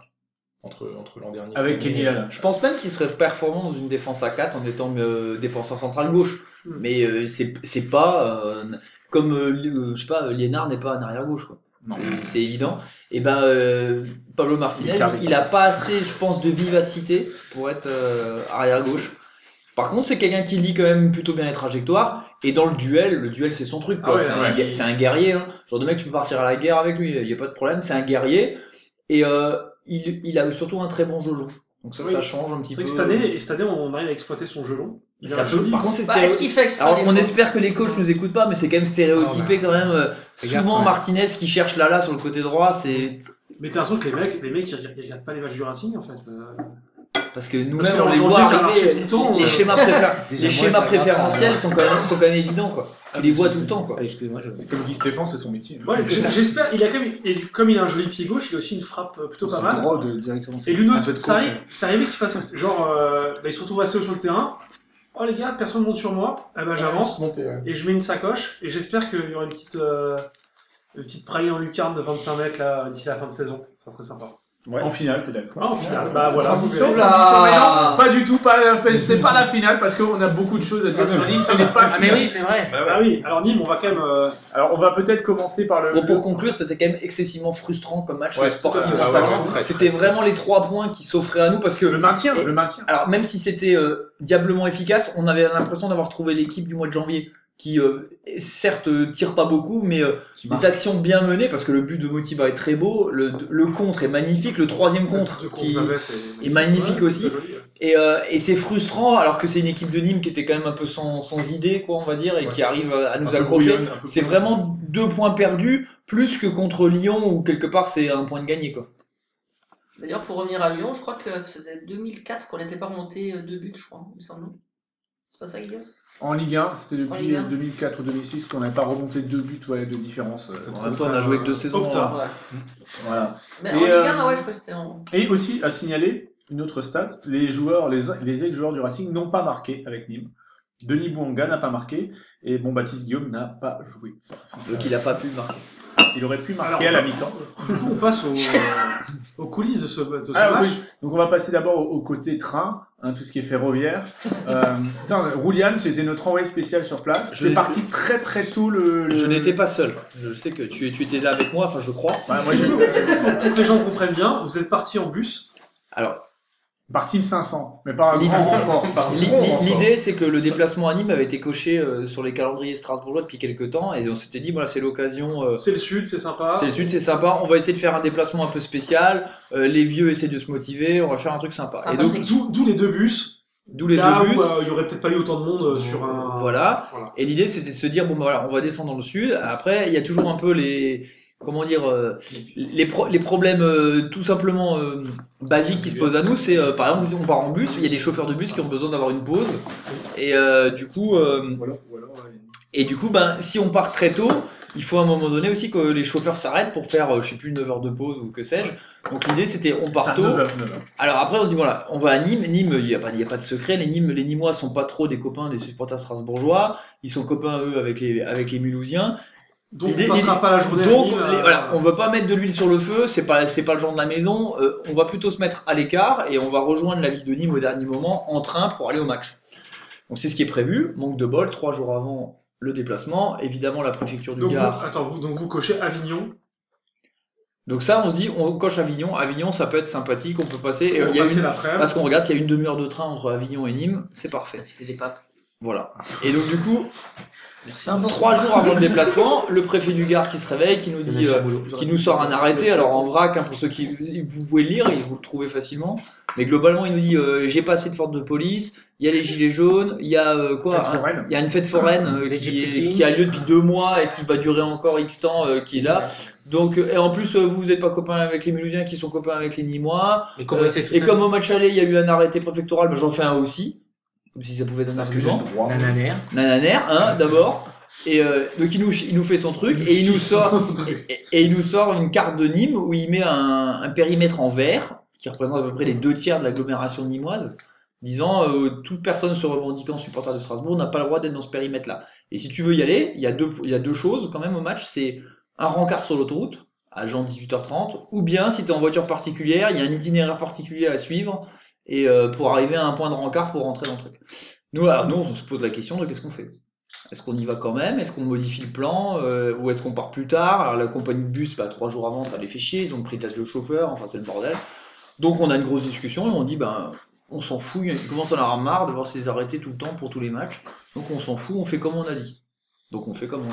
D: entre, entre l'an dernier.
A: Avec
D: cette année.
A: Kenny Lala.
E: Je pense même qu'il serait performant dans une défense à 4 en étant euh, défenseur central gauche.
C: Mm.
E: Mais euh, c'est c'est pas euh, comme euh, le- je sais pas, Liénard n'est pas un arrière gauche quoi.
A: Non.
E: C'est- C'est évident. Et ben euh, Pablo Martinez,
D: Il caresse.
E: il a pas assez, je pense, de vivacité pour être euh, arrière gauche. Par contre, c'est quelqu'un qui lit quand même plutôt bien les trajectoires. Et dans le duel, le duel c'est son truc. quoi.
C: Ah ouais,
E: c'est un,
C: ouais.
E: gue- c'est un guerrier. hein. Genre de mec, tu peux partir à la guerre avec lui. Il n'y a pas de problème. C'est un guerrier. Et euh, il, il a surtout un très bon jeu long. Donc ça,
C: Oui.
E: ça change un petit
C: C'est
E: peu.
C: vrai que cette année, et cette année, on arrive à exploiter son jeu long. Il
E: Ça
C: a un
E: peut-
C: joli-
E: Par contre, c'est
B: Bah, Est-ce
E: stéréotypé.
B: qu'il fait exprès
E: Alors,
B: des
E: on
B: fois
E: espère que les coachs nous écoutent pas, mais c'est quand même stéréotypé quand même. euh,
F: Fais
E: Souvent,
F: gaffe, ouais.
E: Martinez qui cherche Lala sur le côté droit, c'est
C: Mais t'as l'impression que les mecs, les mecs, ils regardent, ils regardent pas les matchs du Racing en fait. Euh,
E: parce que
C: Parce
E: nous-mêmes
C: que
E: on les
C: aujourd'hui,
E: voit
C: ça marche
E: arriver.
C: tout le temps,
E: les
C: euh.
E: schémas, préfé-
F: Déjà,
E: les
F: moi,
E: schémas
F: ça
E: préférentiels sont quand même sont quand même évidents quoi. Tu les vois tout le temps quoi.
F: excuse-moi je...
O: Comme dit Stéphane, c'est son métier.
C: ouais, j'ai- J'espère. Il a quand même, et comme il a un joli pied gauche, il a aussi une frappe euh, plutôt pas mal.
A: Drogue directement.
C: Et l'une
A: Un peu
C: autre,
A: de
C: ça
A: coke.
C: arrive, ça arrive qu'il fasse genre, euh, bah, ils se retrouvent assez haut sur le terrain. Oh les gars, personne monte sur moi. Eh ben j'avance
D: Monté, ouais.
C: et je mets une sacoche et j'espère qu'il y aura une petite, euh, une petite praille en lucarne de 25 mètres là d'ici la fin de saison. Ça serait sympa.
A: En finale, peut-être.
C: Ah, au final, bah voilà.
D: Transition.
A: Mais non, pas du tout, pas- c'est pas la finale parce qu'on a beaucoup de choses à dire sur Nîmes, ce n'est pas la
F: ah mais
A: finale.
F: oui c'est vrai
C: Ah oui, alors Nîmes, on va quand même. euh,
A: Alors on va peut-être commencer par le.
E: Bon, pour conclure, c'était quand même excessivement frustrant comme match
O: Ouais,
E: sportif.
O: tout à fait.
E: notamment.
O: Ouais, ouais, très, très.
E: c'était vraiment les trois points qui s'offraient à nous parce que
A: le maintien,
E: Et-
A: le maintien.
E: Alors même si c'était euh, diablement efficace, on avait l'impression d'avoir trouvé l'équipe du mois de janvier qui euh, certes euh, tire pas beaucoup, mais euh, des actions bien menées parce que le but de Motiba est très beau, le, le contre est magnifique, le troisième contre
C: ce qu'on
E: qui
C: savait, c'est-
E: est magnifique
C: Ouais,
E: aussi.
C: c'est joli, ouais.
E: et, euh, et c'est frustrant alors que c'est une équipe de Nîmes qui était quand même un peu sans, sans idée quoi on va dire et qui arrive à à nous accrocher. C'est vraiment deux points perdus plus que contre Lyon où quelque part c'est un point de gagné quoi.
B: D'ailleurs, pour revenir à Lyon, je crois que ça faisait 2004 qu'on n'était pas remonté euh, deux buts, je crois, il me semble. non C'est pas ça, Guillaume
A: En Ligue 1, c'était
B: En
A: depuis
B: Ligue 1.
A: 2004 ou 2006 qu'on n'avait pas remonté deux buts ouais, de différence. euh,
E: En même temps on a joué que deux saisons.
C: Oh, putain.
B: Ouais.
A: Voilà.
B: Mais
A: Et,
B: en Ligue
A: euh,
B: 1, ouais, je crois que c'était en.
A: Et aussi à signaler une autre stat les joueurs, les, les ex-joueurs du Racing n'ont pas marqué avec Nîmes. Denis Bouanga n'a pas marqué et bon Baptiste Guillaume n'a pas joué. Ça.
E: hein, Donc il a pas pu marquer.
A: Il aurait pu marquer
C: Alors,
A: à la mi-temps.
C: Du coup, on passe au, euh, aux coulisses de ce, de ce
A: Ah,
C: match.
A: oui. Donc on va passer d'abord au, au côté train, hein, tout ce qui est ferroviaire. Euh, putain, Rouliane, tu étais notre envoyé spécial sur place.
E: Je
A: Tu es
E: n'étais-
A: parti très très tôt le. le-
E: Je n'étais pas seul. Je sais que tu, tu étais là avec moi, enfin je crois.
A: Ouais, moi, je...
C: Pour que les gens comprennent bien, vous êtes partis en bus.
E: Alors,
A: Par team 500, mais par un
E: L'idée-
A: grand renfort. Par un
E: l'i-
A: grand
E: l'i-
A: renfort.
E: l'idée c'est que le déplacement à Nîmes avait été coché euh, sur les calendriers strasbourgeois depuis quelques temps et on s'était dit, voilà, c'est l'occasion. euh,
C: C'est le sud, c'est sympa.
E: c'est le sud, c'est sympa. On va essayer de faire un déplacement un peu spécial. euh, les vieux essaient de se motiver. On va faire un truc sympa. Et donc,
B: Saint-Patrick.
C: D'où d'où les deux bus.
E: D'où les
C: Là
E: deux bus.
C: où euh, il y aurait peut-être pas eu autant de monde euh, sur un.
E: Voilà.
C: Voilà.
E: Et l'idée, c'était de se dire, bon, bah, voilà, on va descendre dans le sud. Après, il y a toujours un peu les, comment dire, euh, les, pro- les problèmes euh, tout simplement euh, basiques qui se posent à nous. C'est, euh, par exemple, on part en bus, il y a des chauffeurs de bus qui ont besoin d'avoir une pause. Et euh, du coup, euh, et du coup, ben, si on part très tôt, il faut à un moment donné aussi que les chauffeurs s'arrêtent pour faire, euh, je sais plus, 9 heures de pause ou que sais-je. Donc l'idée, c'était on part tôt. Alors après, on se dit, voilà, on va à Nîmes. Nîmes, il n'y a, pas- il y a pas de secret. Les, Nîmes, les Nîmois sont pas trop des copains des supporters strasbourgeois. Ils sont copains, eux, avec les, avec les Mulhousiens.
C: Donc
E: L'idée-
C: on passera pas la journée. à
E: Donc,
C: Nîmes,
E: les-
C: euh,
E: voilà, on ne veut pas mettre de l'huile sur le feu. C'est pas, c'est pas le genre de la maison. Euh, on va plutôt se mettre à l'écart et on va rejoindre la ville de Nîmes au dernier moment en train pour aller au match. Donc c'est ce qui est prévu. Manque de bol, trois jours avant le déplacement. Évidemment, la préfecture du
C: Donc vous,
E: Gard.
C: attends, vous, donc vous cochez Avignon.
E: Donc ça, on se dit, on coche Avignon. Avignon, ça peut être sympathique. On peut passer. Et euh,
C: on
E: il y a
C: passer
E: une-
C: l'après-midi.
E: Ah Parce qu'on regarde qu'il y a une demi-heure de train entre Avignon et Nîmes, c'est parfait.
B: La cité des papes.
E: Voilà. Et donc du coup,
F: Merci.
E: trois jours avant le déplacement, le préfet du Gard qui se réveille, qui nous dit, euh, qui nous sort un arrêté. Alors en vrac, hein, pour ceux qui vous pouvez le lire, vous le trouvez facilement. Mais globalement, il nous dit, euh, j'ai pas assez de force de police. Il y a les gilets jaunes. Il y a euh, quoi hein, Il y a une fête foraine euh,
F: Les
E: qui,
F: Gypsy
E: est-
F: Kings.
E: qui a lieu depuis deux mois et qui va durer encore X temps, euh, qui est là. Donc, euh, et en plus, euh, vous n'êtes pas copains avec les Mélusiens qui sont copains avec les Nîmois.
F: Mais comment
E: Euh,
F: il sait tout
E: et
F: ça
E: comme au match aller, il y a eu un arrêté préfectoral, ben, j'en fais un aussi. Comme si ça pouvait être un argument.
F: Nananer.
E: Nananer, hein, d'abord. Et euh, donc il nous, il nous fait son truc et il nous sort et, et- et il nous sort une carte de Nîmes où il met un, un périmètre en vert qui représente à peu près les deux tiers de l'agglomération nîmoise, disant euh, toute personne se revendiquant supporter de Strasbourg n'a pas le droit d'être dans ce périmètre-là. Et si tu veux y aller, il y a deux il y a deux choses quand même au match, c'est un rencard sur l'autoroute à genre 18h30 ou bien si tu es en voiture particulière, il y a un itinéraire particulier à suivre et euh, pour arriver à un point de rencard pour rentrer dans le truc. Nous, alors, nous, on se pose la question de qu'est-ce qu'on fait Est-ce qu'on y va quand même Est-ce qu'on modifie le plan Euh, Ou est-ce qu'on part plus tard Alors, la compagnie de bus, bah, trois jours avant, ça les fait chier. Ils ont pris tâche de chauffeur. Enfin, c'est le bordel. Donc, on a une grosse discussion et on dit, ben, on s'en fout. Il commence à en avoir marre de voir ces arrêtés tout le temps pour tous les matchs. Donc, on s'en fout. On fait comme on a dit. Donc, on fait comme on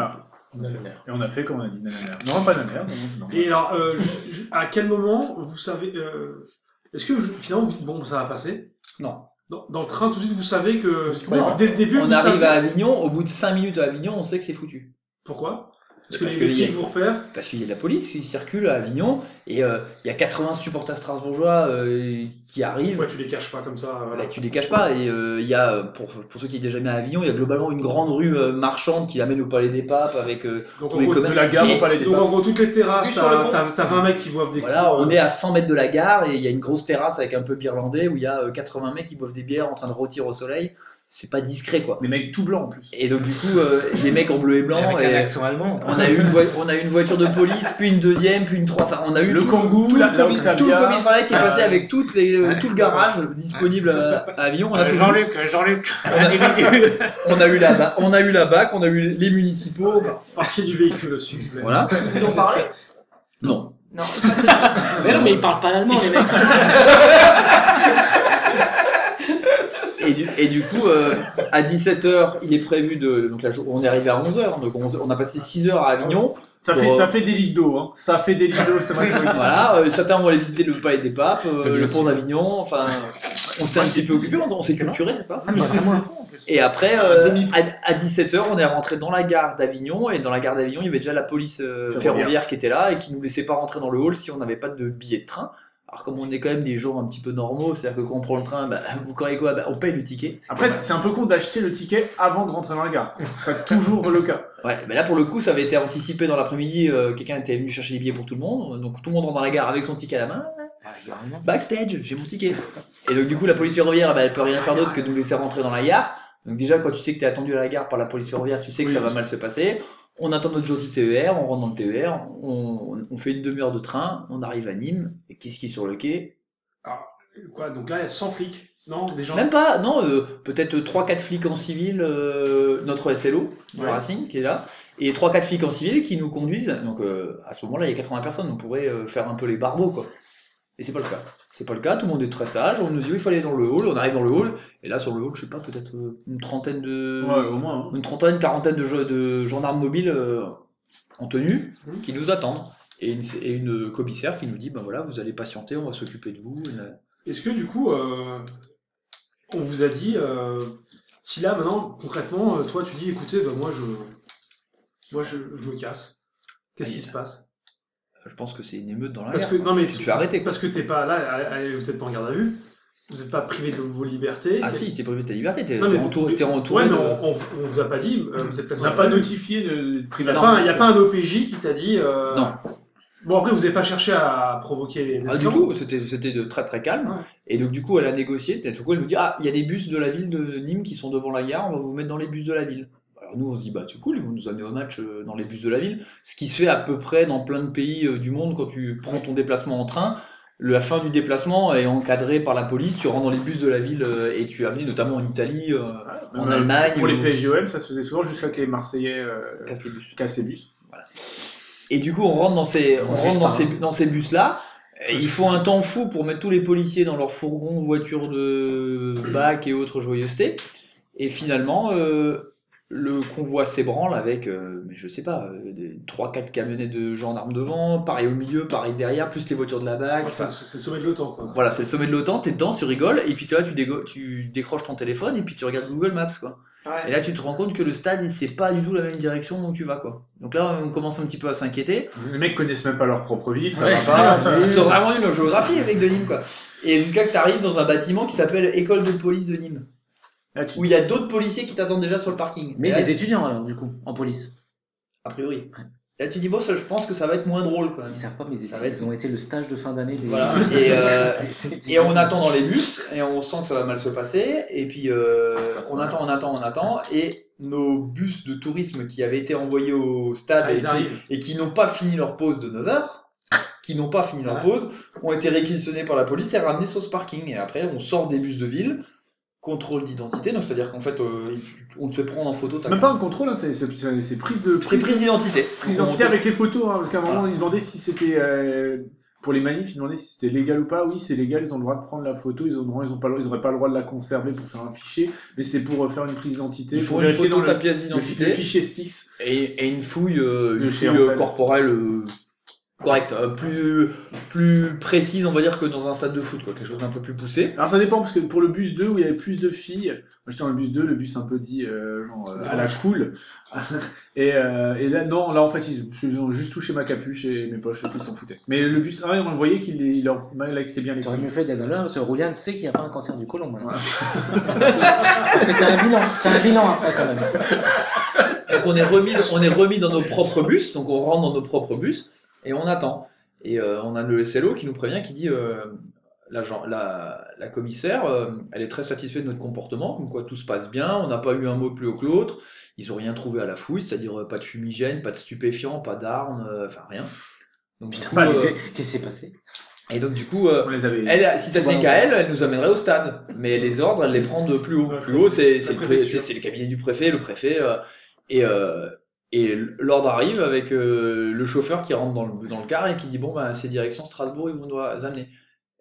E: a dit.
A: Et on a fait comme on a dit, nanana. Non, pas nanana. non, non.
C: Et alors, euh, je- je- à quel moment vous savez. euh, Est-ce que je- finalement vous dites, bon, ça va passer
E: Non.
C: Dans, dans le train, tout de suite, vous savez que.
E: Non.
C: Dès le début,
E: On
C: vous
E: arrive
C: savez-
E: à Avignon. Au bout de cinq minutes à Avignon, on sait que c'est foutu.
C: Pourquoi Parce que
E: Parce
C: les
E: que
C: les
E: les-
C: flics vous repèrent.
E: parce qu'il y a de la police qui circule à Avignon et euh, il y a 80 supporters strasbourgeois euh, qui arrivent.
C: Pourquoi tu les caches pas comme ça voilà.
E: Bah, tu les caches pas. Et euh, il y a, euh, pour, pour ceux qui n'étaient jamais à Avignon, il y a globalement une grande rue euh, marchande qui amène au Palais des Papes avec euh,
C: Donc,
E: tous
C: en
E: les
C: gros,
E: commerces.
A: De la gare
E: Et-
A: au palais des
C: donc, en gros, toutes les terrasses,
E: Plus sur le
C: t'as
E: pont.
C: t'as- t'as 20 mecs qui boivent des
E: Voilà,
C: coups, euh,
E: on est à 100 mètres de la gare et il y a une grosse terrasse avec un peu irlandais où il y a euh, 80 mecs qui boivent des bières en train de rôtir au soleil. C'est pas discret quoi.
A: Des mecs tout blancs en plus.
E: Et donc du coup, euh, des mecs en bleu et blanc.
F: Avec
E: et-
F: un accent allemand.
E: On a eu une, voi- on a eu une voiture de police, puis une deuxième, puis une trois. Enfin, on a eu
A: Le
E: tout-
A: Kangoo,
E: tout,
A: la-
E: le
A: la
E: commis-
A: Octavia.
E: tout le commissariat qui est passé
A: Ouais.
E: avec toutes les, euh, tout le garage disponible à, à Avignon.
C: Euh,
E: On a, tout-
M: Jean-Luc, Jean-Luc,
E: on a- on a eu la, ba- on a eu la BAC, on a eu les municipaux. enfin,
C: parquet du véhicule aussi. s'il vous plaît.
E: voilà.
B: Ils ont parlé
E: Non.
B: Non, pas cette-
M: Mais non, mais ils parlent pas l'allemand, les mecs.
E: Et du, et du coup, euh, à 17h, il est prévu de. Donc la, jour- on est arrivé à 11h, donc on, on a passé 6 heures à Avignon.
A: Ça fait,
E: Bon.
A: ça fait des ligues d'eau, hein. Ça fait des ligues d'eau, c'est vrai. que-
E: Voilà, euh, certains vont aller visiter le palais des papes, euh,
F: Bien
E: le
F: sûr.
E: pont d'Avignon, enfin, on s'est un petit peu occupé, on, on s'est culturé, n'est-ce
F: Ah,
E: pas Et après, euh, à, 17h, on est rentré dans la gare d'Avignon, et dans la gare d'Avignon, il y avait déjà la police euh,
A: Ferroviaire.
E: ferroviaire qui était là et qui nous laissait pas rentrer dans le hall si on n'avait pas de billet de train. Alors, comme on est quand même des gens un petit peu normaux, c'est-à-dire que quand on prend le train, bah, vous croyez quoi Bah, On paye le ticket.
A: Après, c'est c'est un peu con d'acheter le ticket avant de rentrer dans la gare. C'est pas toujours le cas.
E: Ouais, mais là pour le coup, ça avait été anticipé dans l'après-midi. euh, Quelqu'un était venu chercher les billets pour tout le monde, donc tout le monde rentre dans la gare avec son ticket à la main.
F: Ah,
E: Backstage, j'ai mon ticket. Et donc du coup, la police ferroviaire, bah, elle peut rien faire d'autre que de nous laisser rentrer dans la gare. Donc déjà, quand tu sais que t'es attendu à la gare par la police ferroviaire, tu sais que ça va mal se passer. On attend notre jour du TER, on rentre dans le TER, on, on fait une demi-heure de train, on arrive à Nîmes. Et qu'est-ce qui est sur le quai
C: Quoi, donc là, il y a 100 flics. Non, des gens.
E: Même pas, non, euh, peut-être 3-4 flics en civil, euh, notre SLO du
C: Ouais.
E: Racing qui est là, et 3-4 flics en civil qui nous conduisent. Donc euh, à ce moment-là, il y a 80 personnes, on pourrait euh, faire un peu les barbeaux, quoi. Et c'est pas le cas. C'est pas le cas, tout le monde est très sage, on nous dit oui, il faut aller dans le hall, on arrive dans le hall, et là sur le hall, je sais pas, peut-être euh, une trentaine de.
A: au moins. hein.
E: Une trentaine, quarantaine de, ge- de gendarmes mobiles euh, en tenue
C: Mhm.
E: qui nous attendent. Et une, et une commissaire qui nous dit ben voilà, vous allez patienter, on va s'occuper de vous.
C: Est-ce que du coup, euh, on vous a dit, euh, si là maintenant, concrètement, euh, toi tu dis, écoutez, bah, moi, je, moi je, je me casse, qu'est-ce
E: Aïe.
C: qui se passe
E: Je pense que c'est une émeute dans la
C: Parce
E: guerre.
C: que non mais
E: tu te fais arrêter. quoi.
C: parce que t'es pas là, à- à- vous n'êtes pas en garde à vue, vous n'êtes pas privé de vos libertés.
E: Ah si, t'es privé de ta liberté, t'es
C: Non, mais
E: t'es
C: vous-
E: entouré, t'es
C: Ouais,
E: entouré
C: mais
E: de...
C: on, on, on vous a pas dit, euh, vous êtes
A: On
C: placé
A: n'a
C: en
A: pas
C: garde à vue.
A: notifié de, de
C: Il n'y a,
A: privation.
C: pas- il y a pas un OPJ qui t'a dit. euh,
E: Non.
C: Bon, après, vous n'avez pas cherché à provoquer les.
E: Ah, du
C: gens.
E: tout, c'était c'était de très très calme.
C: Ouais.
E: Et donc du coup, elle a négocié. Et du coup, elle nous dit ah, il y a des bus de la ville de Nîmes qui sont devant la gare, on va vous mettre dans les bus de la ville. Alors nous, on se dit bah c'est cool, ils vont nous amener au match euh, dans les bus de la ville. Ce qui se fait à peu près dans plein de pays euh, du monde quand tu prends ton déplacement en train. La fin du déplacement est encadrée par la police. Tu rentres dans les bus de la ville euh, et tu es amené notamment en Italie, euh, en
A: Euh,
E: Allemagne.
A: Pour les
E: ou-
A: PSGOM, ça se faisait souvent jusqu'à que les Marseillais euh,
E: Casse les bus.
A: cassent les bus.
E: Et du coup, on rentre dans ces, on
F: On
E: rentre
F: juge
E: dans
F: pas,
E: ces,
F: hein.
E: dans ces bus-là. Et Ils font un temps fou pour mettre tous les policiers dans leurs fourgons, voitures de bac et autres joyeusetés. Et finalement, euh, le convoi s'ébranle avec, euh, mais je sais pas, 3-4 camionnettes de gendarmes devant, pareil au milieu, pareil derrière, plus les voitures de la bac.
C: Ouais, Ah, ça, C'est c'est le sommet de l'OTAN, quoi.
E: Voilà, c'est le sommet de l'OTAN, t'es dedans, tu rigoles, et puis tu vois, tu, dégo- tu décroches ton téléphone, et puis tu regardes Google Maps, quoi.
B: Ouais.
E: Et là, tu te rends compte que le stade, c'est pas du tout la même direction dont tu vas, quoi. Donc là, on commence un petit peu à s'inquiéter.
A: Les mecs connaissent même pas leur propre ville, ça
E: Ouais,
A: va pas.
E: Ils sont vraiment nuls en géographie, les mecs de Nîmes, quoi. Et jusqu'à que tu arrives dans un bâtiment qui s'appelle École de police de Nîmes,
A: Là, tu-
E: où il y a d'autres policiers qui t'attendent déjà sur le parking.
F: Mais
E: Et là,
F: des étudiants, alors, du coup, en police.
E: a priori. Là, tu dis, bon, ça, je pense que ça va être moins drôle, quand même.
F: Ils savent pas, mais ils,
E: Ça va être-
F: ils ont été le stage de fin d'année. des-
E: Voilà. Et, euh,
F: C'est-
E: et on attend dans les bus, et on sent que ça va mal se passer, et puis euh,
B: Ça se passe
E: on
B: mal.
E: attend, on attend, on attend, et nos bus de tourisme qui avaient été envoyés au stade
C: Ah,
E: et
C: ils
E: qui-
C: arrivent.
E: et qui n'ont pas fini leur pause de 9 heures, qui n'ont pas fini leur
C: Ouais.
E: pause, ont été réquisitionnés par la police et ramenés sur ce parking. Et après, on sort des bus de ville, contrôle d'identité, donc c'est-à-dire qu'en fait, euh, il- on te fait prendre en photo ta
A: C'est même pas un contrôle, hein, c'est c'est- c'est- c'est prise de
E: C'est
A: prise,
E: prise d'identité.
A: prise
E: Donc, on
A: d'identité
E: te-
A: avec les photos, hein, parce qu'à un moment ils demandaient si c'était euh, pour les manifs, ils demandaient si c'était légal ou pas. Oui, c'est légal, ils ont le droit de prendre la photo, ils ont le droit, ils ont pas, le- ils auraient pas le droit de la conserver pour faire un fichier, mais c'est pour euh, faire une prise d'identité,
E: Ils
A: pour
E: font une
A: vérifier
E: photo
A: dans
E: de ta
A: le,
E: pièce
A: le fi- le
E: d'identité
A: fichier Stix.
E: et, et une fouille, euh,
A: De
E: une
A: chez
E: fouille, euh,
A: Anselme.
E: corporelle euh, correcte, euh, plus, plus précise, on va dire, que dans un stade de foot, quoi, quelque chose d'un peu plus poussé.
A: Alors ça dépend parce que pour le bus 2 où il y avait plus de filles, moi j'étais dans le bus 2, le bus un peu dit euh, genre, euh, à la cool. et, euh, et là non, là en fait ils, ils ont juste touché ma capuche et mes poches et tout, ils s'en foutaient. Mais le bus 1, on voyait qu'il il leur malaxait bien les
F: T'aurais
A: couilles.
F: mieux fait d'être dans l'heure, parce que Rouliane sait qu'il n'y a pas un cancer du côlon. maintenant.
A: Ouais.
F: parce que t'as un bilan, t'as un bilan après quand même.
E: Donc on est remis, on est remis dans nos propres bus, donc on rentre dans nos propres bus et on attend. Et euh, on a le SLO qui nous prévient, qui dit euh, la, gen- la, la commissaire, euh, elle est très satisfaite de notre comportement, comme quoi tout se passe bien, on n'a pas eu un mot plus haut que l'autre, ils n'ont rien trouvé à la fouille, c'est-à-dire euh, pas de fumigène, pas de stupéfiant, pas d'armes, euh, enfin rien. Donc, du coup,
F: Putain,
E: euh,
F: qu'est-ce qu'est-ce qui s'est passé
E: et donc du coup, euh,
A: On les avait.
E: elle, si ça
F: Voilà.
E: tenait qu'à elle, elle nous amènerait au stade. Mais les ordres, elle les prend de plus haut.
C: Ouais,
E: plus haut, c'est c'est le,
C: la
E: pré-
C: préfecture.
E: c'est- c'est le cabinet du préfet, le préfet. euh, et euh, et l'ordre arrive avec euh, le chauffeur qui rentre dans le, dans le car et qui dit Bon, bah, c'est direction Strasbourg, ils vont nous amener.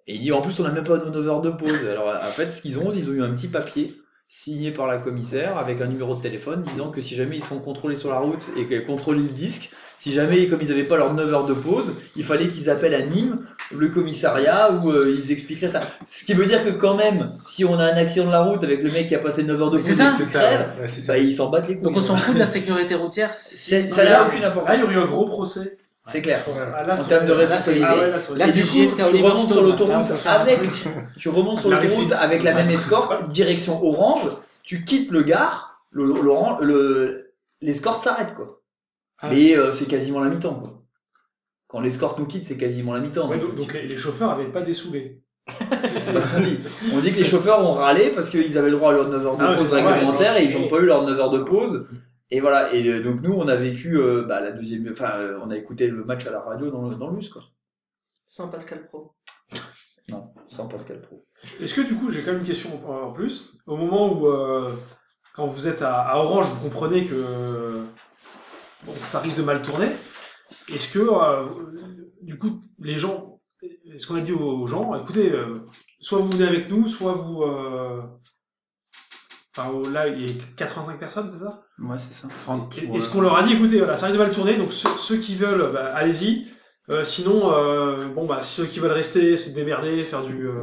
E: Et il dit En plus, on n'a même pas nos 9 heures de pause. Alors en fait, ce qu'ils ont, ils ont eu un petit papier signé par la commissaire avec un numéro de téléphone disant que si jamais ils se font contrôler sur la route et que- contrôler le disque, si jamais, comme ils n'avaient pas leurs 9 heures de pause, il fallait qu'ils appellent à Nîmes le commissariat où euh, ils expliqueraient ça. Ce qui veut dire que quand même, si on a un accident de la route avec le mec qui a passé 9 heures de
F: Mais
E: pause,
F: c'est ça.
E: et qui
D: C'est ça,
E: crève,
D: ouais, ouais, c'est ça.
E: bah, ils s'en battent les couilles.
F: Donc on s'en fout de la sécurité routière. si-
E: C'est- Ça n'a aucune importance.
C: Là, il y aurait eu un gros procès.
E: C'est clair.
C: Ah, là,
E: En
C: sur-
E: termes de
C: là,
E: responsabilité.
C: c'est- ah ouais, là, sur-
F: Là,
E: Et
F: c'est
E: du coup,
F: JFK
E: tu
F: Oliver
E: remontes sur
F: Stone.
E: l'autoroute
F: Là, on fait un
E: avec,
F: truc.
E: tu remontes sur l'autoroute avec la même escorte, direction Orange, tu quittes le gare, le- le- le- l'escorte s'arrête quoi.
M: Ah.
E: Et euh, c'est quasiment la mi-temps quoi. Quand l'escorte nous quitte, c'est quasiment la mi-temps.
C: Ouais,
E: Donc,
C: donc, donc les, les chauffeurs n'avaient pas dessoulé.
E: C'est pas ce qu'on dit. On dit que les chauffeurs ont râlé parce qu'ils avaient le droit à leur 9 heures de
C: Ah ouais,
E: pause
C: c'est normal,
E: réglementaire et
C: c'est
E: ils n'ont pas eu leur 9 heures de pause. Et voilà. Et euh, donc nous, on a vécu euh, bah, la deuxième. Enfin, euh, on a écouté le match à la radio dans le, dans le bus, quoi.
B: Sans Pascal Pro.
E: Non, sans Pascal Pro.
C: Est-ce que du coup, j'ai quand même une question en en plus. Au moment où, euh, quand vous êtes à, à Orange, vous comprenez que euh, bon, ça risque de mal tourner. Est-ce que, euh, du coup, les gens, est-ce qu'on a dit aux aux gens, écoutez, euh, soit vous venez avec nous, soit vous. euh, Enfin, au- là, il y a 85 personnes, c'est ça
E: Ouais, c'est ça.
C: Et- Est-ce qu'on leur a dit, écoutez, voilà, ça risque de mal tourner, donc ceux, ceux qui veulent, bah, allez-y. Euh, sinon, euh, bon, bah, ceux qui veulent rester, se démerder, faire du, euh,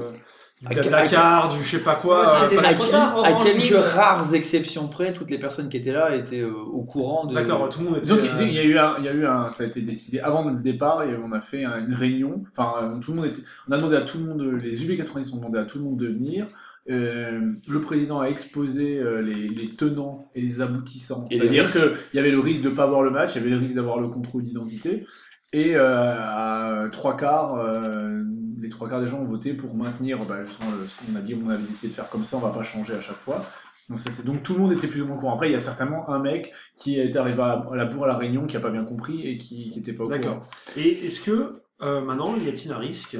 C: Du
E: À quel-
C: Blacard, du je sais pas quoi.
B: Ouais,
C: euh,
B: c'était
C: pas-
E: À,
B: déjà-
E: qui-
B: Retard,
E: à
B: Orange
E: quelques
B: Libre.
E: rares exceptions près, toutes les personnes qui étaient là étaient euh, au courant de.
C: D'accord, tout le monde était.
A: Donc
C: euh,
A: il y a eu un, il y a eu un, ça a été décidé avant le départ et on a fait un- une réunion. Enfin, euh, tout le monde était, on a demandé à tout le monde, les UB90 ont demandé à tout le monde de venir. Euh, le président a exposé euh, les, les tenants et les aboutissants.
E: Et les
A: C'est-à-dire
E: risques.
A: qu'il y avait le risque de ne pas voir le match, il y avait le risque d'avoir le contrôle d'identité. Et euh, à trois quarts, euh, les trois quarts des gens ont voté pour maintenir bah, justement le- ce qu'on a dit, on avait décidé de faire comme ça, on va pas changer à chaque fois. Donc, ça, c'est, donc tout le monde était plus ou moins au courant. Après, il y a certainement un mec qui est arrivé à la bourre à la Réunion, qui a pas bien compris et qui n'était pas au courant.
C: D'accord. Et est-ce que euh, maintenant, y a-t-il un risque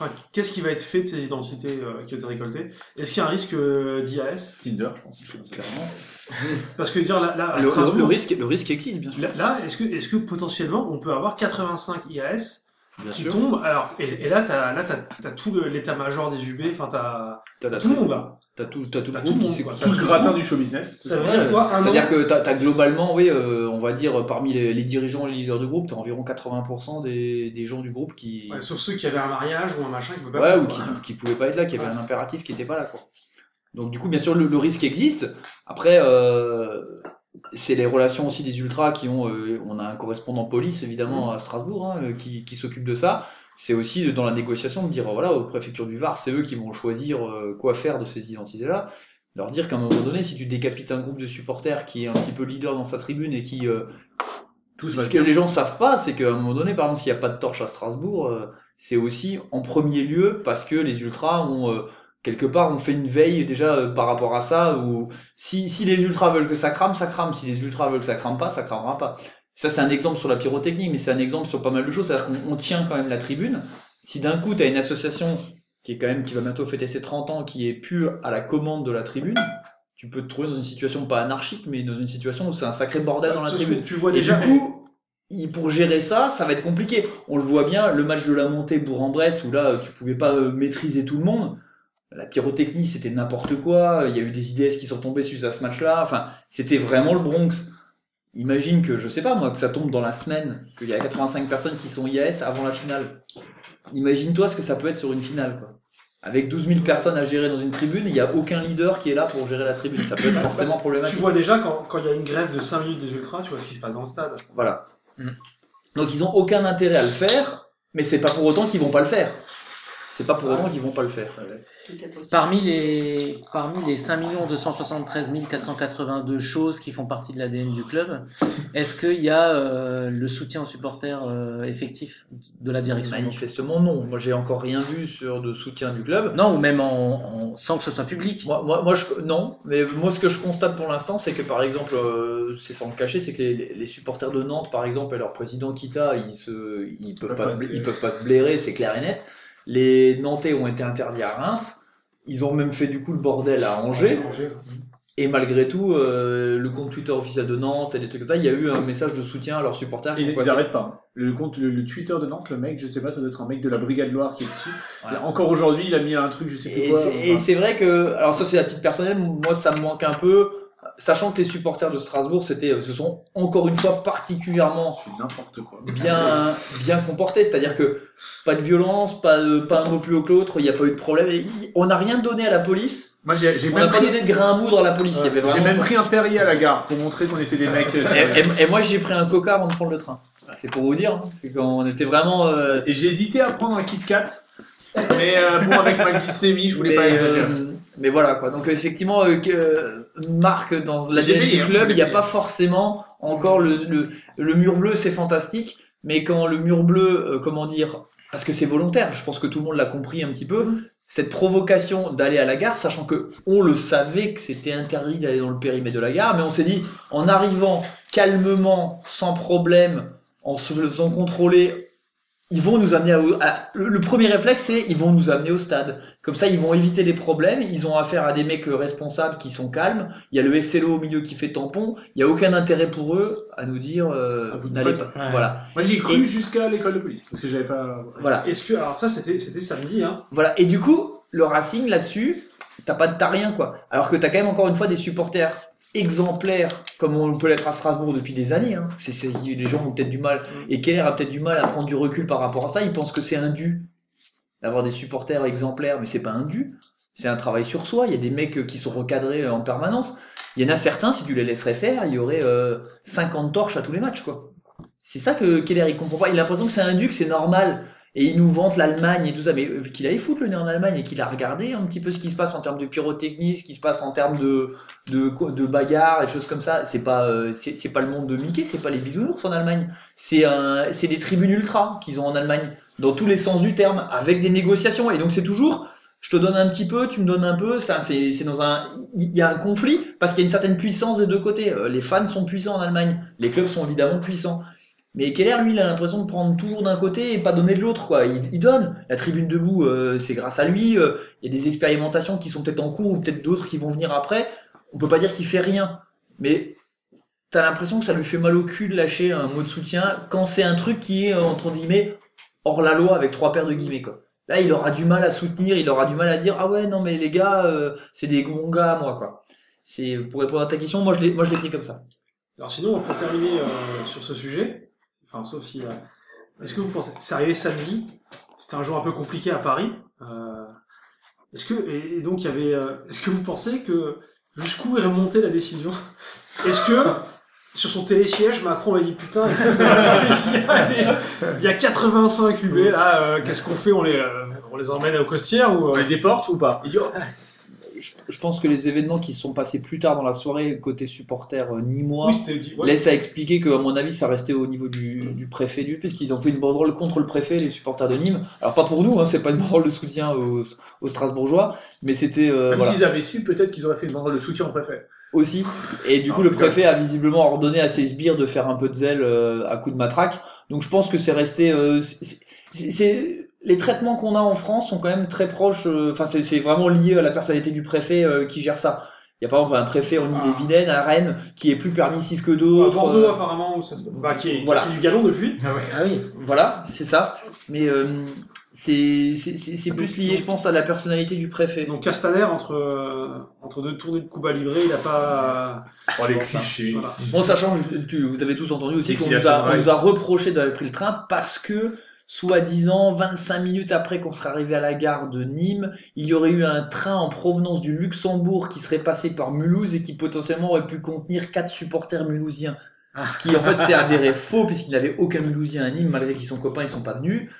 C: Enfin, qu'est-ce qui va être fait de ces identités euh, qui ont été récoltées Est-ce qu'il y a un risque euh, d'IAS
A: Tinder, je pense.
E: Clairement.
C: Parce que dire là, là, à
E: Le- Le,
C: Strasbourg,
E: le risque, le risque existe, bien sûr.
C: là, là, est-ce que, est-ce que potentiellement on peut avoir 85 IAS
E: Bien
C: qui
E: sûr.
C: tombent Alors, et, et là, t'as, là, t'as, t'as tout le- l'état-major des UB, enfin, t'as,
E: T'as la-
C: tout le monde là.
E: t'as tout, t'as tout le
C: T'as
E: groupe
C: tout le
E: qui
C: monde,
E: s'est-
C: quoi.
A: Tout le gratin du show business.
C: Ça veut
E: Ouais,
C: dire quoi Un an
E: C'est-à-dire que t'as as globalement, oui, euh, on va dire, parmi les, les dirigeants, les leaders du groupe, t'as environ 80% des, des gens du groupe qui.
C: Ouais, Sauf ceux qui avaient un mariage ou un machin qui pouvaient
E: Ouais,
C: pas.
E: ou qui, qui pouvaient pas être là, qui avaient un impératif qui était pas là, quoi. Donc, du coup, bien sûr, le, le risque existe. Après, euh, c'est les relations aussi des ultras qui ont. euh, on a un correspondant police, évidemment, à Strasbourg, hein, euh, qui, qui s'occupe de ça. C'est aussi euh, dans la négociation de dire, voilà, aux préfectures du Var, c'est eux qui vont choisir euh, quoi faire de ces identités-là. Leur dire qu'à un moment donné, si tu décapites un groupe de supporters qui est un petit peu leader dans sa tribune et qui. euh,
A: Tout se
E: ce
A: passe
E: que
A: bien.
E: les gens savent pas, c'est qu'à un moment donné, par exemple, s'il n'y a pas de torche à Strasbourg, euh, c'est aussi en premier lieu parce que les ultras ont euh, quelque part ont fait une veille déjà euh, par rapport à ça. Ou si, si les ultras veulent que ça crame, ça crame. Si les ultras veulent que ça crame pas, ça cramera pas. Ça, c'est un exemple sur la pyrotechnie, mais c'est un exemple sur pas mal de choses. C'est-à-dire qu'on on tient quand même la tribune. Si d'un coup, tu as une association qui est quand même qui va bientôt fêter ses 30 ans, qui est pure à la commande de la tribune, tu peux te trouver dans une situation pas anarchique, mais dans une situation où c'est un sacré bordel dans la
C: Sauf que
E: tribune.
C: tu vois
E: Et
C: déjà.
E: du coup, il- pour gérer ça, ça va être compliqué. On le voit bien, le match de la montée Bourg-en-Bresse, où là, tu pouvais pas euh, maîtriser tout le monde. La pyrotechnie, c'était n'importe quoi. Il y a eu des IDS qui sont tombés suite à ce match-là. Enfin, c'était vraiment le Bronx. Imagine que, je sais pas moi, que ça tombe dans la semaine, qu'il y a 85 personnes qui sont IAS avant la finale. Imagine-toi ce que ça peut être sur une finale, quoi. Avec 12 000 personnes à gérer dans une tribune, il n'y a aucun leader qui est là pour gérer la tribune. Ça peut être forcément
C: Tu
E: problématique.
C: vois déjà quand quand il y a une grève de 5 minutes des ultras, tu vois ce qui se passe dans le stade.
E: Voilà.
F: Mm.
E: Donc ils ont aucun intérêt à le faire, mais c'est pas pour autant qu'ils vont pas le faire. C'est pas pour autant qu'ils vont pas le faire.
B: Tout est possible.
F: Parmi les, parmi les 5 273 482 choses qui font partie de l'ADN du club, est-ce qu'il y a euh, le soutien aux supporters euh, effectif de la direction
E: Manifestement non. Moi j'ai encore rien vu sur de soutien du club.
F: Non, ou même en, en- sans que ce soit public
E: Moi, moi, moi, je, non, mais moi ce que je constate pour l'instant, c'est que par exemple, euh, c'est sans le cacher, c'est que les, les supporters de Nantes, par exemple, et leur président Kita, ils se, ils peuvent pas, se bla- ils peuvent pas se blairer, c'est clair et net. Les Nantais ont été interdits à Reims. Ils ont même fait du coup le bordel à Angers. Et malgré tout, euh, le compte Twitter officiel de Nantes et des trucs comme ça, il y a eu un message de soutien à leurs supporters.
A: Et
E: Comme
A: ils
E: quoi, c'est-
A: n'arrêtent pas. Le compte, le, le Twitter de Nantes, le mec, je sais pas, ça doit être un mec de la Brigade Loire qui est dessus.
E: Voilà.
A: Là, Encore aujourd'hui, il a mis un truc, je sais plus
E: Et
A: quoi.
E: c'est- et c'est vrai que, alors ça c'est à titre personnel, moi ça me manque un peu, sachant que les supporters de Strasbourg c'était, euh, se sont encore une fois particulièrement
A: C'est n'importe quoi.
E: bien, bien comportés, c'est-à-dire que pas de violence, pas, de- pas un mot plus haut que l'autre, il n'y a pas eu de problème, Et il- on n'a rien donné à la police,
A: Moi, j'ai j'ai
E: on n'a
A: même,
E: pas
A: pris,
E: donné de grain à moudre à la police, il y avait
A: j'ai
E: vraiment
A: même
E: pas-
A: pris un Perrier à la gare pour montrer qu'on était des mecs. euh,
E: Et, et- et moi j'ai pris un coca avant de prendre le train, c'est pour vous dire, on était vraiment... euh,
A: Et j'ai hésité à prendre un Kit Kat, mais euh, bon, avec ma glycémie, je voulais
E: mais,
A: pas exagérer.
E: euh, mais voilà quoi. Donc effectivement, euh, que, euh, marque dans la
A: J'ai payé,
E: du
A: hein,
E: club,
A: j'ai
E: il n'y a
A: payé.
E: pas forcément encore le, le, le mur bleu, c'est fantastique. Mais quand le mur bleu, euh, comment dire, parce que c'est volontaire, je pense que tout le monde l'a compris un petit peu.
A: Mhm.
E: Cette provocation d'aller à la gare, sachant que on le savait que c'était interdit d'aller dans le périmètre de la gare, mais on s'est dit en arrivant calmement, sans problème, en se faisant contrôler, ils vont nous amener au- à- le, le premier réflexe, c'est ils vont nous amener au stade. Comme ça, ils vont éviter les problèmes. Ils ont affaire à des mecs euh, responsables qui sont calmes. Il y a le SLO au milieu qui fait tampon. Il n'y a aucun intérêt pour eux à nous dire euh,
A: À vous de
E: n'allez pas.
A: pas-
F: Ouais.
E: Voilà,
A: Moi, j'y ai cru
E: et-
A: jusqu'à l'école de police, parce que j'avais pas.
E: voilà,
C: Est-ce que alors ça c'était c'était samedi hein
E: voilà. Et du coup, le Racing là-dessus, t'as pas de t'as rien quoi. Alors que t'as quand même encore une fois des supporters exemplaires, comme on peut l'être à Strasbourg depuis des années. hein. C'est- c'est- les gens ont peut-être du mal. Et Keller a peut-être du mal à prendre du recul par rapport à ça. Il pense que c'est un dû. d'avoir des supporters exemplaires, mais c'est pas un dû. C'est un travail sur soi. Il y a des mecs qui sont recadrés en permanence. Il y en a certains, si tu les laisserais faire, il y aurait euh, 50 torches à tous les matchs, quoi. C'est ça que Keller, il comprend pas. Il a l'impression que c'est un dû, que c'est normal. Et il nous vante l'Allemagne et tout ça, mais euh, qu'il allait foutre le nez en Allemagne et qu'il a regardé un petit peu ce qui se passe en termes de pyrotechnie, ce qui se passe en termes de, de, de bagarres et de choses comme ça. C'est pas, euh, c'est c'est pas le monde de Mickey, c'est pas les bisounours en Allemagne. C'est un- c'est des tribunes ultra qu'ils ont en Allemagne, dans tous les sens du terme, avec des négociations. Et donc c'est toujours, je te donne un petit peu, tu me donnes un peu. Enfin, c'est c'est dans un, il y a un conflit parce qu'il y a une certaine puissance des deux côtés. Euh, Les fans sont puissants en Allemagne, les clubs sont évidemment puissants. Mais Keller, lui, il a l'impression de prendre toujours d'un côté et pas donner de l'autre. Quoi. Il, il donne. La tribune debout, euh, c'est grâce à lui. Euh, Il y a des expérimentations qui sont peut-être en cours ou peut-être d'autres qui vont venir après. On peut pas dire qu'il fait rien. Mais t'as l'impression que ça lui fait mal au cul de lâcher un mot de soutien quand c'est un truc qui est, euh, entre guillemets, hors la loi avec trois paires de guillemets. Quoi. Là, il aura du mal à soutenir, il aura du mal à dire Ah ouais, non, mais les gars, euh, c'est des bons gars à moi. Quoi. C'est, pour répondre à ta question, moi je l'ai, moi, je l'ai pris comme ça.
C: Alors sinon, pour terminer euh, sur ce sujet, enfin sauf si... euh, Est-ce que vous pensez... C'est arrivé samedi, c'était un jour un peu compliqué à Paris. euh, Est-ce que... Et et donc il y avait... euh, Est-ce que vous pensez que... Jusqu'où est remontée la décision Est-ce que... Sur son télésiège, Macron a dit putain, il y a, il y a 85 UB là, euh, qu'est-ce qu'on fait on les, euh, on les emmène aux costières ou euh,
G: On les déporte ou pas
E: Je, je pense que les événements qui se sont passés plus tard dans la soirée, côté supporter euh, ni moi,
C: Oui, c'était. ouais.
E: laisse à expliquer que, à mon avis, ça restait au niveau du, du préfet du, puisqu'ils ont fait une banderole contre le préfet, les supporters de Nîmes. Alors pas pour nous, hein, c'est pas une banderole de soutien aux, aux Strasbourgeois, mais c'était euh,
G: Même
E: voilà,
G: s'ils avaient su, peut-être qu'ils auraient fait une banderole de soutien au préfet.
E: aussi. Et du coup,
G: Ah,
E: le
G: putain.
E: préfet a visiblement ordonné à ses sbires de faire un peu de zèle euh, à coups de matraque. Donc je pense que c'est resté. euh, c'est- c'est- c'est- les traitements qu'on a en France sont quand même très proches. euh, Enfin, c'est- c'est vraiment lié à la personnalité du préfet euh, qui gère ça. Il y a par exemple un préfet en Ille-et-Vilaine, à Rennes, qui est plus permissif que
C: À
E: d'autres.
C: Ah, Bordeaux
E: euh,
C: apparemment, où ça se... bah, qui, est, qui
E: Voilà.
C: a fait du galon depuis.
F: Ah oui.
E: voilà, c'est ça. Mais euh, c'est c'est- c'est- c'est plus lié, je pense, à la personnalité du préfet.
C: Donc Castaner, entre, euh, entre deux tournées de Cuba Libre, il n'a pas.
G: Oh, les clichés.
C: Voilà.
E: Bon, sachant, je- tu- vous avez tous entendu aussi
G: Et
E: qu'on
G: qu'il a
E: nous, a-
G: fait
E: on nous a reproché d'avoir pris le train parce que, soi-disant, 25 minutes après qu'on serait arrivé à la gare de Nîmes, il y aurait eu un train en provenance du Luxembourg qui serait passé par Mulhouse et qui potentiellement aurait pu contenir quatre supporters mulhousiens. Ce qui, en fait, s'est avéré faux puisqu'il n'avait aucun mulhousien à Nîmes, malgré qu'ils sont copains, ils sont pas venus.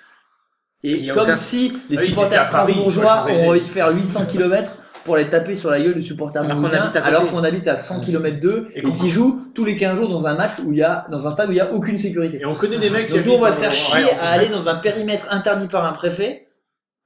F: Il y
E: Et
F: a
E: comme
F: aucun-
E: si les
G: Ah oui,
E: supporters
G: c'était à Paris,
E: strasbourgeois
G: je vois, je
E: ont
G: les ai.
E: envie de faire 800 km pour les taper sur la gueule du supporter
F: Alors qu'on
E: mulhousien,
F: habite à côté.
E: alors qu'on habite à 100 km d'eux
G: Mmh. Et
E: et,
G: qu'on-
E: qui jouent tous les 15 jours dans un match où il y a, dans un stade où il n'y a aucune sécurité.
G: Et on connaît des mecs qui
E: Donc nous, on
G: habitent
E: va
G: dans-
E: se faire
G: Ouais,
E: chier
G: on
E: à aller dans un périmètre interdit par un préfet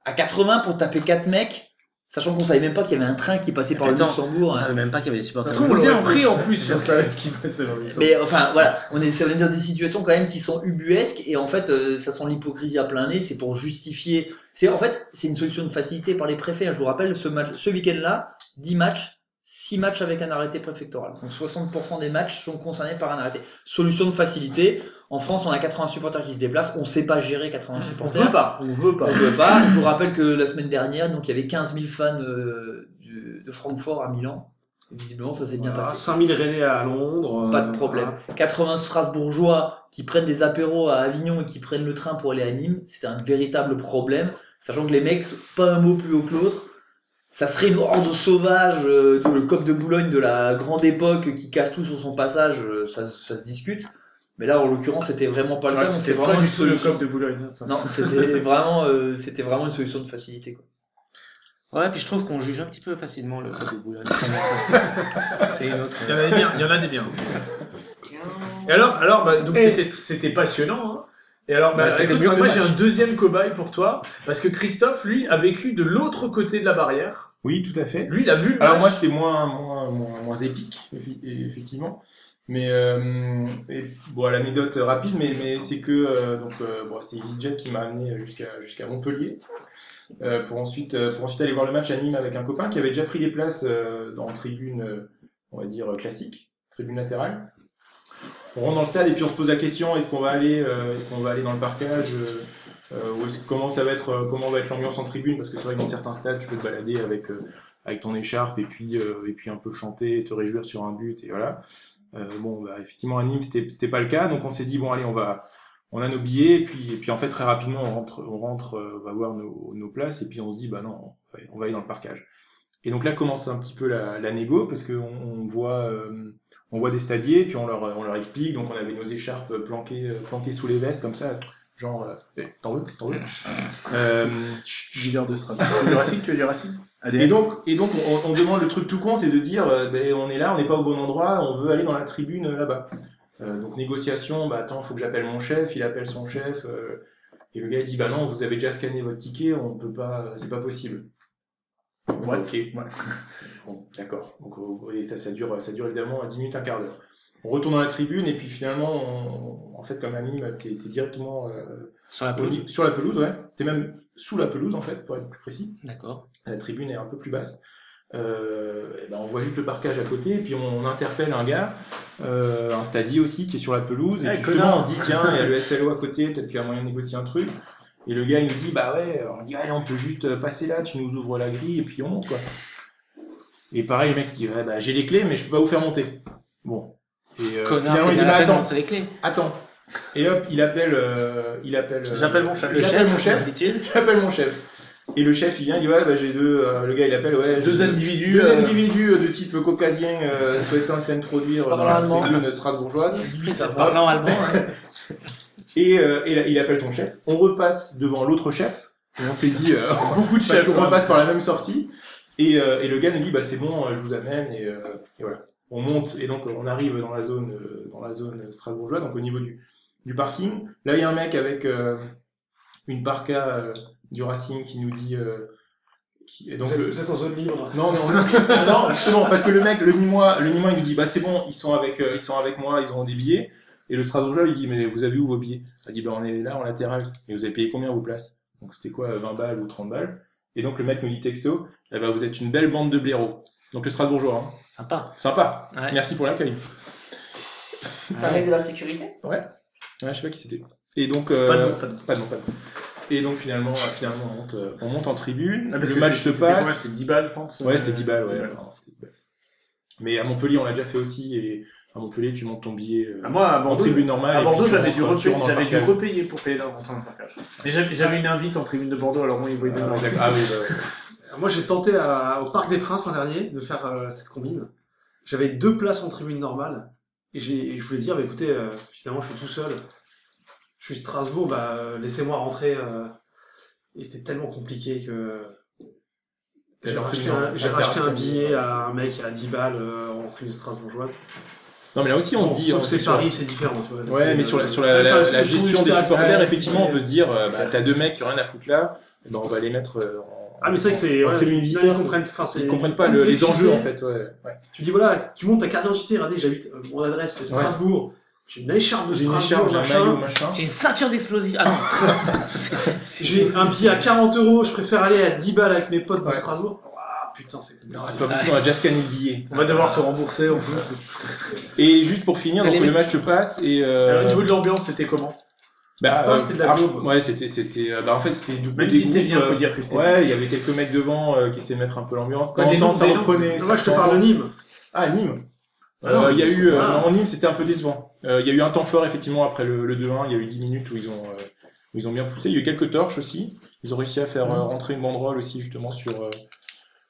E: à 80 pour taper 4 mecs, sachant qu'on savait même pas qu'il y avait un train qui passait par le
F: Attends,
E: Luxembourg.
F: On
E: hein.
F: savait même pas qu'il y avait des
G: Ça se
F: supporters.
G: trouve, on
F: mulhousiens.
G: l'aurait pris en plus.
A: Je savais qui passait dans les
E: Mais enfin voilà, on est, ça veut dire des situations quand même qui sont ubuesques et en fait euh, ça sent l'hypocrisie à plein nez, c'est pour justifier. C'est en fait c'est une solution de facilité par les préfets. hein. Je vous rappelle ce match, ce week-end-là, 10 matchs, 6 matchs avec un arrêté préfectoral. Donc 60% des matchs sont concernés par un arrêté. Solution de facilité. En France, on a 80 supporters qui se déplacent, on sait pas gérer 80 supporters.
G: pas. On veut pas.
E: On peut pas. Je vous rappelle que la semaine dernière, donc il y avait 15 000 fans euh, du- de Francfort à Milan. Visiblement, ça s'est bien
C: Voilà,
E: passé.
C: 5000 Rennais à Londres. euh,
E: Pas de problème. 80 Strasbourgeois qui prennent des apéros à Avignon et qui prennent le train pour aller à Nîmes, c'est un véritable problème. Sachant que les mecs, sont pas un mot plus haut que l'autre. Ça serait une horde sauvage, euh, de le coq de Boulogne de la grande époque qui casse tout sur son passage, euh, ça, ça se discute. Mais là, en l'occurrence, c'était vraiment pas le
G: Ouais,
E: cas. donc
G: C'était
E: C'est
G: pas
E: vraiment une
G: du tout le
E: solution.
G: cop de Boulogne. ça.
E: Non, c'était vraiment, euh, c'était vraiment une solution de facilité. quoi.
F: Ouais, puis je trouve qu'on juge un petit peu facilement le club de Boulogne. C'est une autre. euh,
G: Il y en a des biens, il y en a des biens. Et alors, alors bah, donc
C: Et-
G: c'était, c'était passionnant. hein. Et alors, bah,
F: Bah, c'était
G: écoute,
F: mieux que
G: moi
F: le
G: j'ai
F: match.
G: un deuxième cobaye pour toi, parce que Christophe, lui, a vécu de l'autre côté de la barrière.
D: Oui, tout à fait.
G: Lui, il a vu le
D: Alors
G: match.
D: moi c'était moins, moins, moins, moins épique, effi- effectivement. Mais euh, et, bon, l'anecdote rapide, mais, mais c'est que euh, donc euh, bon, c'est EasyJet qui m'a amené jusqu'à jusqu'à Montpellier euh, pour ensuite euh, pour ensuite aller voir le match à Nîmes avec un copain qui avait déjà pris des places euh, dans tribune euh, on va dire classique, tribune latérale. On rentre dans le stade et puis on se pose la question est-ce qu'on va aller euh, est-ce qu'on va aller dans le parcage euh, euh, ou est-ce- comment ça va être euh, comment va être l'ambiance en tribune parce que c'est vrai que dans certains stades tu peux te balader avec euh, avec ton écharpe et puis, euh, et puis un peu chanter, te réjouir sur un but et voilà. Euh, bon, bah, effectivement à Nîmes c'était c'était pas le cas, donc on s'est dit bon allez on va on a nos billets, et puis, et puis en fait, très rapidement, on rentre, on rentre, euh, on va voir nos, nos places, et puis on se dit, bah non, on va- on va aller dans le parcage. Et donc là commence un petit peu la, la négo, parce qu'on on voit, euh, on voit des stadiers, puis on leur, on leur explique, donc on avait nos écharpes planquées, euh, planquées sous les vestes, comme ça, genre, euh, Eh, t'en veux, t'en veux Euh,
G: Leader de Strasbourg. Tu es Racing, tu es du Racing
D: et donc, et donc on, on demande le truc tout con, c'est de dire, euh, ben, on est là, on n'est pas au bon endroit, on veut aller dans la tribune euh, là-bas. Euh, donc négociation, bah attends, faut que j'appelle mon chef, il appelle son chef, euh, et le gars il dit, bah non, vous avez déjà scanné votre ticket, on peut pas, c'est pas possible.
G: What
D: Ok. Bon, d'accord. Donc euh, et ça, ça dure, ça dure évidemment 10 minutes, un quart d'heure. On retourne dans la tribune et puis finalement, on- en fait, comme Amim, t'es t'es directement euh,
M: Sur la pelouse.
D: sur la pelouse, ouais. T'es même sous la pelouse en fait, pour être plus précis
M: D'accord.
D: la tribune est un peu plus basse. Euh, eh ben, on voit juste le parcage à côté, et puis on interpelle un gars, euh, un stadier aussi qui est sur la pelouse, et
G: Eh,
D: puis justement
G: connard.
D: on se dit tiens, il y a le SLO à côté, peut-être qu'il y a moyen de négocier un truc. Et le gars il nous dit bah ouais, on dit allez on peut juste euh, passer là, tu nous ouvres la grille et puis on monte quoi. Et pareil le mec se dit ouais, bah j'ai les clés mais je peux pas vous faire monter. Bon. Et euh,
M: Connard,
D: finalement
M: c'est
D: il dit
M: bien
D: bah
M: la peine de
D: attends,
M: montrer les clés.
D: attends. Et hop, il appelle, euh, il appelle. euh,
G: J'appelle mon chef.
D: il appelle mon chef.
M: d'habitude.
D: J'appelle mon chef. Et le chef, il vient, il dit ouais, bah, j'ai deux. euh, le gars, il appelle ouais. j'ai
G: Deux individus.
D: Deux
G: euh,
D: individus euh, de type caucasien euh, souhaitant s'introduire dans la
M: Parlant
D: tribune strasbourgeoise.
M: C'est parlant allemand. hein.
D: Et, euh, et là, il appelle son chef. On repasse devant l'autre chef. Et on s'est dit, euh,
G: Beaucoup de
D: parce
G: chefs.
D: qu'on repasse par la même sortie. Et, euh, et le gars nous dit, bah, c'est bon, euh, je vous amène. Et, euh, et voilà. On monte. Et donc, euh, on arrive dans la zone, euh, dans la zone strasbourgeoise, donc au niveau du, du parking. Là, il y a un mec avec euh, une parka euh, du Racing qui nous dit. euh, qui- et donc,
C: Vous êtes,
D: le-
C: vous êtes en zone libre.
D: non, mais on... Ah non, justement, parce que le mec, le Nîmois, le Nîmois, il nous dit, bah c'est bon, ils sont avec, euh, ils sont avec moi, ils ont des billets. Et le Strasbourgeois lui dit, mais vous avez où vos billets Il dit, bah on est là en latéral. Et vous avez payé combien vos places Donc c'était quoi, 20 balles ou 30 balles Et donc le mec nous dit texto, eh ben, vous êtes une belle bande de blaireaux. Donc le Strasbourgeois, hein.
M: Sympa.
D: sympa.
M: Ouais.
D: Merci pour l'accueil.
B: C'est un mec de la sécurité
D: Ouais, je sais pas qui c'était. Et donc euh,
G: Pas de nom, pas de nom.
D: pas de nom, pas de nom. Et donc finalement, euh, finalement on monte, euh, on monte en tribune.
G: Ah, parce
D: le
G: que
D: match
G: c'est-
D: se
G: c'était combien
D: passe.
G: C'était 10 balles, je pense.
D: Ouais, c'était 10 Euh, balles, ouais.
G: 10
D: Non, c'était 10 balles. Mais à Montpellier, on l'a déjà fait aussi, et à Montpellier, tu montes ton billet euh,
G: Ah, moi, à
D: en
G: Bordeaux,
D: tribune normale.
G: à
D: et puis
G: Bordeaux,
D: tu
G: j'avais
D: rentres-
G: dû,
D: tu
G: repayer,
D: rentres dans le
G: j'avais dû
D: parcage.
G: repayer pour payer leur rentrée dans le parcage. Mais j'avais j'avais une invite en tribune de Bordeaux, alors moi, ils voyaient
D: Ah,
G: bien.
D: d'accord. Ah oui, bah, ouais.
C: Moi, j'ai tenté à- au Parc des Princes l'an dernier de faire euh, cette combine. J'avais deux places en tribune normale. Et, j'ai- et je voulais dire, bah, écoutez, euh, finalement, je suis tout seul. Je suis Strasbourg, bah, euh, laissez-moi rentrer. euh. Et c'était tellement compliqué que j'ai
D: T'as
C: racheté,
D: racheté
C: un,
D: un-
C: j'ai
D: t'as
C: racheté
D: racheté
C: un
D: un
C: billet
D: billet.
C: à un mec à 10 balles euh, en tribune strasbourgeoise.
D: Non, mais là aussi, on
C: Bon,
D: se dit.
C: sauf
D: on
C: que
D: se dit
C: c'est
D: sur-
C: Paris, c'est différent. Tu vois,
D: Ouais,
C: C'est,
D: mais sur la,
C: euh,
D: sur la, la-
C: enfin, je-
D: la
C: je trouve
D: gestion des
C: ça-
D: supporters,
C: ouais.
D: effectivement, on peut se dire, euh, bah, t'as deux mecs qui ont rien à foutre là, bah, on va les mettre euh, en,
C: Ah, mais c'est vrai que c'est.
D: en
C: ouais,
D: tribune
C: ils
D: visiteur.
C: comprennent, enfin, c'est-
D: Ils comprennent pas le- les enjeux, en fait. ouais. Ouais.
C: Tu dis voilà, tu montes ta carte d'identité, regardez, j'habite, euh, mon adresse c'est
D: Ouais.
C: Strasbourg. J'ai une écharpe de
D: J'ai une
C: Strasbourg,
D: écharpe, j'ai un
C: machin.
D: maillot, machin.
M: J'ai une ceinture d'explosifs. Ah non. C'est- c'est-
C: J'ai un billet à 40 euros, je préfère aller à 10 balles avec mes potes de
D: Ouais.
C: Strasbourg. Ah putain, c'est
D: Non, c'est pas possible, on a déjà scanné le billet.
G: On va devoir te rembourser en plus.
D: Et juste pour finir,
M: T'as
D: donc,
M: les
D: le match se passe et. euh,
G: Alors, Au niveau de l'ambiance, c'était comment
D: Bah,
C: Ouais,
D: euh,
C: c'était de la
D: Arch-
C: daube.
D: Ouais, c'était, c'était, euh, bah, en fait, c'était une double
G: Même
D: des
G: si c'était
D: groupes,
G: bien,
D: euh,
G: faut dire que c'était
D: Ouais, il y avait quelques mecs devant euh, qui essayaient de mettre un peu l'ambiance. Quand
G: Ouais, des
D: on
G: noms,
D: ça
G: des noms.
D: reprenait.
C: Moi
D: ça
C: je te parle de
D: reprenait.
C: Nîmes.
D: Ah, à Nîmes.
G: Ah non,
D: Euh, Il y a
G: mais
D: eu, euh,
G: voilà.
D: en Nîmes, c'était un peu décevant. Euh, Il y a eu un temps fort, effectivement, après le, le 2-1. Il y a eu 10 minutes où ils ont, euh, où ils ont bien poussé. Il y a eu quelques torches aussi. Ils ont réussi à faire euh,
G: Mm.
D: rentrer une banderole aussi, justement, sur, euh,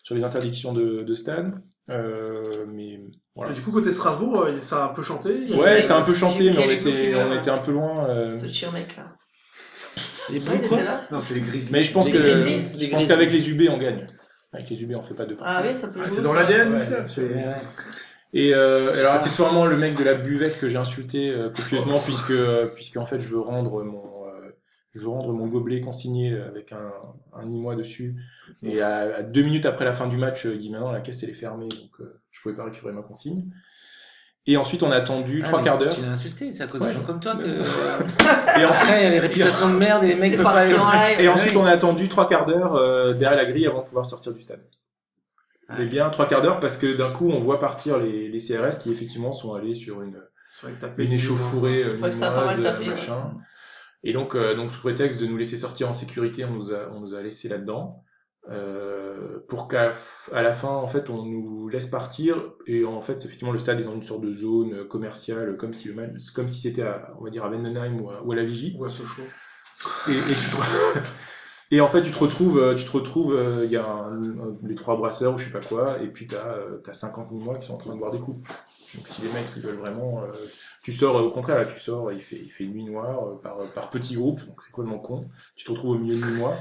D: sur les interdictions de, de stade. Euh, mais voilà.
G: Ah,
C: Et Du coup, côté Strasbourg, euh, ça a un peu chanté. Il y a-
D: Ouais,
B: mais-
D: c'est un peu chanté,
B: j'ai
D: mais on
B: les
D: était,
B: bouffes,
D: on
B: là.
G: hein.
D: était un peu loin. euh,
B: Ce chien mec là.
M: Les
B: Ouais,
M: boules,
B: il
M: quoi.
B: était là
G: Non, c'est les grises.
D: Mais je pense
M: Les
D: que
M: Grizzlies, les
D: je pense
M: Grizzlies.
D: qu'avec les UB on gagne. Avec les UB on fait pas de part.
B: Ah oui, ça peut jouer.
G: C'est dans
B: ça.
G: l'ADN
D: Ouais,
G: du club. c'est-
M: Ouais, ouais.
D: Et euh,
M: C'est
D: alors
M: ça.
D: accessoirement le mec de la buvette que j'ai insulté euh, copieusement
M: Oh.
D: puisque euh, puisque en fait je veux rendre mon euh, je veux rendre mon gobelet consigné avec un un Nîmois dessus et à, à deux minutes après la fin du match euh, il dit maintenant la caisse elle est fermée donc euh, je pouvais pas récupérer ma consigne. Et ensuite on a attendu
M: Ah,
D: trois
M: mais
D: quarts d'heure
M: Tu l'as insulté, c'est à cause
D: Ouais.
M: de gens comme toi que.
F: Euh,
D: et ensuite
M: Après, il y a les réputations de merde et les mecs
B: C'est
M: peuvent pas
B: parti
M: aller.
B: en live.
D: Et ensuite, on a attendu trois quarts d'heure euh, derrière la grille avant de pouvoir sortir du stade.
M: Ouais.
D: Et bien, trois quarts d'heure parce que d'un coup, on voit partir les, les CRS qui effectivement sont allés sur une,
C: C'est vrai que t'as payé
D: une
C: du-
D: échauffourée euh,
B: Ouais, ça a pas mal
D: nîmoise,
B: tapé,
D: euh, machin. Et donc, euh, donc, sous prétexte de nous laisser sortir en sécurité, on nous a, on nous a laissé là-dedans. euh, pour qu'à f- à la fin, en fait, on nous laisse partir. Et en fait, effectivement, le stade est dans une sorte de zone euh, commerciale, comme si, le match- comme si c'était, à, on va dire, à Vendenheim ou à, ou à la Vigie.
C: Ou à Sochaux.
D: Et, et tu te- et en fait, tu te retrouves, euh, tu te retrouves, euh, il y a un- un- les trois brasseurs ou je sais pas quoi, et puis t'as euh, t'as 50 Nîmois qui sont en train de boire des coups. Donc si les mecs ils veulent vraiment, euh, tu sors euh, au contraire là, tu sors, il fait il fait nuit noire euh, par par petits groupes, donc c'est complètement con. Tu te retrouves au milieu de Nîmois.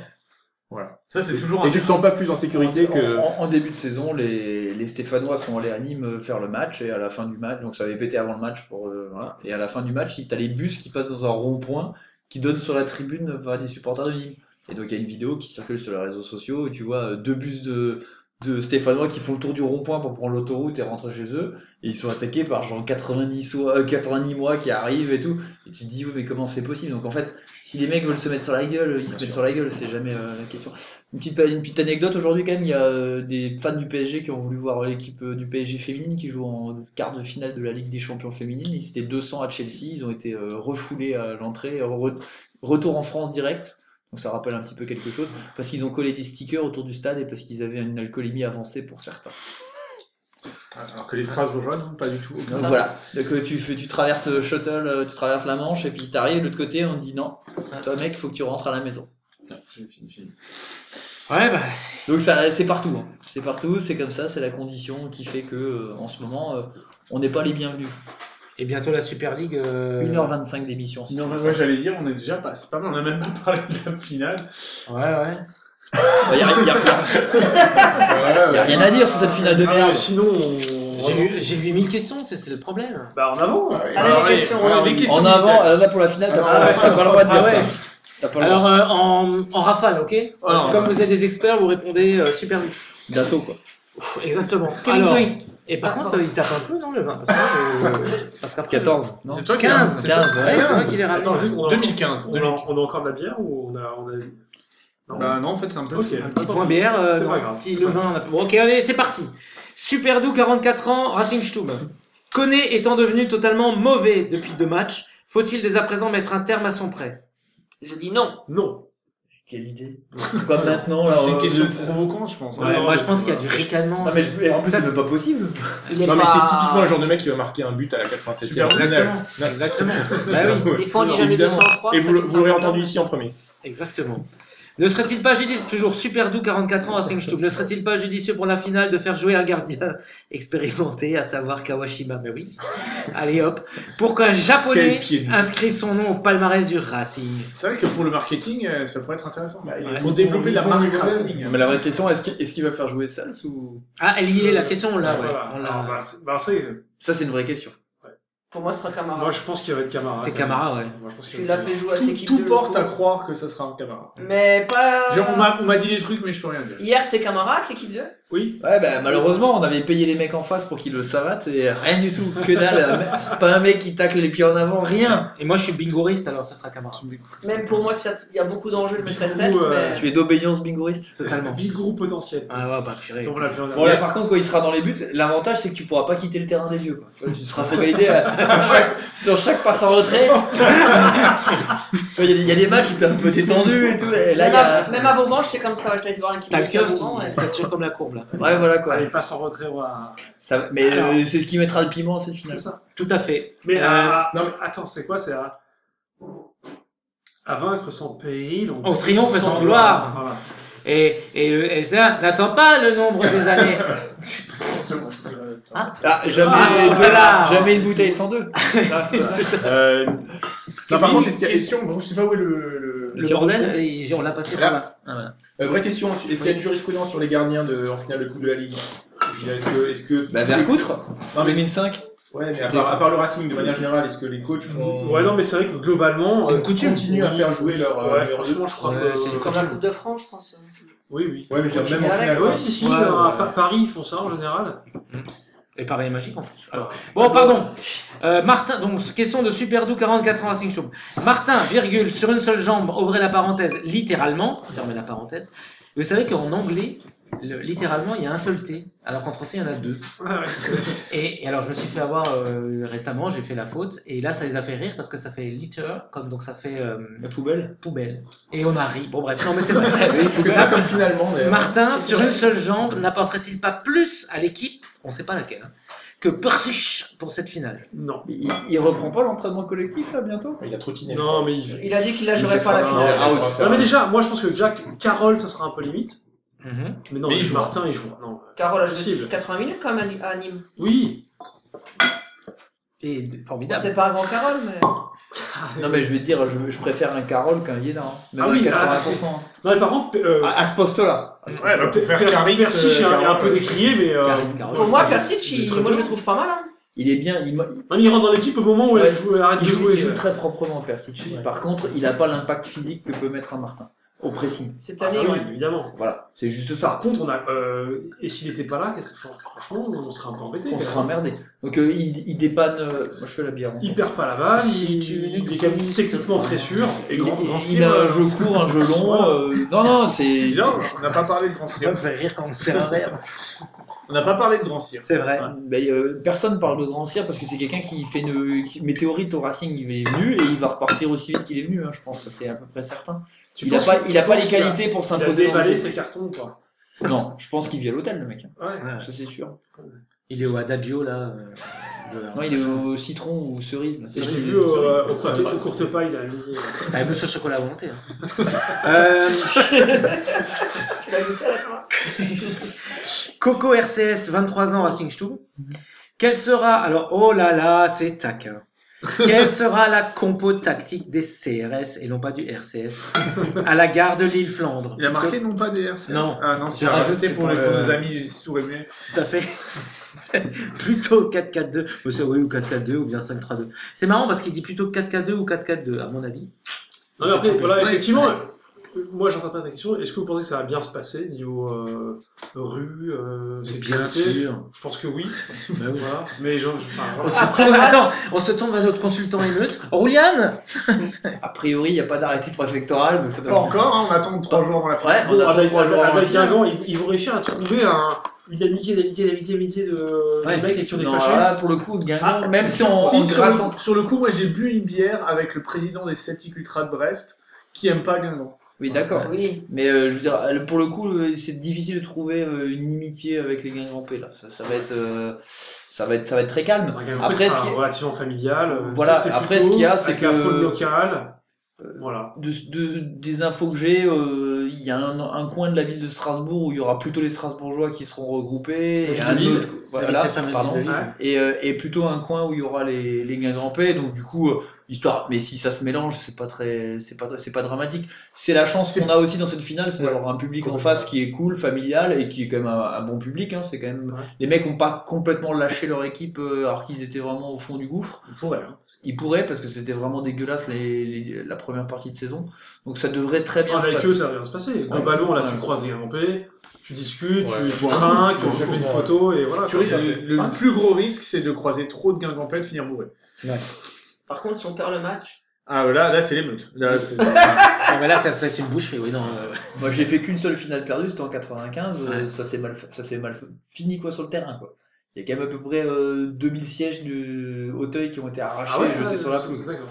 D: Voilà.
P: Ça, c'est
D: Et-
P: toujours
D: Et
P: un
D: tu te sens pas plus en sécurité
E: En-
D: que.
E: en, en début de saison, les, les Stéphanois sont allés à Nîmes euh, faire le match et à la fin du match, donc ça avait pété avant le match pour euh, voilà. et à la fin du match, t'as les bus qui passent dans un rond-point qui donnent sur la tribune vers des supporters de Nîmes. Et donc il y a une vidéo qui circule sur les réseaux sociaux où tu vois euh, deux bus de de Stéphanois qui font le tour du rond-point pour prendre l'autoroute et rentrer chez eux et ils sont attaqués par genre 90 so- euh, 90 mois qui arrivent et tout et tu te dis oui mais comment c'est possible donc en fait si les mecs veulent se mettre sur la gueule ils se mettent sur la gueule c'est jamais euh, la question une petite, une petite anecdote aujourd'hui quand même, il y a euh, des fans du PSG qui ont voulu voir l'équipe euh, du PSG féminine qui joue en quart de finale de la Ligue des Champions féminines. Ils étaient 200 à Chelsea, ils ont été euh, refoulés à l'entrée, Re- retour en France direct. Donc ça rappelle un petit peu quelque chose parce qu'ils ont collé des stickers autour du stade et parce qu'ils avaient une alcoolémie avancée pour certains.
A: Alors que les Strasbourgeois, non, pas du tout. aucun.
E: Donc voilà, donc euh, tu fais, tu traverses le shuttle, euh, tu traverses la Manche et puis t'arrives de l'autre côté, on te dit non, toi mec, faut que tu rentres à la maison.
F: Ouais, bah,
E: Donc ça, c'est partout. hein. C'est partout, c'est comme ça, c'est la condition qui fait que euh, en ce moment, euh, on n'est pas les bienvenus.
F: et bientôt la Super League. euh,
E: 1h25 d'émission. c'est
A: Non,
E: tout.
A: mais moi j'allais dire, on est déjà pas, c'est pas mal, on a même pas parlé de la finale.
F: Ouais, ouais.
E: Il n'y a, il y a- il y a rien à dire sur cette finale de
C: Ah, mais
E: merde.
C: sinon, on...
F: J'ai eu, j'ai eu 1000 questions, c'est c'est le problème.
C: Bah, en avant.
A: Ah
B: Allez, les questions, on les
E: En avant, euh, là pour la finale, t'as
C: Ah
E: pas,
C: ouais.
E: t'as pas le droit de dire
F: Ah ouais.
E: ça. T'as pas le
F: Alors,
E: droit.
F: euh, en, en rafale, ok
A: Alors,
F: Comme vous êtes des experts, vous répondez euh, super vite.
E: D'assaut quoi.
F: Pff, exactement.
B: Kevin
F: Alors,
B: Zoé.
F: et par contre, euh, il tape un peu, non, le 20 Parce que moi, je- parce qu'après,
E: 14. Non
A: c'est toi qui
F: 15.
A: c'est
E: 15,
A: toi-
E: ouais.
F: Ouais, c'est moi qui l'ai rappelé.
A: Attends, juste,
C: on a-
A: 2015.
C: On a, on a encore de la bière ou on a. On a... Non.
A: Bah non, en fait, c'est un peu.
C: Ok.
A: un
F: Petit
A: peu-
F: point BR, euh,
C: C'est
F: non,
C: pas grave.
F: petit levain. on a- Bon, ok, allez, c'est parti. Super 44 ans, Racing Stube. Koné étant devenu totalement mauvais depuis deux matchs, faut-il dès à présent mettre un terme à son prêt
B: Je dis non.
C: Non.
E: Quelle idée. Pourquoi maintenant là
A: C'est une
E: euh,
A: question
E: c'est-
A: provocante, je pense.
C: Ouais,
A: Non,
F: Moi,
C: mais
F: je pense
C: c'est-
F: qu'il y a du ricanement.
E: Non mais je- et en plus
B: Ça,
E: c'est même pas possible.
B: Il est
D: Non mais
B: pas-
D: c'est typiquement le genre de mec qui va marquer un but à la 87e.
A: Super, exactement.
D: Exactement.
F: Bah
B: Des fois, on dit jamais
D: Évidemment.
B: 203.
D: Et
B: ça
D: vous, le-
B: fait
D: vous l'aurez
B: pas
D: entendu
B: mal.
D: ici en premier.
F: Exactement. Ne serait-il pas judicieux, toujours super doux 44 ans Racing Stube, ne serait-il pas judicieux pour la finale de faire jouer un gardien expérimenté, à savoir Kawashima Mais oui, allez hop, pour qu'un japonais
D: Quel pied de nez.
F: inscrive son nom au palmarès du Racing.
A: C'est vrai que pour le marketing, euh, ça pourrait être intéressant.
D: Bah, il est
A: Pour
D: bon,
A: développer
D: bon,
A: la
D: bon
A: marque
D: niveau.
A: Racing.
E: Mais la vraie question est-ce qu'il est-ce qu'il va faire jouer Sals ou
F: Ah, elle y est, la question, on l'a. ouais, Oh
C: Voilà.
F: on l'a.
C: Alors, bah, c'est- bah, c'est-
E: Ça c'est une vraie question.
B: Pour moi, ce sera Camara.
C: Moi, je pense qu'il va être Camara.
F: C'est Camara, ouais.
C: Moi, je pense qu'il
B: Tu
C: va
B: l'as
C: être
B: fait jouer à cette
A: Tout,
B: équipe.
A: tout
B: de
A: porte hein.
B: Loco.
A: à croire que ça sera un Camara.
B: Mais pas.
A: Genre, on m'a- on m'a dit des trucs, mais je peux rien dire.
B: Hier, c'était Camara avec l'équipe 2.
A: Oui.
E: Ouais, bah, malheureusement, on avait payé les mecs en face pour qu'ils le savatent et rien du tout. Que dalle. pas un mec qui tacle les pieds en avant, rien.
F: Et moi, je suis bingoriste, alors ça sera Camara.
B: Même pour moi, s'il y a- il y a beaucoup d'enjeux, je mettrais
C: Du coup,
B: 16.
C: euh,
B: mais-
E: Tu es d'obéissance bingoiste.
F: Totalement.
C: Big groupe potentiel.
F: Ah ouais, bah purée.
C: Donc, voilà, puis on a-
E: Bon, là, par contre, quand il sera dans les buts, l'avantage c'est que tu pourras pas quitter le terrain des vieux. Quoi. Tu vois, Tu seras focalisé à- sur, chaque, sur chaque passe en retrait. Tu vois, Il y, a des- il y a des matchs où t'es un peu détendu et tout. Et là, il
B: même,
E: y a.
B: à, même à Vauban, j'étais comme ça, j'étais allé voir l'équipe
F: T'as le
B: de euh,
F: cœur
B: Vauban,
F: qui
B: ouais.
F: s'attire comme la courbe, là.
E: Ouais, voilà quoi.
C: Allez, passe en retrait, voilà.
E: Ça- mais
C: Alors-
E: euh, c'est ce qui mettra le piment à cette finale.
F: Tout à fait.
C: Mais,
F: Euh,
C: à- non, mais attends, c'est quoi C'est à... à vaincre sans péril.
F: On triomphe sans gloire.
C: Voilà.
F: Et, et, le- et ça, n'attends pas le nombre des années.
E: Ah, jamais,
F: Ah, voilà.
E: jamais une bouteille sans deux.
F: C'est ça.
D: Euh, non, par
F: qu'il-
D: contre, est-ce qu'il y a-
A: Question, bon, je sais pas où est le. le-
F: Le bordel, et on l'a passé
D: Là.
F: par là. Ah, voilà.
D: Euh, vraie question, est-ce qu'il y a une jurisprudence sur les gardiens de, en finale de Coupe de la Ligue Je veux dire, Est-ce que, est-ce que
E: Bah, Vercoutre,
D: Non, mais-
E: 2005.
D: ouais, mais à part, à part le Racing de manière générale, est-ce que les coachs font
C: Ouais, non, mais c'est vrai que globalement.
F: C'est une
C: euh,
F: coutume.
D: continuent à faire jouer leur euh,
C: Ouais,
D: leur-
C: franchement, je crois
F: Ouais,
C: que.
F: c'est une
B: Comme la Coupe de France, je pense.
C: Oui, oui.
D: Ouais, mais je veux dire, même en
B: Ouais,
D: finale.
C: Oui,
D: quoi.
C: si, si,
F: Ouais,
C: euh, à
F: ouais.
C: Pa- Paris, ils font ça en général.
F: Et pareil est magique en plus.
C: Alors,
F: Bon, pardon. Euh, Martin, donc question de Superdou 44 ans à Sing Show. Martin, virgule, sur une seule jambe, ouvrez la parenthèse, littéralement, fermez la parenthèse. Vous savez qu'en anglais, le- littéralement, il y a un seul T, alors qu'en français, il y en a deux.
C: Ouais, ouais, c'est-
F: Et, et alors, je me suis fait avoir euh, récemment, j'ai fait la faute, et là, ça les a fait rire parce que ça fait litter, comme donc ça fait euh,
E: La poubelle
F: poubelle. Et on a ri. Bon, bref, non, mais c'est vrai.
D: Parce que ça, comme finalement, d'ailleurs.
F: Martin, sur une seule jambe, n'apporterait-il pas plus à l'équipe, on ne sait pas laquelle, hein, que Persich pour cette finale
C: Non.
E: il, il reprend pas l'entraînement collectif là bientôt
D: Il a trottiné. je
C: Non,
D: crois.
C: mais il.
B: Il a dit qu'il lâcherait pas la
D: Non,
B: finale.
D: out.
C: Non, mais déjà, moi je pense que Jack, Carole, ça sera un peu limite.
F: Mhm.
C: Mais non,
G: Mais
C: mais
G: il joue.
C: Martin, il joue. Non.
B: Carole a
C: Possible.
B: joué 80 minutes quand même à Ni- à Nîmes.
C: Oui.
F: Et d-
B: Bon,
F: formidable.
B: C'est pas un grand Carole, mais.
E: Non, mais je vais te dire, je, je préfère un Carole qu'un Yéna. hein. Même
C: Ah
E: à 80%.
C: oui, Non, mais par contre, euh,
E: À, à ce poste-là.
D: Ouais, bah, pour faire
C: Per-
D: Caris,
C: Persic,
D: euh,
C: hein, il est un peu
D: Caris,
C: décrié, mais. euh,
F: Caris, Carole.
B: Pour moi,
C: ça,
B: Persic,
C: c'est
B: il-
C: très
B: moi je
C: bien.
B: le trouve pas mal. hein.
E: Il est bien, il, mo-
C: Non, mais il rentre dans l'équipe au moment où elle,
E: Ouais.
C: joue, elle arrête
E: il
C: de
E: joue,
C: jouer.
E: il joue très proprement, Persic.
D: Ouais.
E: Par contre, il n'a pas l'impact physique que peut mettre un Martin au pressing.
B: Cette
C: Ah,
B: année,
C: bah oui,
B: ouais.
C: évidemment.
E: Voilà, c'est juste
C: Par
E: ça.
C: contre, on a. euh, et s'il était pas là, qu'est-ce que- franchement, on serait un peu embêté.
E: On
C: quand
E: se
C: même.
E: emmerdé. Donc euh, il, il dépanne. euh, Moi, je fais la bière. encore.
C: Il perd pas la balle,
F: Si
C: il,
F: tu
C: il
F: nous
C: est quand même techniquement très sûr.
G: Et
E: Il-
G: grand,
E: il-
G: grand
E: il
G: cible,
E: a un
G: euh,
E: jeu court, un jeu long.
C: Voilà.
E: euh, Non, non, c'est.
G: bizarre, on n'a pas parlé de grand
F: Ça
G: cire.
F: me fait rire quand c'est un verre.
G: On n'a pas parlé de grand cire.
F: C'est vrai.
E: Ben, euh, personne parle de Grand Cyr parce que c'est quelqu'un qui fait une qui- météorite au Racing. Il est venu et il va repartir aussi vite qu'il est venu, hein, je pense. Ça, C'est à peu près certain.
C: Tu
E: il n'a
C: penses
E: pas,
C: que-
E: il a
C: tu
E: pas
C: penses
E: les
C: qu'il a-
E: qualités pour
C: Il a
E: s'imposer. dans le
C: déballé
E: groupe.
C: ses cartons, quoi.
E: Non, je pense qu'il vit à l'hôtel, le mec. hein,
C: Ouais.
E: Ça, c'est sûr.
F: Il est au Adagio, là. euh, de-
E: Non, il est au citron ou au cerise. là,
C: Je
E: c'est-
C: l'ai
E: c'est-
C: vu au, euh, au, courte- au courte paille, il a mis. euh,
F: Ah, monsieur Chocolat à volonté. hein.
G: Euh,
B: Tu l'as goûté à la fin.
F: Coco RCS, 23 ans, Racing Stube. Quelle sera, alors, oh là là, c'est taquin. Quelle sera la compo tactique des CRS et non pas du RCS à la gare de l'île Flandre
G: Il a marqué non pas des RCS
F: Non.
G: Ah non, j'ai
F: Je rajoute,
G: rajouté
F: c'est
G: pour,
F: pour
G: les-
F: le-
G: pour nos amis sourds-aimés.
F: Tout à fait. plutôt 4-4-2. Mais c'est- Oui, ou 4-4-2 ou bien 5-3-2. C'est marrant parce qu'il dit plutôt 4-4-2 ou 4-4-2, à mon avis.
C: Non, mais après,
F: C'est
C: voilà,
G: Ouais,
C: effectivement,
G: ouais.
C: euh, moi j'interprète la question. Est-ce que vous pensez que ça va bien se passer niveau euh, rue euh, sécurité Je pense que oui.
F: Bah oui.
C: Voilà. Mais je- je- enfin,
F: On
G: Oh, Ah,
C: voilà.
F: se,
B: Après
F: tourne,
B: le match.
F: attends, on se tourne vers notre consultant émeute. Rouliane
E: A priori, il n'y a pas d'arrêté préfectoral, donc ça doit.
D: Pas encore, hein, on attend 3 jours avant la fin.
E: Ouais, on
C: Bon,
E: attend
C: avec,
E: trois jours hein.
C: avec-
E: avant la
C: avec
E: finale.
C: Guingamp, ils, ils vont réussir à trouver un, une amitié, d'amitié, d'amitié, d'amitié de
F: Ouais.
C: des mecs avec qui on est
E: Non,
C: fâché.
E: là, pour le coup, Guingamp, même si on,
G: Si,
E: on
G: sur,
E: gratte en-
G: le, sur le coup, moi j'ai bu une bière avec le président des Celtic Ultra de Brest qui aime pas Guingamp.
E: Oui, d'accord.
B: Oui.
E: Mais euh, je veux dire, le- pour le coup, le- c'est difficile de trouver euh, une inimitié avec les Guingampés là. Ça, ça va être, euh, ça va être, ça va être très calme.
C: Enfin, Guingamp,
E: Après,
C: c'est
E: ce qui
C: un
E: est-
C: relativement familial. euh,
E: Voilà,
C: ça, c'est
E: après,
C: plutôt
E: ce qu'il y a, c'est
C: avec la
E: que- Euh,
C: faune locale. Euh, Voilà.
E: de- de- des infos que j'ai, euh, il y a un, un coin de la ville de Strasbourg où il y aura plutôt les Strasbourgeois qui seront regroupés, et
C: ville
E: un
C: de Lille.
E: autre, voilà,
F: Avec cette fameuse
E: pardon.
F: ville de Lille.
C: Ouais.
E: et, euh, et plutôt un coin où il y aura les, les Guingampés. Donc du coup, euh, histoire. Mais si ça se mélange, c'est pas très, c'est pas, c'est pas dramatique. C'est la chance qu'on a aussi dans cette finale, c'est d'avoir un public en face qui est cool, familial et qui est quand même un, un bon public. hein. c'est quand même
C: Ouais.
E: les mecs ont pas complètement lâché leur équipe euh, alors qu'ils étaient vraiment au fond du gouffre.
C: On pourrait. hein.
E: Ils pourraient parce que c'était vraiment dégueulasse les, les- la première partie de saison. Donc ça devrait très bien
C: Ah,
E: se
C: avec
E: passer.
C: eux, ça va bien se passer. Globalement, là, tu
E: Ouais.
C: croises des Guingampés, tu discutes,
D: Ouais.
C: tu, tu trinques,
D: Ouais.
C: tu fais une
D: Ouais.
C: photo, et voilà.
G: Tu
C: quoi.
G: vois, le, le
E: Ouais.
G: plus gros risque, c'est de croiser trop de Guingampais et de finir bourré.
B: Par contre, si on perd le match,
G: Ah là, là c'est l'émeute. Là, c'est-
F: Non, mais là, ça, ça va être une boucherie, oui, non. euh,
E: Moi j'ai fait qu'une seule finale perdue, c'était en 95. euh,
F: Ouais.
E: ça s'est mal, ça s'est mal fini quoi sur le terrain quoi. Il y a quand même à peu près euh, 2000 sièges de Hauteuil qui ont été arrachés
A: Ah
E: et jetés sur la pelouse.
C: D'accord.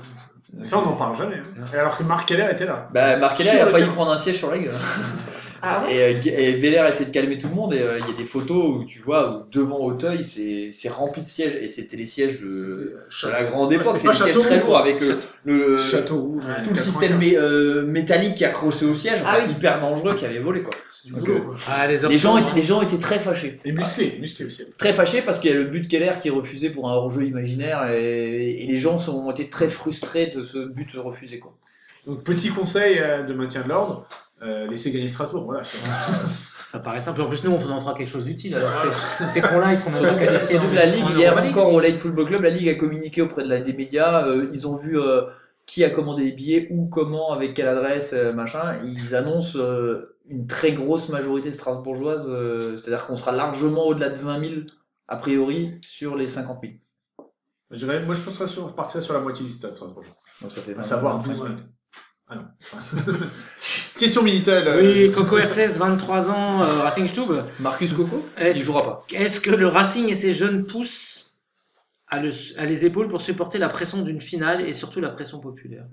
D: Ça, on n'en parle jamais. hein. Et Alors que Marc Keller était là.
E: Bah, Marquella
D: Sur
E: a
D: le
E: failli
D: terrain.
E: prendre un siège sur la gueule. hein.
B: ah ouais,
E: Et, euh, Gu- et Véler essaie de calmer tout le monde. Et euh, il y a des photos où tu vois où devant Hauteuil, c'est c'est rempli de sièges. Et c'était les sièges de,
A: euh,
E: de la grande époque.
C: c'était
E: c'est
C: pas
E: des sièges
C: Châteauroux,
E: très
C: quoi.
E: lourds avec euh, le,
G: Château Rouge.
C: Ouais.
E: tout le système mé- euh, métallique qui accrochait au siège.
B: Ah
E: enfin,
B: oui.
E: Hyper dangereux qui avait volé. Quoi.
C: C'est du
E: Ok.
C: boulot, quoi.
F: Ah, les,
E: Les, gens
F: options,
E: étaient, les gens étaient très fâchés.
G: Et musclé, musclé aussi.
E: Très fâchés parce qu'il y a le but de Keller qui est refusé pour un hors-jeu imaginaire. Et, et les gens sont, ont été très frustrés de ce but refusé. Quoi.
G: Donc petit conseil euh, de maintien de l'ordre, euh, laissez gagner Strasbourg. Voilà.
F: hein. Ça paraît simple. En plus, nous, on en fera quelque chose d'utile. Alors, ces- ces cons-là, ils seront même pas qualifiés.
E: Ah. Surtout
F: en-
E: que la Ligue,
F: en
E: hier
F: Europa League,
E: encore
F: si.
E: au Light Football Club, la Ligue a communiqué auprès de la, des médias. euh, ils ont vu euh, qui a commandé les billets, où, comment, avec quelle adresse, euh, machin. Ils annoncent euh, une très grosse majorité strasbourgeoise. euh, C'est-à-dire qu'on sera largement au-delà de 20 000, a priori, sur les 50 000.
G: Je dirais- moi je penserais sur, partirais sur la moitié du stade Strasbourg.
E: Donc ça fait
G: À savoir
E: 25
G: 12
E: 000.
G: ouais.
A: Question Minitel. euh,
F: Oui, Coco RCS, 23 ans, euh, Racing Stube.
E: Marcus Coco Il
F: Est-ce
E: jouera pas.
F: Est-ce que le Racing et ses jeunes pousses à, le- à les épaules pour supporter la pression d'une finale et surtout la pression populaire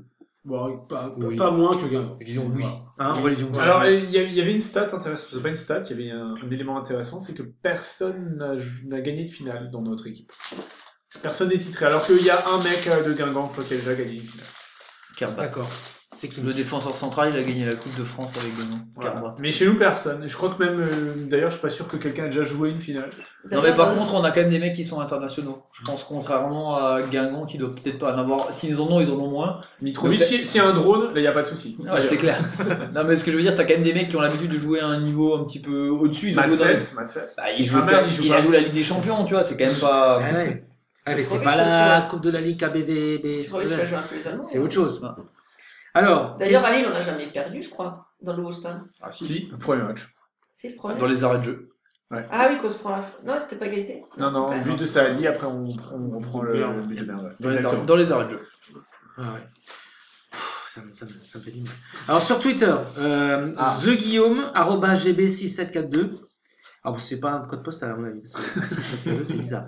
C: Bon, pas, pas-
E: Oui.
C: pas moins que Guingamp.
E: Disons oui.
A: hein,
E: Ouais, disons oui.
A: Alors, il y, a- il y avait une stat intéressante, c'est pas une stat, il y avait un, un élément intéressant, c'est que personne n'a jou- n'a gagné de finale dans notre équipe. Personne n'est titré, alors qu'il y a un mec euh, de Guingamp je crois, qui a déjà gagné une finale.
E: Kerbat.
F: D'accord. C'est qui
E: Le défenseur central, il a gagné la Coupe de France avec le nom.
A: Voilà.
E: Kerbat.
A: Mais chez nous, personne. Je crois que même, euh, d'ailleurs, je suis pas sûr que quelqu'un a déjà joué une finale.
E: Non mais par contre, on a quand même des mecs qui sont internationaux. Je
A: Mm.
E: pense contrairement à Guingamp qui doit peut-être pas en avoir. S'ils en ont, ils en ont moins.
A: Mitrovic, si- s'il y a un drone, là, il n'y a pas de souci.
E: Ah, c'est clair. non mais ce que je veux dire, t'as quand même des mecs qui ont l'habitude de jouer à un niveau un petit peu au-dessus. Ils, ont joué dans les-
A: Matsels, Matsels.
E: Bah, ils jouent
A: Ah merde,
E: quand-
A: ils jouent
E: il
A: pas.
E: a joué la Ligue des Champions, tu vois. C'est quand même pas.
F: Ah ouais. Ah, mais c'est
B: Mitrovic,
F: pas
B: c'est
F: la
B: sûr.
F: Coupe de la Ligue KBVB.
B: Mitrovic, ça joue un peu les Allemands.
F: C'est autre chose. Alors,
B: D'ailleurs,
F: qu'est-ce-
B: à Lille, on n'a jamais perdu, je crois, dans le Wall Stadium.
D: Ah, si.
A: Si, le premier match.
B: C'est le problème.
E: Dans les arrêts de jeu.
B: Ah oui, qu'on se prend la. Non, c'était pas Gaëté.
A: Non, non, but de Saadi, après on, on reprend le.
C: Merde.
A: le but de Berne, ouais.
E: Dans les,
A: Exactement.
E: arrêts, dans les arrêts de jeu.
F: Ah ouais. Pff, Ça, me- ça me- ça me fait du mal. Alors sur Twitter, euh,
A: Ah.
F: theguillaume, arroba gb6742. Alors Ah, c'est pas un code postal à mon avis, parce que 6742, c'est bizarre.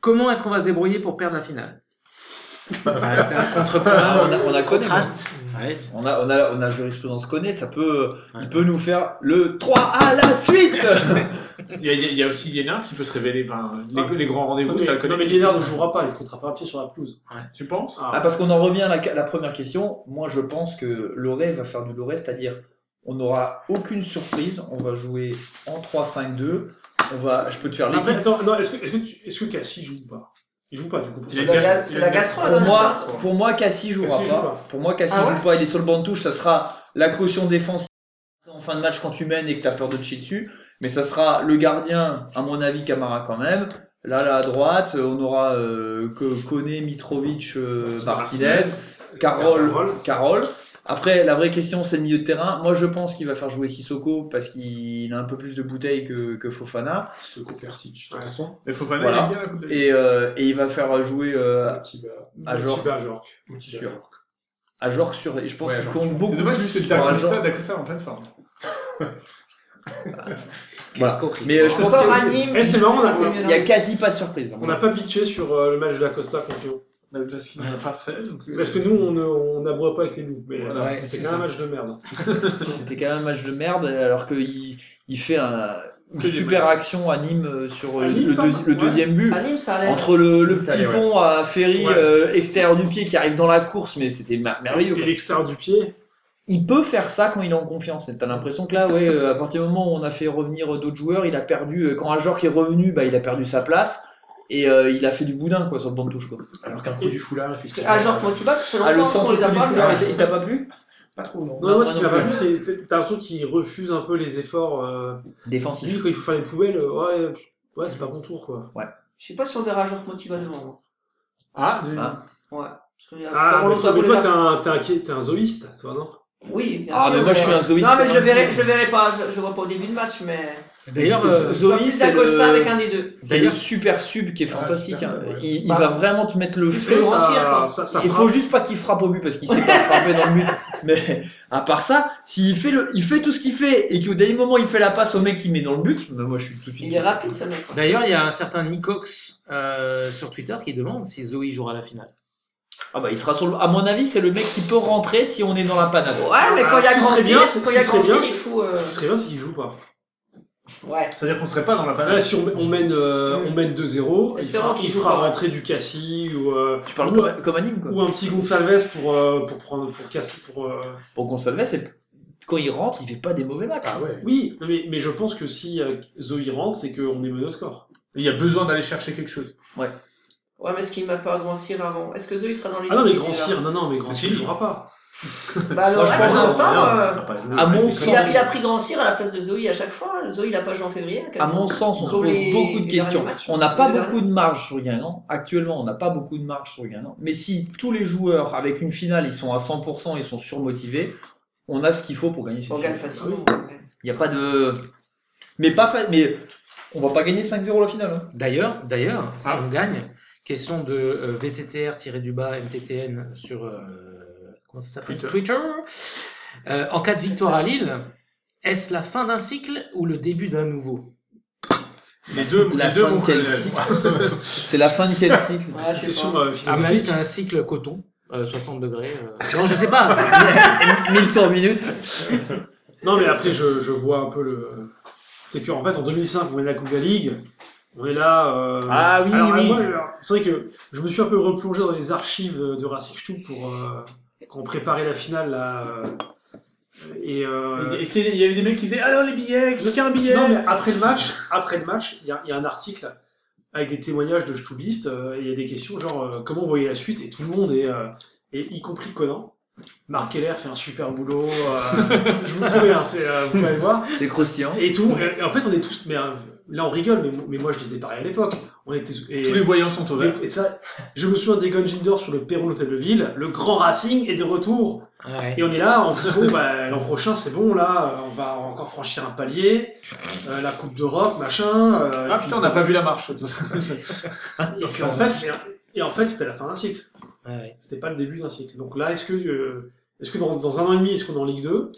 F: Comment est-ce qu'on va se débrouiller pour perdre la finale C'est un c'est un
E: Ah, on
F: contrepoint,
E: a, on a Koné,
F: contraste. Ouais, c'est-
E: On a, on a, on a la jurisprudence connaît, ça peut, euh, il peut nous faire le 3 à la suite.
A: Il y, a- il y a aussi Yéna qui peut se révéler. ben, les, les grands
C: Non,
A: rendez-vous,
C: mais,
A: ça le connaît.
C: non, mais Lienard ne jouera pas, il foutra pas un pied sur la pelouse.
A: Tu penses
E: Ah, parce qu'on en revient à la, la première question. Moi, je pense que Loré va faire du Loré, c'est-à-dire on n'aura aucune surprise. On va jouer en 3-5-2. On va, je peux te faire
C: Après,
E: l'équipe.
C: attends, non, est-ce que, est-ce que, tu- est-ce que Cassie joue ou pas Il joue pas, du coup. pour
A: Il
C: ça.
A: a une
B: C'est la gastro, la
E: Pour
B: dernière
E: moi,
B: fois.
E: pour moi, Cassie jouera
C: Cassie joue
E: pas.
C: pas.
E: Pour moi, Cassie
B: Ah ouais
E: joue pas. Il est sur le banc de touche. Ça sera la caution défensive en fin de match quand tu mènes et que t'as peur de te chier dessus. Mais ça sera le gardien, à mon avis, Camara quand même. Là, là à droite, on aura euh, que Koné, Mitrovic, euh, Martinez, Carole,
C: Carole.
E: Carole. Après, la vraie question, c'est le milieu de terrain. Moi, je pense qu'il va faire jouer Sissoko parce qu'il a un peu plus de bouteilles que, que Fofana.
D: Ce coup Persic, de toute façon.
A: Mais Fofana,
E: Voilà.
A: il aime bien la Coupe de la Ligue.
E: Et, euh, et il va faire jouer euh,
D: Motiba-
E: à Jorque.
C: Motiba à Jorque.
D: Motiba.
E: Sur. À Jorque sur. Et je pense
D: Ouais,
E: qu'il
D: Jorque.
E: compte beaucoup.
A: C'est dommage parce que
E: sur
A: t'as
E: un
A: Costa,
E: Jorque.
A: t'as Costa en pleine forme.
E: Voilà.
F: qu'est-ce qu'on crie
E: Mais euh, je pense
B: Encore
E: qu'il
B: Anime.
C: Eh, c'est marrant, on a-
E: n'y a quasi pas de surprise. hein.
C: On n'a pas bitché sur euh, le match de la Costa contre Lyon.
A: Bah, Parce qu'il n'a pas fait. Donc, euh,
C: Parce que nous, on ne- on n'aboie pas avec les loups. Mais
A: Voilà.
C: euh,
F: Ouais, c'est
C: c'est quand
F: ça.
C: même un match de merde.
E: C'était quand même un match de merde alors qu'il il fait un- une
A: Que des
E: super action à Nîmes euh, sur euh,
A: À Nîmes,
E: le,
A: pas
E: deuxi-
A: mal,
E: le
A: ouais.
E: deuxième but.
B: Anime, ça a l'air.
E: Entre le, le
D: Ça
E: petit
D: allait, ouais.
E: pont à Ferry
C: Ouais.
E: euh, extérieur du pied qui arrive dans la course, mais c'était mer- merveilleux.
C: Et
E: quoi.
C: l'extérieur du pied.
E: Il peut faire ça quand il est en confiance. Et T'as l'impression que là, ouais, euh, à partir du moment où on a fait revenir euh, d'autres joueurs, il a perdu. euh, Quand un joueur qui est revenu, bah, il a perdu sa place et euh, il a fait du boudin quoi sur le banc de touche. Quoi.
D: Alors qu'un coup du foulard, effectivement.
B: Ah, genre, Motiba, ça fait
E: Ah, le
B: longtemps qu'on
E: centre
B: les a
E: du
B: pas.
E: foulard,
B: mais-
E: il t'a pas plu
D: Pas trop, non.
C: Non,
E: Non,
C: moi, ce
E: moi
C: qui
E: non
C: m'a pas
E: plus.
C: plu, c'est- c'est t'as l'impression qu'il refuse un peu les efforts. euh,
E: Défensif.
C: Lui, quand il faut faire les poubelles, euh, ouais, ouais c'est pas bon tour, quoi.
B: Je sais pas si on verra genre Motiba devant moi.
A: Ah,
E: Ah.
B: Ouais. Parce que, euh,
C: Ah,
B: vraiment,
C: mais
B: on
C: toi,
B: doit
C: mais
B: voler
C: toi, t'es un, t'es un, qui- t'es un zoïste, toi, non
B: la- Oui, bien
E: Ah,
B: sûr.
E: mais moi, je suis un zoïste hein.
B: Non, mais je le
E: convaincu.
B: verrai, je le verrai pas. Je, je le vois pas au début de match, mais.
E: D'ailleurs,
F: euh,
B: Je vois
E: Zoï,
B: plus
E: c'est
B: d'Acosta
E: le-
B: avec un des deux.
E: c'est le super sub qui est
D: Ah,
E: fantastique.
D: super
E: hein.
D: sub, ouais.
E: Il, il
B: Bah.
E: va vraiment te mettre le feu.
B: fait grand cirque,
C: ça,
B: hein.
C: ça, ça
E: il
C: frappe.
E: faut juste pas qu'il frappe au but parce qu'il sait pas frapper dans le but. Mais à part ça, s'il fait le, il fait tout ce qu'il fait et qu'au dernier moment il fait la passe au mec qui met dans le but, bah, moi je suis tout de suite.
B: Il est rapide, ce mec. quoi.
F: D'ailleurs, il y a un certain Nicox euh, sur Twitter qui demande si Zoé jouera la finale.
E: Ah bah il sera sur le. À mon avis, c'est le mec qui peut rentrer si on est dans la panade.
B: Ouais, mais quand il y
C: ce
B: a
C: qui
B: grand
C: serait bien,
B: Cyr-
C: c'est-
B: quand
C: ce
B: il y a
C: qui serait
B: grand Cyr,
C: bien,
B: il faut. euh,
C: Ce qui serait bien, c'est qu'il joue pas.
B: Ouais.
A: C'est-à-dire qu'on serait pas dans la panade.
C: Là, Ah bah, si on, on mène, euh,
B: Mm.
C: on mène 2-0, il
B: Espérons
C: fera,
B: qu'il
C: il
B: joue
C: fera
B: pas.
C: rentrer du Cassie ou, euh,
E: Tu parles
C: ou,
E: comme, comme anime quoi.
C: ou un petit Gonçalves pour, euh, pour prendre pour Cassie pour. euh,
E: Pour qu'on se le laisse, c'est quand il rentre, il fait pas des mauvais matchs.
D: Ah ouais.
C: Oui, non, mais, mais je pense que si euh, Zoé rentre, c'est qu'on est mené au score.
A: Il y a besoin d'aller chercher quelque chose.
B: Ouais, mais est-ce qu'il m'a pas grand Cyr avant Est-ce que Zoé il sera dans les
C: Ah non, mais
B: deux
C: Grand
B: déjà
C: Cyr, non, non, mais Grand
A: C'est
C: Cyr, il
A: fini.
C: jouera pas.
B: Bah
E: Moi,
B: alors, ouais,
E: je
B: pour
E: pense
C: que-
B: l'instant, euh,
A: T'as pas joué.
E: À mon
B: il a,
E: sens,
B: il a pris grand Cyr à la place de Zoé à chaque fois. Zoé, il a pas joué en février.
E: à mon sens, on se
B: Sur
E: pose
B: les-
E: beaucoup
B: les
E: de questions.
B: derniers matchs,
E: On n'a
B: les
E: pas
B: derniers.
E: beaucoup de marge sur Guingamp. Actuellement, on n'a pas beaucoup de marge sur Guingamp. Mais si tous les joueurs avec une finale, ils sont à 100%, ils sont surmotivés, on a ce qu'il faut pour gagner cette
B: On gagne
E: finale.
B: facilement.
E: Il n'y a pas de. Mais pas fa- Mais on va pas gagner 5-0 la finale. hein.
F: D'ailleurs, d'ailleurs, si
C: Ah.
F: on gagne, question de VCTR-du-bas MTTN sur euh, comment ça s'appelle Twitter. Euh, en cas de victoire à Lille, est-ce la fin d'un cycle ou le début d'un nouveau
A: Les deux,
E: La
A: les deux
E: fin
A: vont
E: de quel
A: coller.
E: cycle C'est la fin de quel cycle
C: C'est sûr, euh,
A: Ah.
F: À mon avis, c'est un cycle coton. euh, 60 degrés. euh, Non, je sais pas.
E: 1000 tours minutes.
C: Non, mais après, je, je vois un peu le. C'est qu'en fait, en 2005, on est la Coupe de la Ligue. On est là. euh,
A: Ah oui,
C: alors,
A: oui.
C: moi, alors, c'est vrai que je me suis un peu replongé dans les archives de Racing Stoop pour. euh, quand on préparait la finale, là. euh, Et. euh,
A: Est-ce qu'il y avait des mecs qui disaient alors les billets, je tiens un billet
C: Non, mais après le match, après le match, il y, a- il y a un article avec des témoignages de Stoubistes euh, et il y a des questions genre euh, comment vous voyez la suite et tout le monde est, euh, et y compris Conan. Marc Keller fait un super boulot. euh, je vous promets, hein, c'est, euh, vous pouvez aller voir.
E: C'est croustillant.
C: Et tout, et en fait, on est tous. Mais euh, là, on rigole, mais, mais moi, je disais pareil à l'époque. On était. Et,
A: Tous les voyants sont au vert.
C: et- et ça, je me souviens des Gunginder sur le Pérou, l'hôtel de ville. Le grand Racing est de retour.
F: Ah Ouais.
C: Et on est là, on se dit, bon, bah, l'an prochain, c'est bon, là, euh, on va encore franchir un palier. euh, la Coupe d'Europe, machin. euh,
A: Ah
C: et
A: putain, on
C: puis-
A: n'a pas vu la marche.
C: Et, puis, en fait, et en fait, c'était la fin d'un cycle.
F: ah Ouais.
C: C'était pas le début d'un cycle. Donc là, est-ce que. euh, est-ce que dans, dans un an et demi, est-ce qu'on est en Ligue 2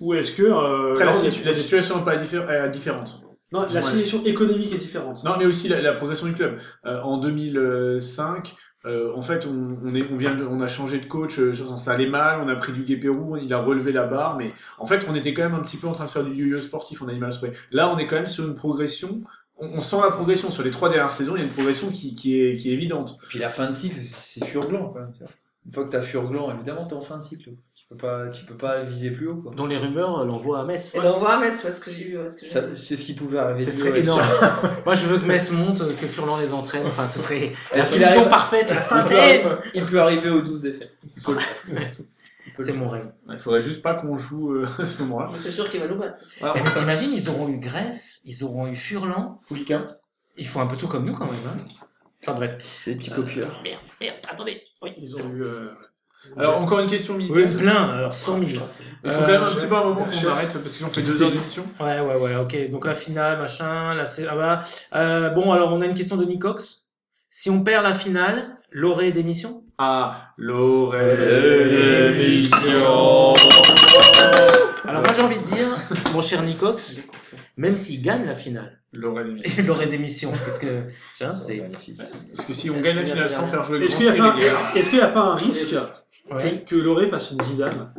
C: Ou est-ce que. euh,
A: Après, la,
C: là, on est-
A: situ- la situation n'est pas diffé- euh, différente.
C: Non, la situation économique est différente.
A: Non, mais aussi la, la progression du club. Euh, en 2005, euh, en fait, on, on est, on, vient de- on a changé de coach, euh, ça- ça allait mal, on a pris du Guépérou, il a relevé la barre, mais en fait, on était quand même un petit peu en train de faire du yo-yo sportif, on a du mal à se trouver. Là, on est quand même sur une progression. On, on sent la progression. Sur les trois dernières saisons, il y a une progression qui, qui est, qui est évidente.
E: Puis la fin de cycle, c'est furglant. quoi, tu vois. Une fois que t'as furglant, évidemment, t'es en fin de cycle. Tu peux pas, tu peux pas viser plus haut. Quoi.
F: Dont les rumeurs euh, l'envoient à Metz.
B: Et ben, on voit à Metz, ouais, ce que j'ai vu. ouais, ce que j'ai vu.
E: Ça, c'est ce qui pouvait arriver.
F: Ah Ce
E: de
F: serait
E: Noël,
F: énorme.
E: ça.
F: Moi, je veux que Metz monte, euh, que Furlan les entraîne. Enfin, ce serait la
E: Est-ce qu'il
F: fusion
E: arrive-
F: parfaite, la
E: Il peut arriver-
F: synthèse.
E: Il peut arriver aux 12 défaites.
F: C'est mon rêve.
A: Il faudrait juste pas qu'on joue euh, à ce moment-là.
B: Mais C'est sûr qu'il va nous battre. c'est sûr.
F: Eh, mais t'imagines, ils auront eu Grèce, ils auront eu Furlan.
E: Pouliquin.
F: Ils font un peu tout comme nous quand même. hein. Enfin bref.
E: C'est des petits copieurs.
F: Merde, merde, attendez. Oui,
A: Ils ont eu. euh, Alors, encore une question
F: Oui,
A: militaire.
F: plein, alors 100 000.
A: Il faut quand même un
F: Euh,
A: petit peu un moment qu'on
C: chef.
A: arrête parce qu'ils ont fait
F: C'était-
A: deux heures d'émission.
F: Ouais, ouais, ouais, ok. Donc la finale, machin, là c'est. Ah, voilà. Euh, bon, alors on a une question de Nicox. Si on perd la finale, l'aurait démission
A: Ah, l'oreille
E: Euh.
Q: L'émission.
F: Alors moi j'ai envie de dire, mon cher Nicox, même s'il gagne la finale,
A: L'oreille d'émission.
F: il aurait démission. Parce que, tiens, c'est.
A: Parce que si on gagne la finale sans faire jouer le
C: Est-ce
A: grand
C: qu'il n'y a, Ah,
A: Cyril, les gars,
C: pas- est-ce qu'il y a pas un risque
F: Ouais.
C: que Loré fasse une Zidane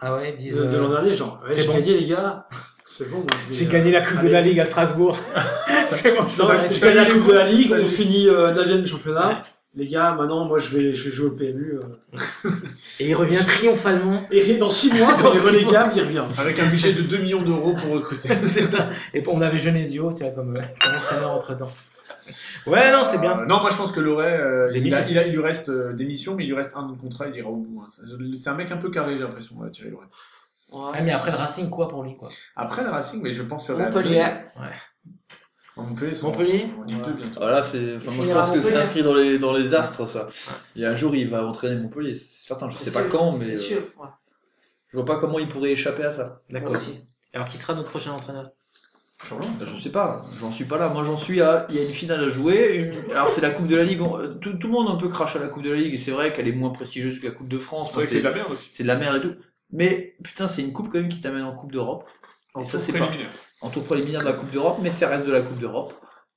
F: Ah ouais,
C: de,
F: disent.
C: de
F: euh,
C: l'an dernier Genre, ouais,
F: c'est
C: j'ai
F: bon.
C: gagné les gars, c'est bon. moi, je vais-
F: J'ai gagné la Coupe de la Ligue à Strasbourg. c'est bon, je
C: Non,
F: l'aurais.
C: j'ai gagné la Coupe de la Ligue, on finit euh, 9 du championnat. Les gars, maintenant, moi, je vais, je vais jouer au PMU. euh.
F: Et il revient triomphalement.
C: Et dans 6 mois,
F: Dans
C: dans les
F: six
C: relégables, il revient.
A: Avec un budget de 2 millions d'euros pour recruter.
F: c'est ça. Et on avait Genesio, tu vois, comme, euh, comme entraîneur entre temps. Ouais, non, c'est bien.
A: Euh, non, moi je pense que Loret, euh, il,
F: Démission.
A: a- il a- il lui reste euh, des missions, mais il lui reste un an de contrat, il ira au bout. hein. Ça- C'est un mec un peu carré, j'ai l'impression, euh, Thierry Loret.
E: Ah,
F: Ouais, mais après le Racing, quoi pour lui, quoi
A: Après le Racing, mais je pense que
B: Montpellier.
A: En Montpellier, ils sont
F: Montpellier
A: en Ligue 2 bientôt.
E: Voilà, c'est. Enfin, moi, je
B: finira à
E: pense que c'est
B: Montpellier.
E: inscrit dans les, dans les astres, ça. Il y a un jour, il va entraîner Montpellier, c'est certain. Je sais pas
B: sûr,
E: quand, mais
B: C'est
E: euh,
B: sûr. ouais.
E: je vois pas comment il pourrait échapper à ça.
F: D'accord.
B: Moi aussi.
F: Alors, qui sera notre prochain entraîneur
A: Furlan.
E: Je sais pas, j'en suis pas là. Moi, j'en suis à. Il y a une finale à jouer. une- Alors, c'est la Coupe de la Ligue. on- Tout, tout le monde un peu crache à la Coupe de la Ligue, et c'est vrai qu'elle est moins prestigieuse que la Coupe de France.
A: C'est vrai que c'est de la merde aussi.
E: c'est de la merde et tout. Mais putain, c'est une coupe quand même qui t'amène en Coupe d'Europe. Et ça, c'est pas
A: préliminaire.
E: en tour préliminaire de la Coupe d'Europe, mais ça reste de la Coupe d'Europe.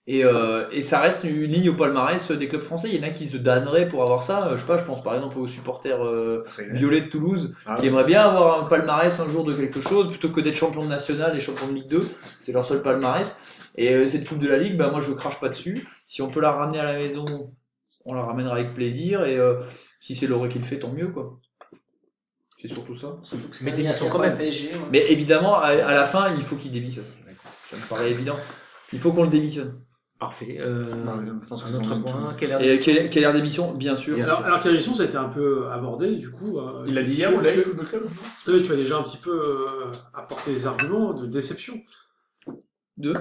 E: Et, euh, et ça reste une ligne au palmarès des clubs français. Il y en a qui se damneraient pour avoir ça. Euh, Je sais pas, je pense par exemple aux supporters euh, violets de Toulouse
A: Ah
E: qui
A: ouais.
E: aimeraient bien avoir un palmarès un jour de quelque chose plutôt que d'être champion de national et champion de Ligue 2. C'est leur seul palmarès. Et euh, cette Coupe de la Ligue, bah, moi je crache pas dessus. Si on peut la ramener à la maison, on la ramènera avec plaisir. Et euh, si c'est Loré qui le fait, tant mieux quoi. C'est surtout ça.
F: Mais
B: Il y a-
F: démission
B: il y a
F: quand
B: pas
F: même.
B: le PSG, ouais.
E: Mais évidemment, à, à la fin, il faut qu'il démissionne. Ça me paraît évident. Il faut qu'on le démissionne.
F: Parfait. Euh,
A: Ouais, je pense que
F: un
A: c'est en
F: autre
A: même
F: point.
A: temps.
F: Quelle heure
E: Et quelle, quelle ère d'émission Bien sûr.
F: Bien
C: Alors, alors que la mission, ça a été un peu abordé, du coup. euh,
A: Il l'a dit
C: tu-
A: hier, on l'a
C: tu-
A: eu, Football Club
C: Oui, tu as déjà un petit peu euh, apporté des arguments de déception.
E: Deux.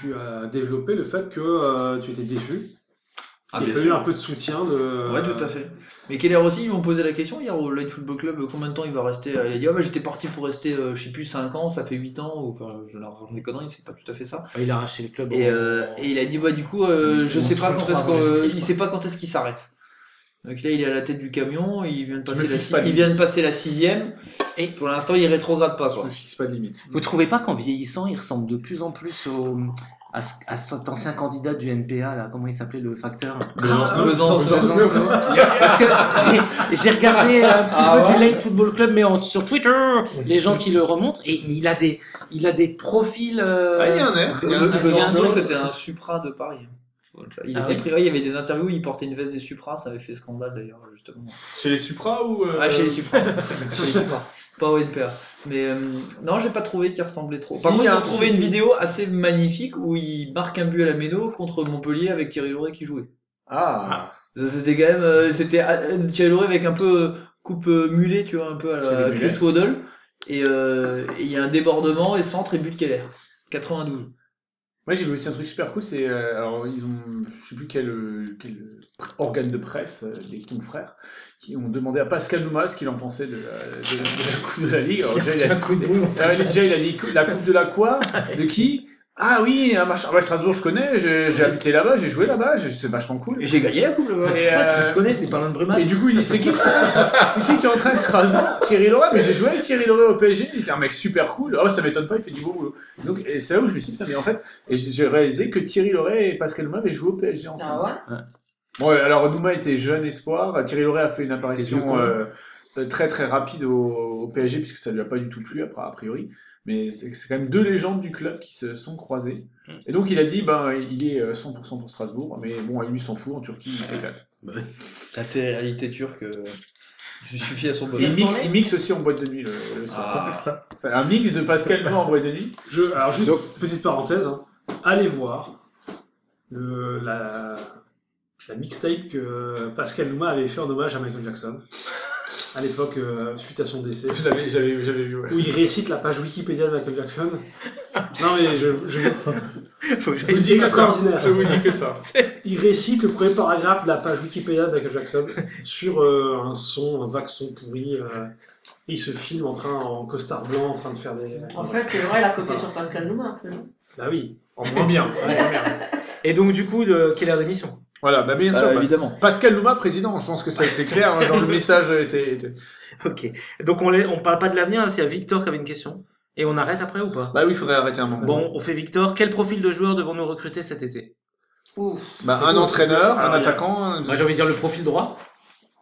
C: Tu as développé le fait que euh, tu étais déçu.
E: Ah,
C: qu'il y
E: bien
C: a pas eu
E: sûr.
C: un peu de soutien de.
E: Ouais, tout à fait. Mais quelle heure aussi Ils m'ont posé la question hier au Light Football Club euh, combien de temps il va rester Il a dit Ah, bah, j'étais parti pour rester, euh, je sais plus, 5 ans, ça fait 8 ans. Ou, enfin, je leur raconte des conneries, c'est pas tout à fait ça.
F: Ah, Il a arraché le club.
E: Et,
F: en-
E: euh, et il a dit Bah, du coup, euh, je
F: En
E: sais pas quand
F: 33
E: est-ce
F: avant
E: qu'on-
F: Jésus-Christ,
E: il
F: quoi.
E: sait pas quand est-ce qu'il s'arrête. Donc là, il est à la tête du camion, il vient de passer,
A: me
E: la,
A: fixe
E: si-
A: pas de
E: il vient de passer la sixième, et pour l'instant, il rétrograde pas.
A: Je
E: Quoi.
A: me fixe pas de limite.
R: Vous trouvez pas qu'en vieillissant, il ressemble de plus en plus au, à, ce- à cet ancien candidat du NPA, là, comment il s'appelait le facteur
F: Ah,
E: Besançon, Besançon.
R: Parce que j'ai- j'ai regardé un petit
E: Ah
R: peu
E: ouais
R: du Late Football Club, mais en- sur Twitter, les gens qui le remontent, et il a des, il a des profils. euh,
A: Ah, il y a un air. il y a un
E: Le
A: air.
E: Besançon, c'était un Supra de Paris. Il
R: Ah
E: était
R: oui.
E: pris, ouais, il y avait des interviews où il portait une veste des Supra, ça avait fait scandale d'ailleurs, justement.
A: Chez les Supra ou. euh,
E: Ah, chez les Supra. Chez les Supra. Pas au NPA. Mais euh, non, j'ai pas trouvé qu'il ressemblait trop.
A: Si,
E: Par
A: il
E: contre,
A: y a
E: j'ai
A: un-
E: trouvé
A: si,
E: une
A: si.
E: vidéo assez magnifique où il marque un but à la méno contre Montpellier avec Thierry Loret qui jouait.
A: Ah.
E: Ça, C'était quand même, euh, c'était euh, Thierry Loret avec un peu euh, coupe euh, mulet, tu vois, un peu à
A: C'est
E: la
A: le mulet.
E: Chris Waddle. Et euh, et il y a un débordement et centre et but de Keller. 92.
A: Moi, j'ai vu aussi un truc super cool, c'est. euh, alors, ils ont. Je sais plus quel, euh, quel pr- organe de presse euh, des confrères qui ont demandé à Pascal Noumas ce qu'il en pensait de la, de la- de la Coupe de la Ligue. Alors, déjà, il a- Alors, il- déjà, Ah, il a dit cou- la Coupe de la quoi De qui Ah oui, un match. Ah, bah, Strasbourg, je connais, j'ai j'ai habité là-bas, j'ai joué là-bas, j'ai- c'est vachement cool.
E: Et j'ai gagné la coupe, le gars.
R: Je
A: Et,
R: sais pas si
A: euh,
R: je connais, c'est pas l'un de Brumat.
A: Et du coup, il dit c'est qui, c'est qui qui est en train de se raser Thierry Loret, mais j'ai joué avec Thierry Loret au PSG, c'est un mec super cool. Ah ouais, ça m'étonne pas, il fait du beau boulot. Donc et c'est là où je me suis dit putain, mais en fait, et j'ai j'ai réalisé que Thierry Loret et Pascal Nouma avaient joué au PSG ensemble.
B: Ah ouais
A: Bon, et alors Nouma était jeune espoir, Thierry Loret a fait une apparition euh, euh, très très rapide au, au PSG puisque ça lui a pas du tout plu après, a priori. Mais c'est c'est quand même deux légendes du club qui se sont croisées. Et donc il a dit, ben il est euh, 100% pour Strasbourg, mais bon, lui il s'en fout, en Turquie il s'éclate.
E: La télé-réalité turque euh, suffit à son
A: Et
E: bonheur.
A: il mixe, il mixe aussi en boîte de nuit le, le soir. C'est un mix de Pascal Noir en boîte de nuit.
C: Je, alors juste petite parenthèse, hein. allez voir le- la, la mixtape que Pascal Nouma avait fait en hommage à Michael Jackson à l'époque euh, suite à son décès,
A: J'avais, j'avais, j'avais vu, ouais.
C: où il récite la page Wikipédia de Michael Jackson. Non mais je, je, je vous dis extraordinaire.
A: Je vous dis que ça.
C: Il récite le premier paragraphe de la page Wikipédia de Michael Jackson sur euh, un son, un vague son pourri. euh, et il se filme en train en costard blanc, en train de faire des.
B: En fait, c'est vrai, la copié sur Pascal Nouma un peu, non
C: Bah oui, en moins bien. en moins bien.
F: Et donc, du coup, de quelle heure d'émission
A: Voilà, bah bien
E: Bah,
A: sûr. bah,
E: évidemment.
A: Pascal Nouma, président, je pense que ça, c'est clair. hein, genre, le message était. était-
F: Ok. Donc, on, les- on parle pas de l'avenir, là, c'est à Victor qui avait une question. Et on arrête après ou pas
A: Bah oui, il faudrait arrêter un moment.
R: bah.
F: Bon, on fait Victor. Quel profil de joueurs devons-nous recruter cet été
B: Ouf.
A: Bah,
C: c'est
A: un
C: cool,
A: entraîneur,
C: c'est-
A: un
C: Ah,
A: attaquant. un-
F: Moi, j'ai envie de dire le profil droit.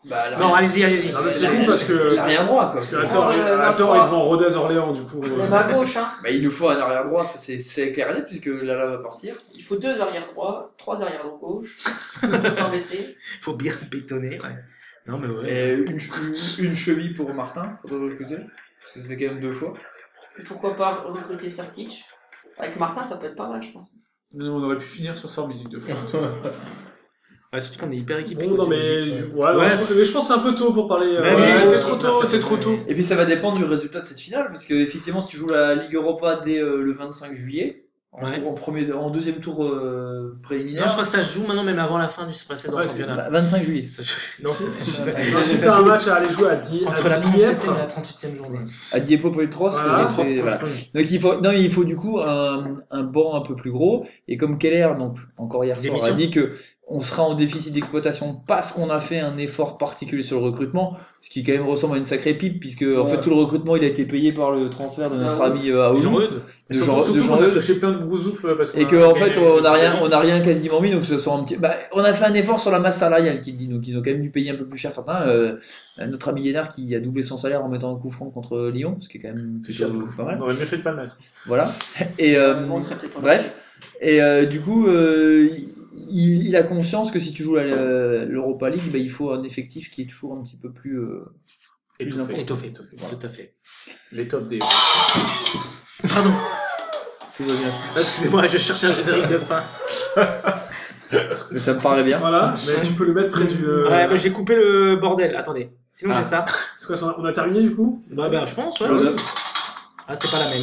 E: Bah, l'arrière-
F: Non, allez-y, allez-y.
C: Non, mais
E: la-
C: Ah, c'est con parce que.
E: l'arrière droit, quoi.
C: Parce que Hathor est,
B: Ouais, ouais,
C: Hathor
B: ouais.
C: est devant Rodez Orléans, du coup. euh,
B: Même à gauche, hein.
E: Bah, il nous faut un arrière droit, ça c'est- c'est clair et net, puisque Lala va partir.
B: Il faut deux arrières droits, trois arrières gauche, un blessé.
F: Faut bien bétonner, ouais. Non, mais ouais.
E: Et une, che- une- une cheville pour Martin, faudrait le recruter. parce que Ça fait quand même deux fois.
B: Pourquoi pas recruter Sertic Avec Martin, ça peut être pas mal, je pense.
A: Nous, on aurait pu finir sur ça en musique de fond.
F: Ouais, surtout qu'on est hyper équipé.
C: Bon, non, mais, du- ouais, non,
F: Ouais. bah
C: je, mais je pense que c'est un peu tôt pour parler. euh,
F: Mais
C: ouais,
A: oui,
C: c'est
A: c'est
C: trop
A: tout à
C: tôt,
A: fait.
C: c'est trop tôt.
E: Et puis ça va dépendre du résultat de cette finale, parce que effectivement, si tu joues la Ligue Europa dès euh, le 25 juillet, en,
F: Ouais.
E: en premier, en deuxième tour euh, préliminaire.
F: Non, je crois que ça se joue maintenant, même avant la fin du précédent
C: Ouais,
F: championnat.
E: Bah, 25 juillet.
F: Ça se- Non, c'est-
C: Non, si t'as un match à aller jouer à 10
F: entre la 37e et la 38e journée.
E: À Diepo Politros,
C: Voilà.
E: euh, c'est- voilà. Donc il faut, non, mais il faut du coup un, un banc un peu plus gros. Et comme Keller, donc encore hier soir, a
F: Démission.
E: dit que on sera en déficit d'exploitation parce qu'on a fait un effort particulier sur le recrutement, ce qui quand même ressemble à une sacrée pipe, puisque en fait tout le recrutement il a été payé par le transfert de notre
B: Ah
E: ami euh, Aoulou,
F: Jean-Eudes.
E: de
A: Surtout,
E: Jean- de
A: surtout qu'on a
E: Jean-Eudes.
A: touché plein de brousouf euh, parce qu'on
E: Et
A: a-
E: que en fait
A: gagné-
E: on a rien, on a rien quasiment mis, donc ce sont un petit. Bah, on a fait un effort sur la masse salariale qui dit, donc ils ont quand même dû payer un peu plus cher certains. Euh, notre ami Lénard qui a doublé son salaire en mettant un coup franc contre Lyon, ce qui est quand même
A: C'est cher, le
E: plutôt
A: coup.
E: pas mal.
A: On aurait mieux fait de pas le mettre.
E: Voilà. Et euh,
B: Bon, on serait peut-être en
E: bref. Et euh, du coup, euh, il, il a conscience que si tu joues à la- l'Europa League, bah, il faut un effectif qui est toujours un petit peu plus. euh,
A: Étouffé.
F: Étoffé, tout à fait.
A: Les top des.
F: Pardon,
E: tout va bien.
F: excusez-moi, je cherchais un générique de fin.
E: Mais ça me paraît bien.
C: Voilà, mais tu peux le mettre près du. euh,
F: Ouais, bah, j'ai coupé le bordel, attendez. Sinon,
E: Ah.
F: j'ai ça.
C: c'est quoi, ça, on a terminé du coup
F: Bah, bah, je pense, ouais.
E: Close up.
F: Ah, c'est pas la même.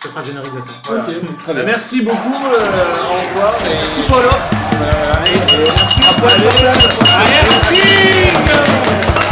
F: Ce sera le générique de fin.
A: Voilà.
C: Ok.
E: Très
A: Bah,
E: bien.
A: Merci beaucoup, euh, au revoir. Et...
E: À poil, à poil.
A: Merci.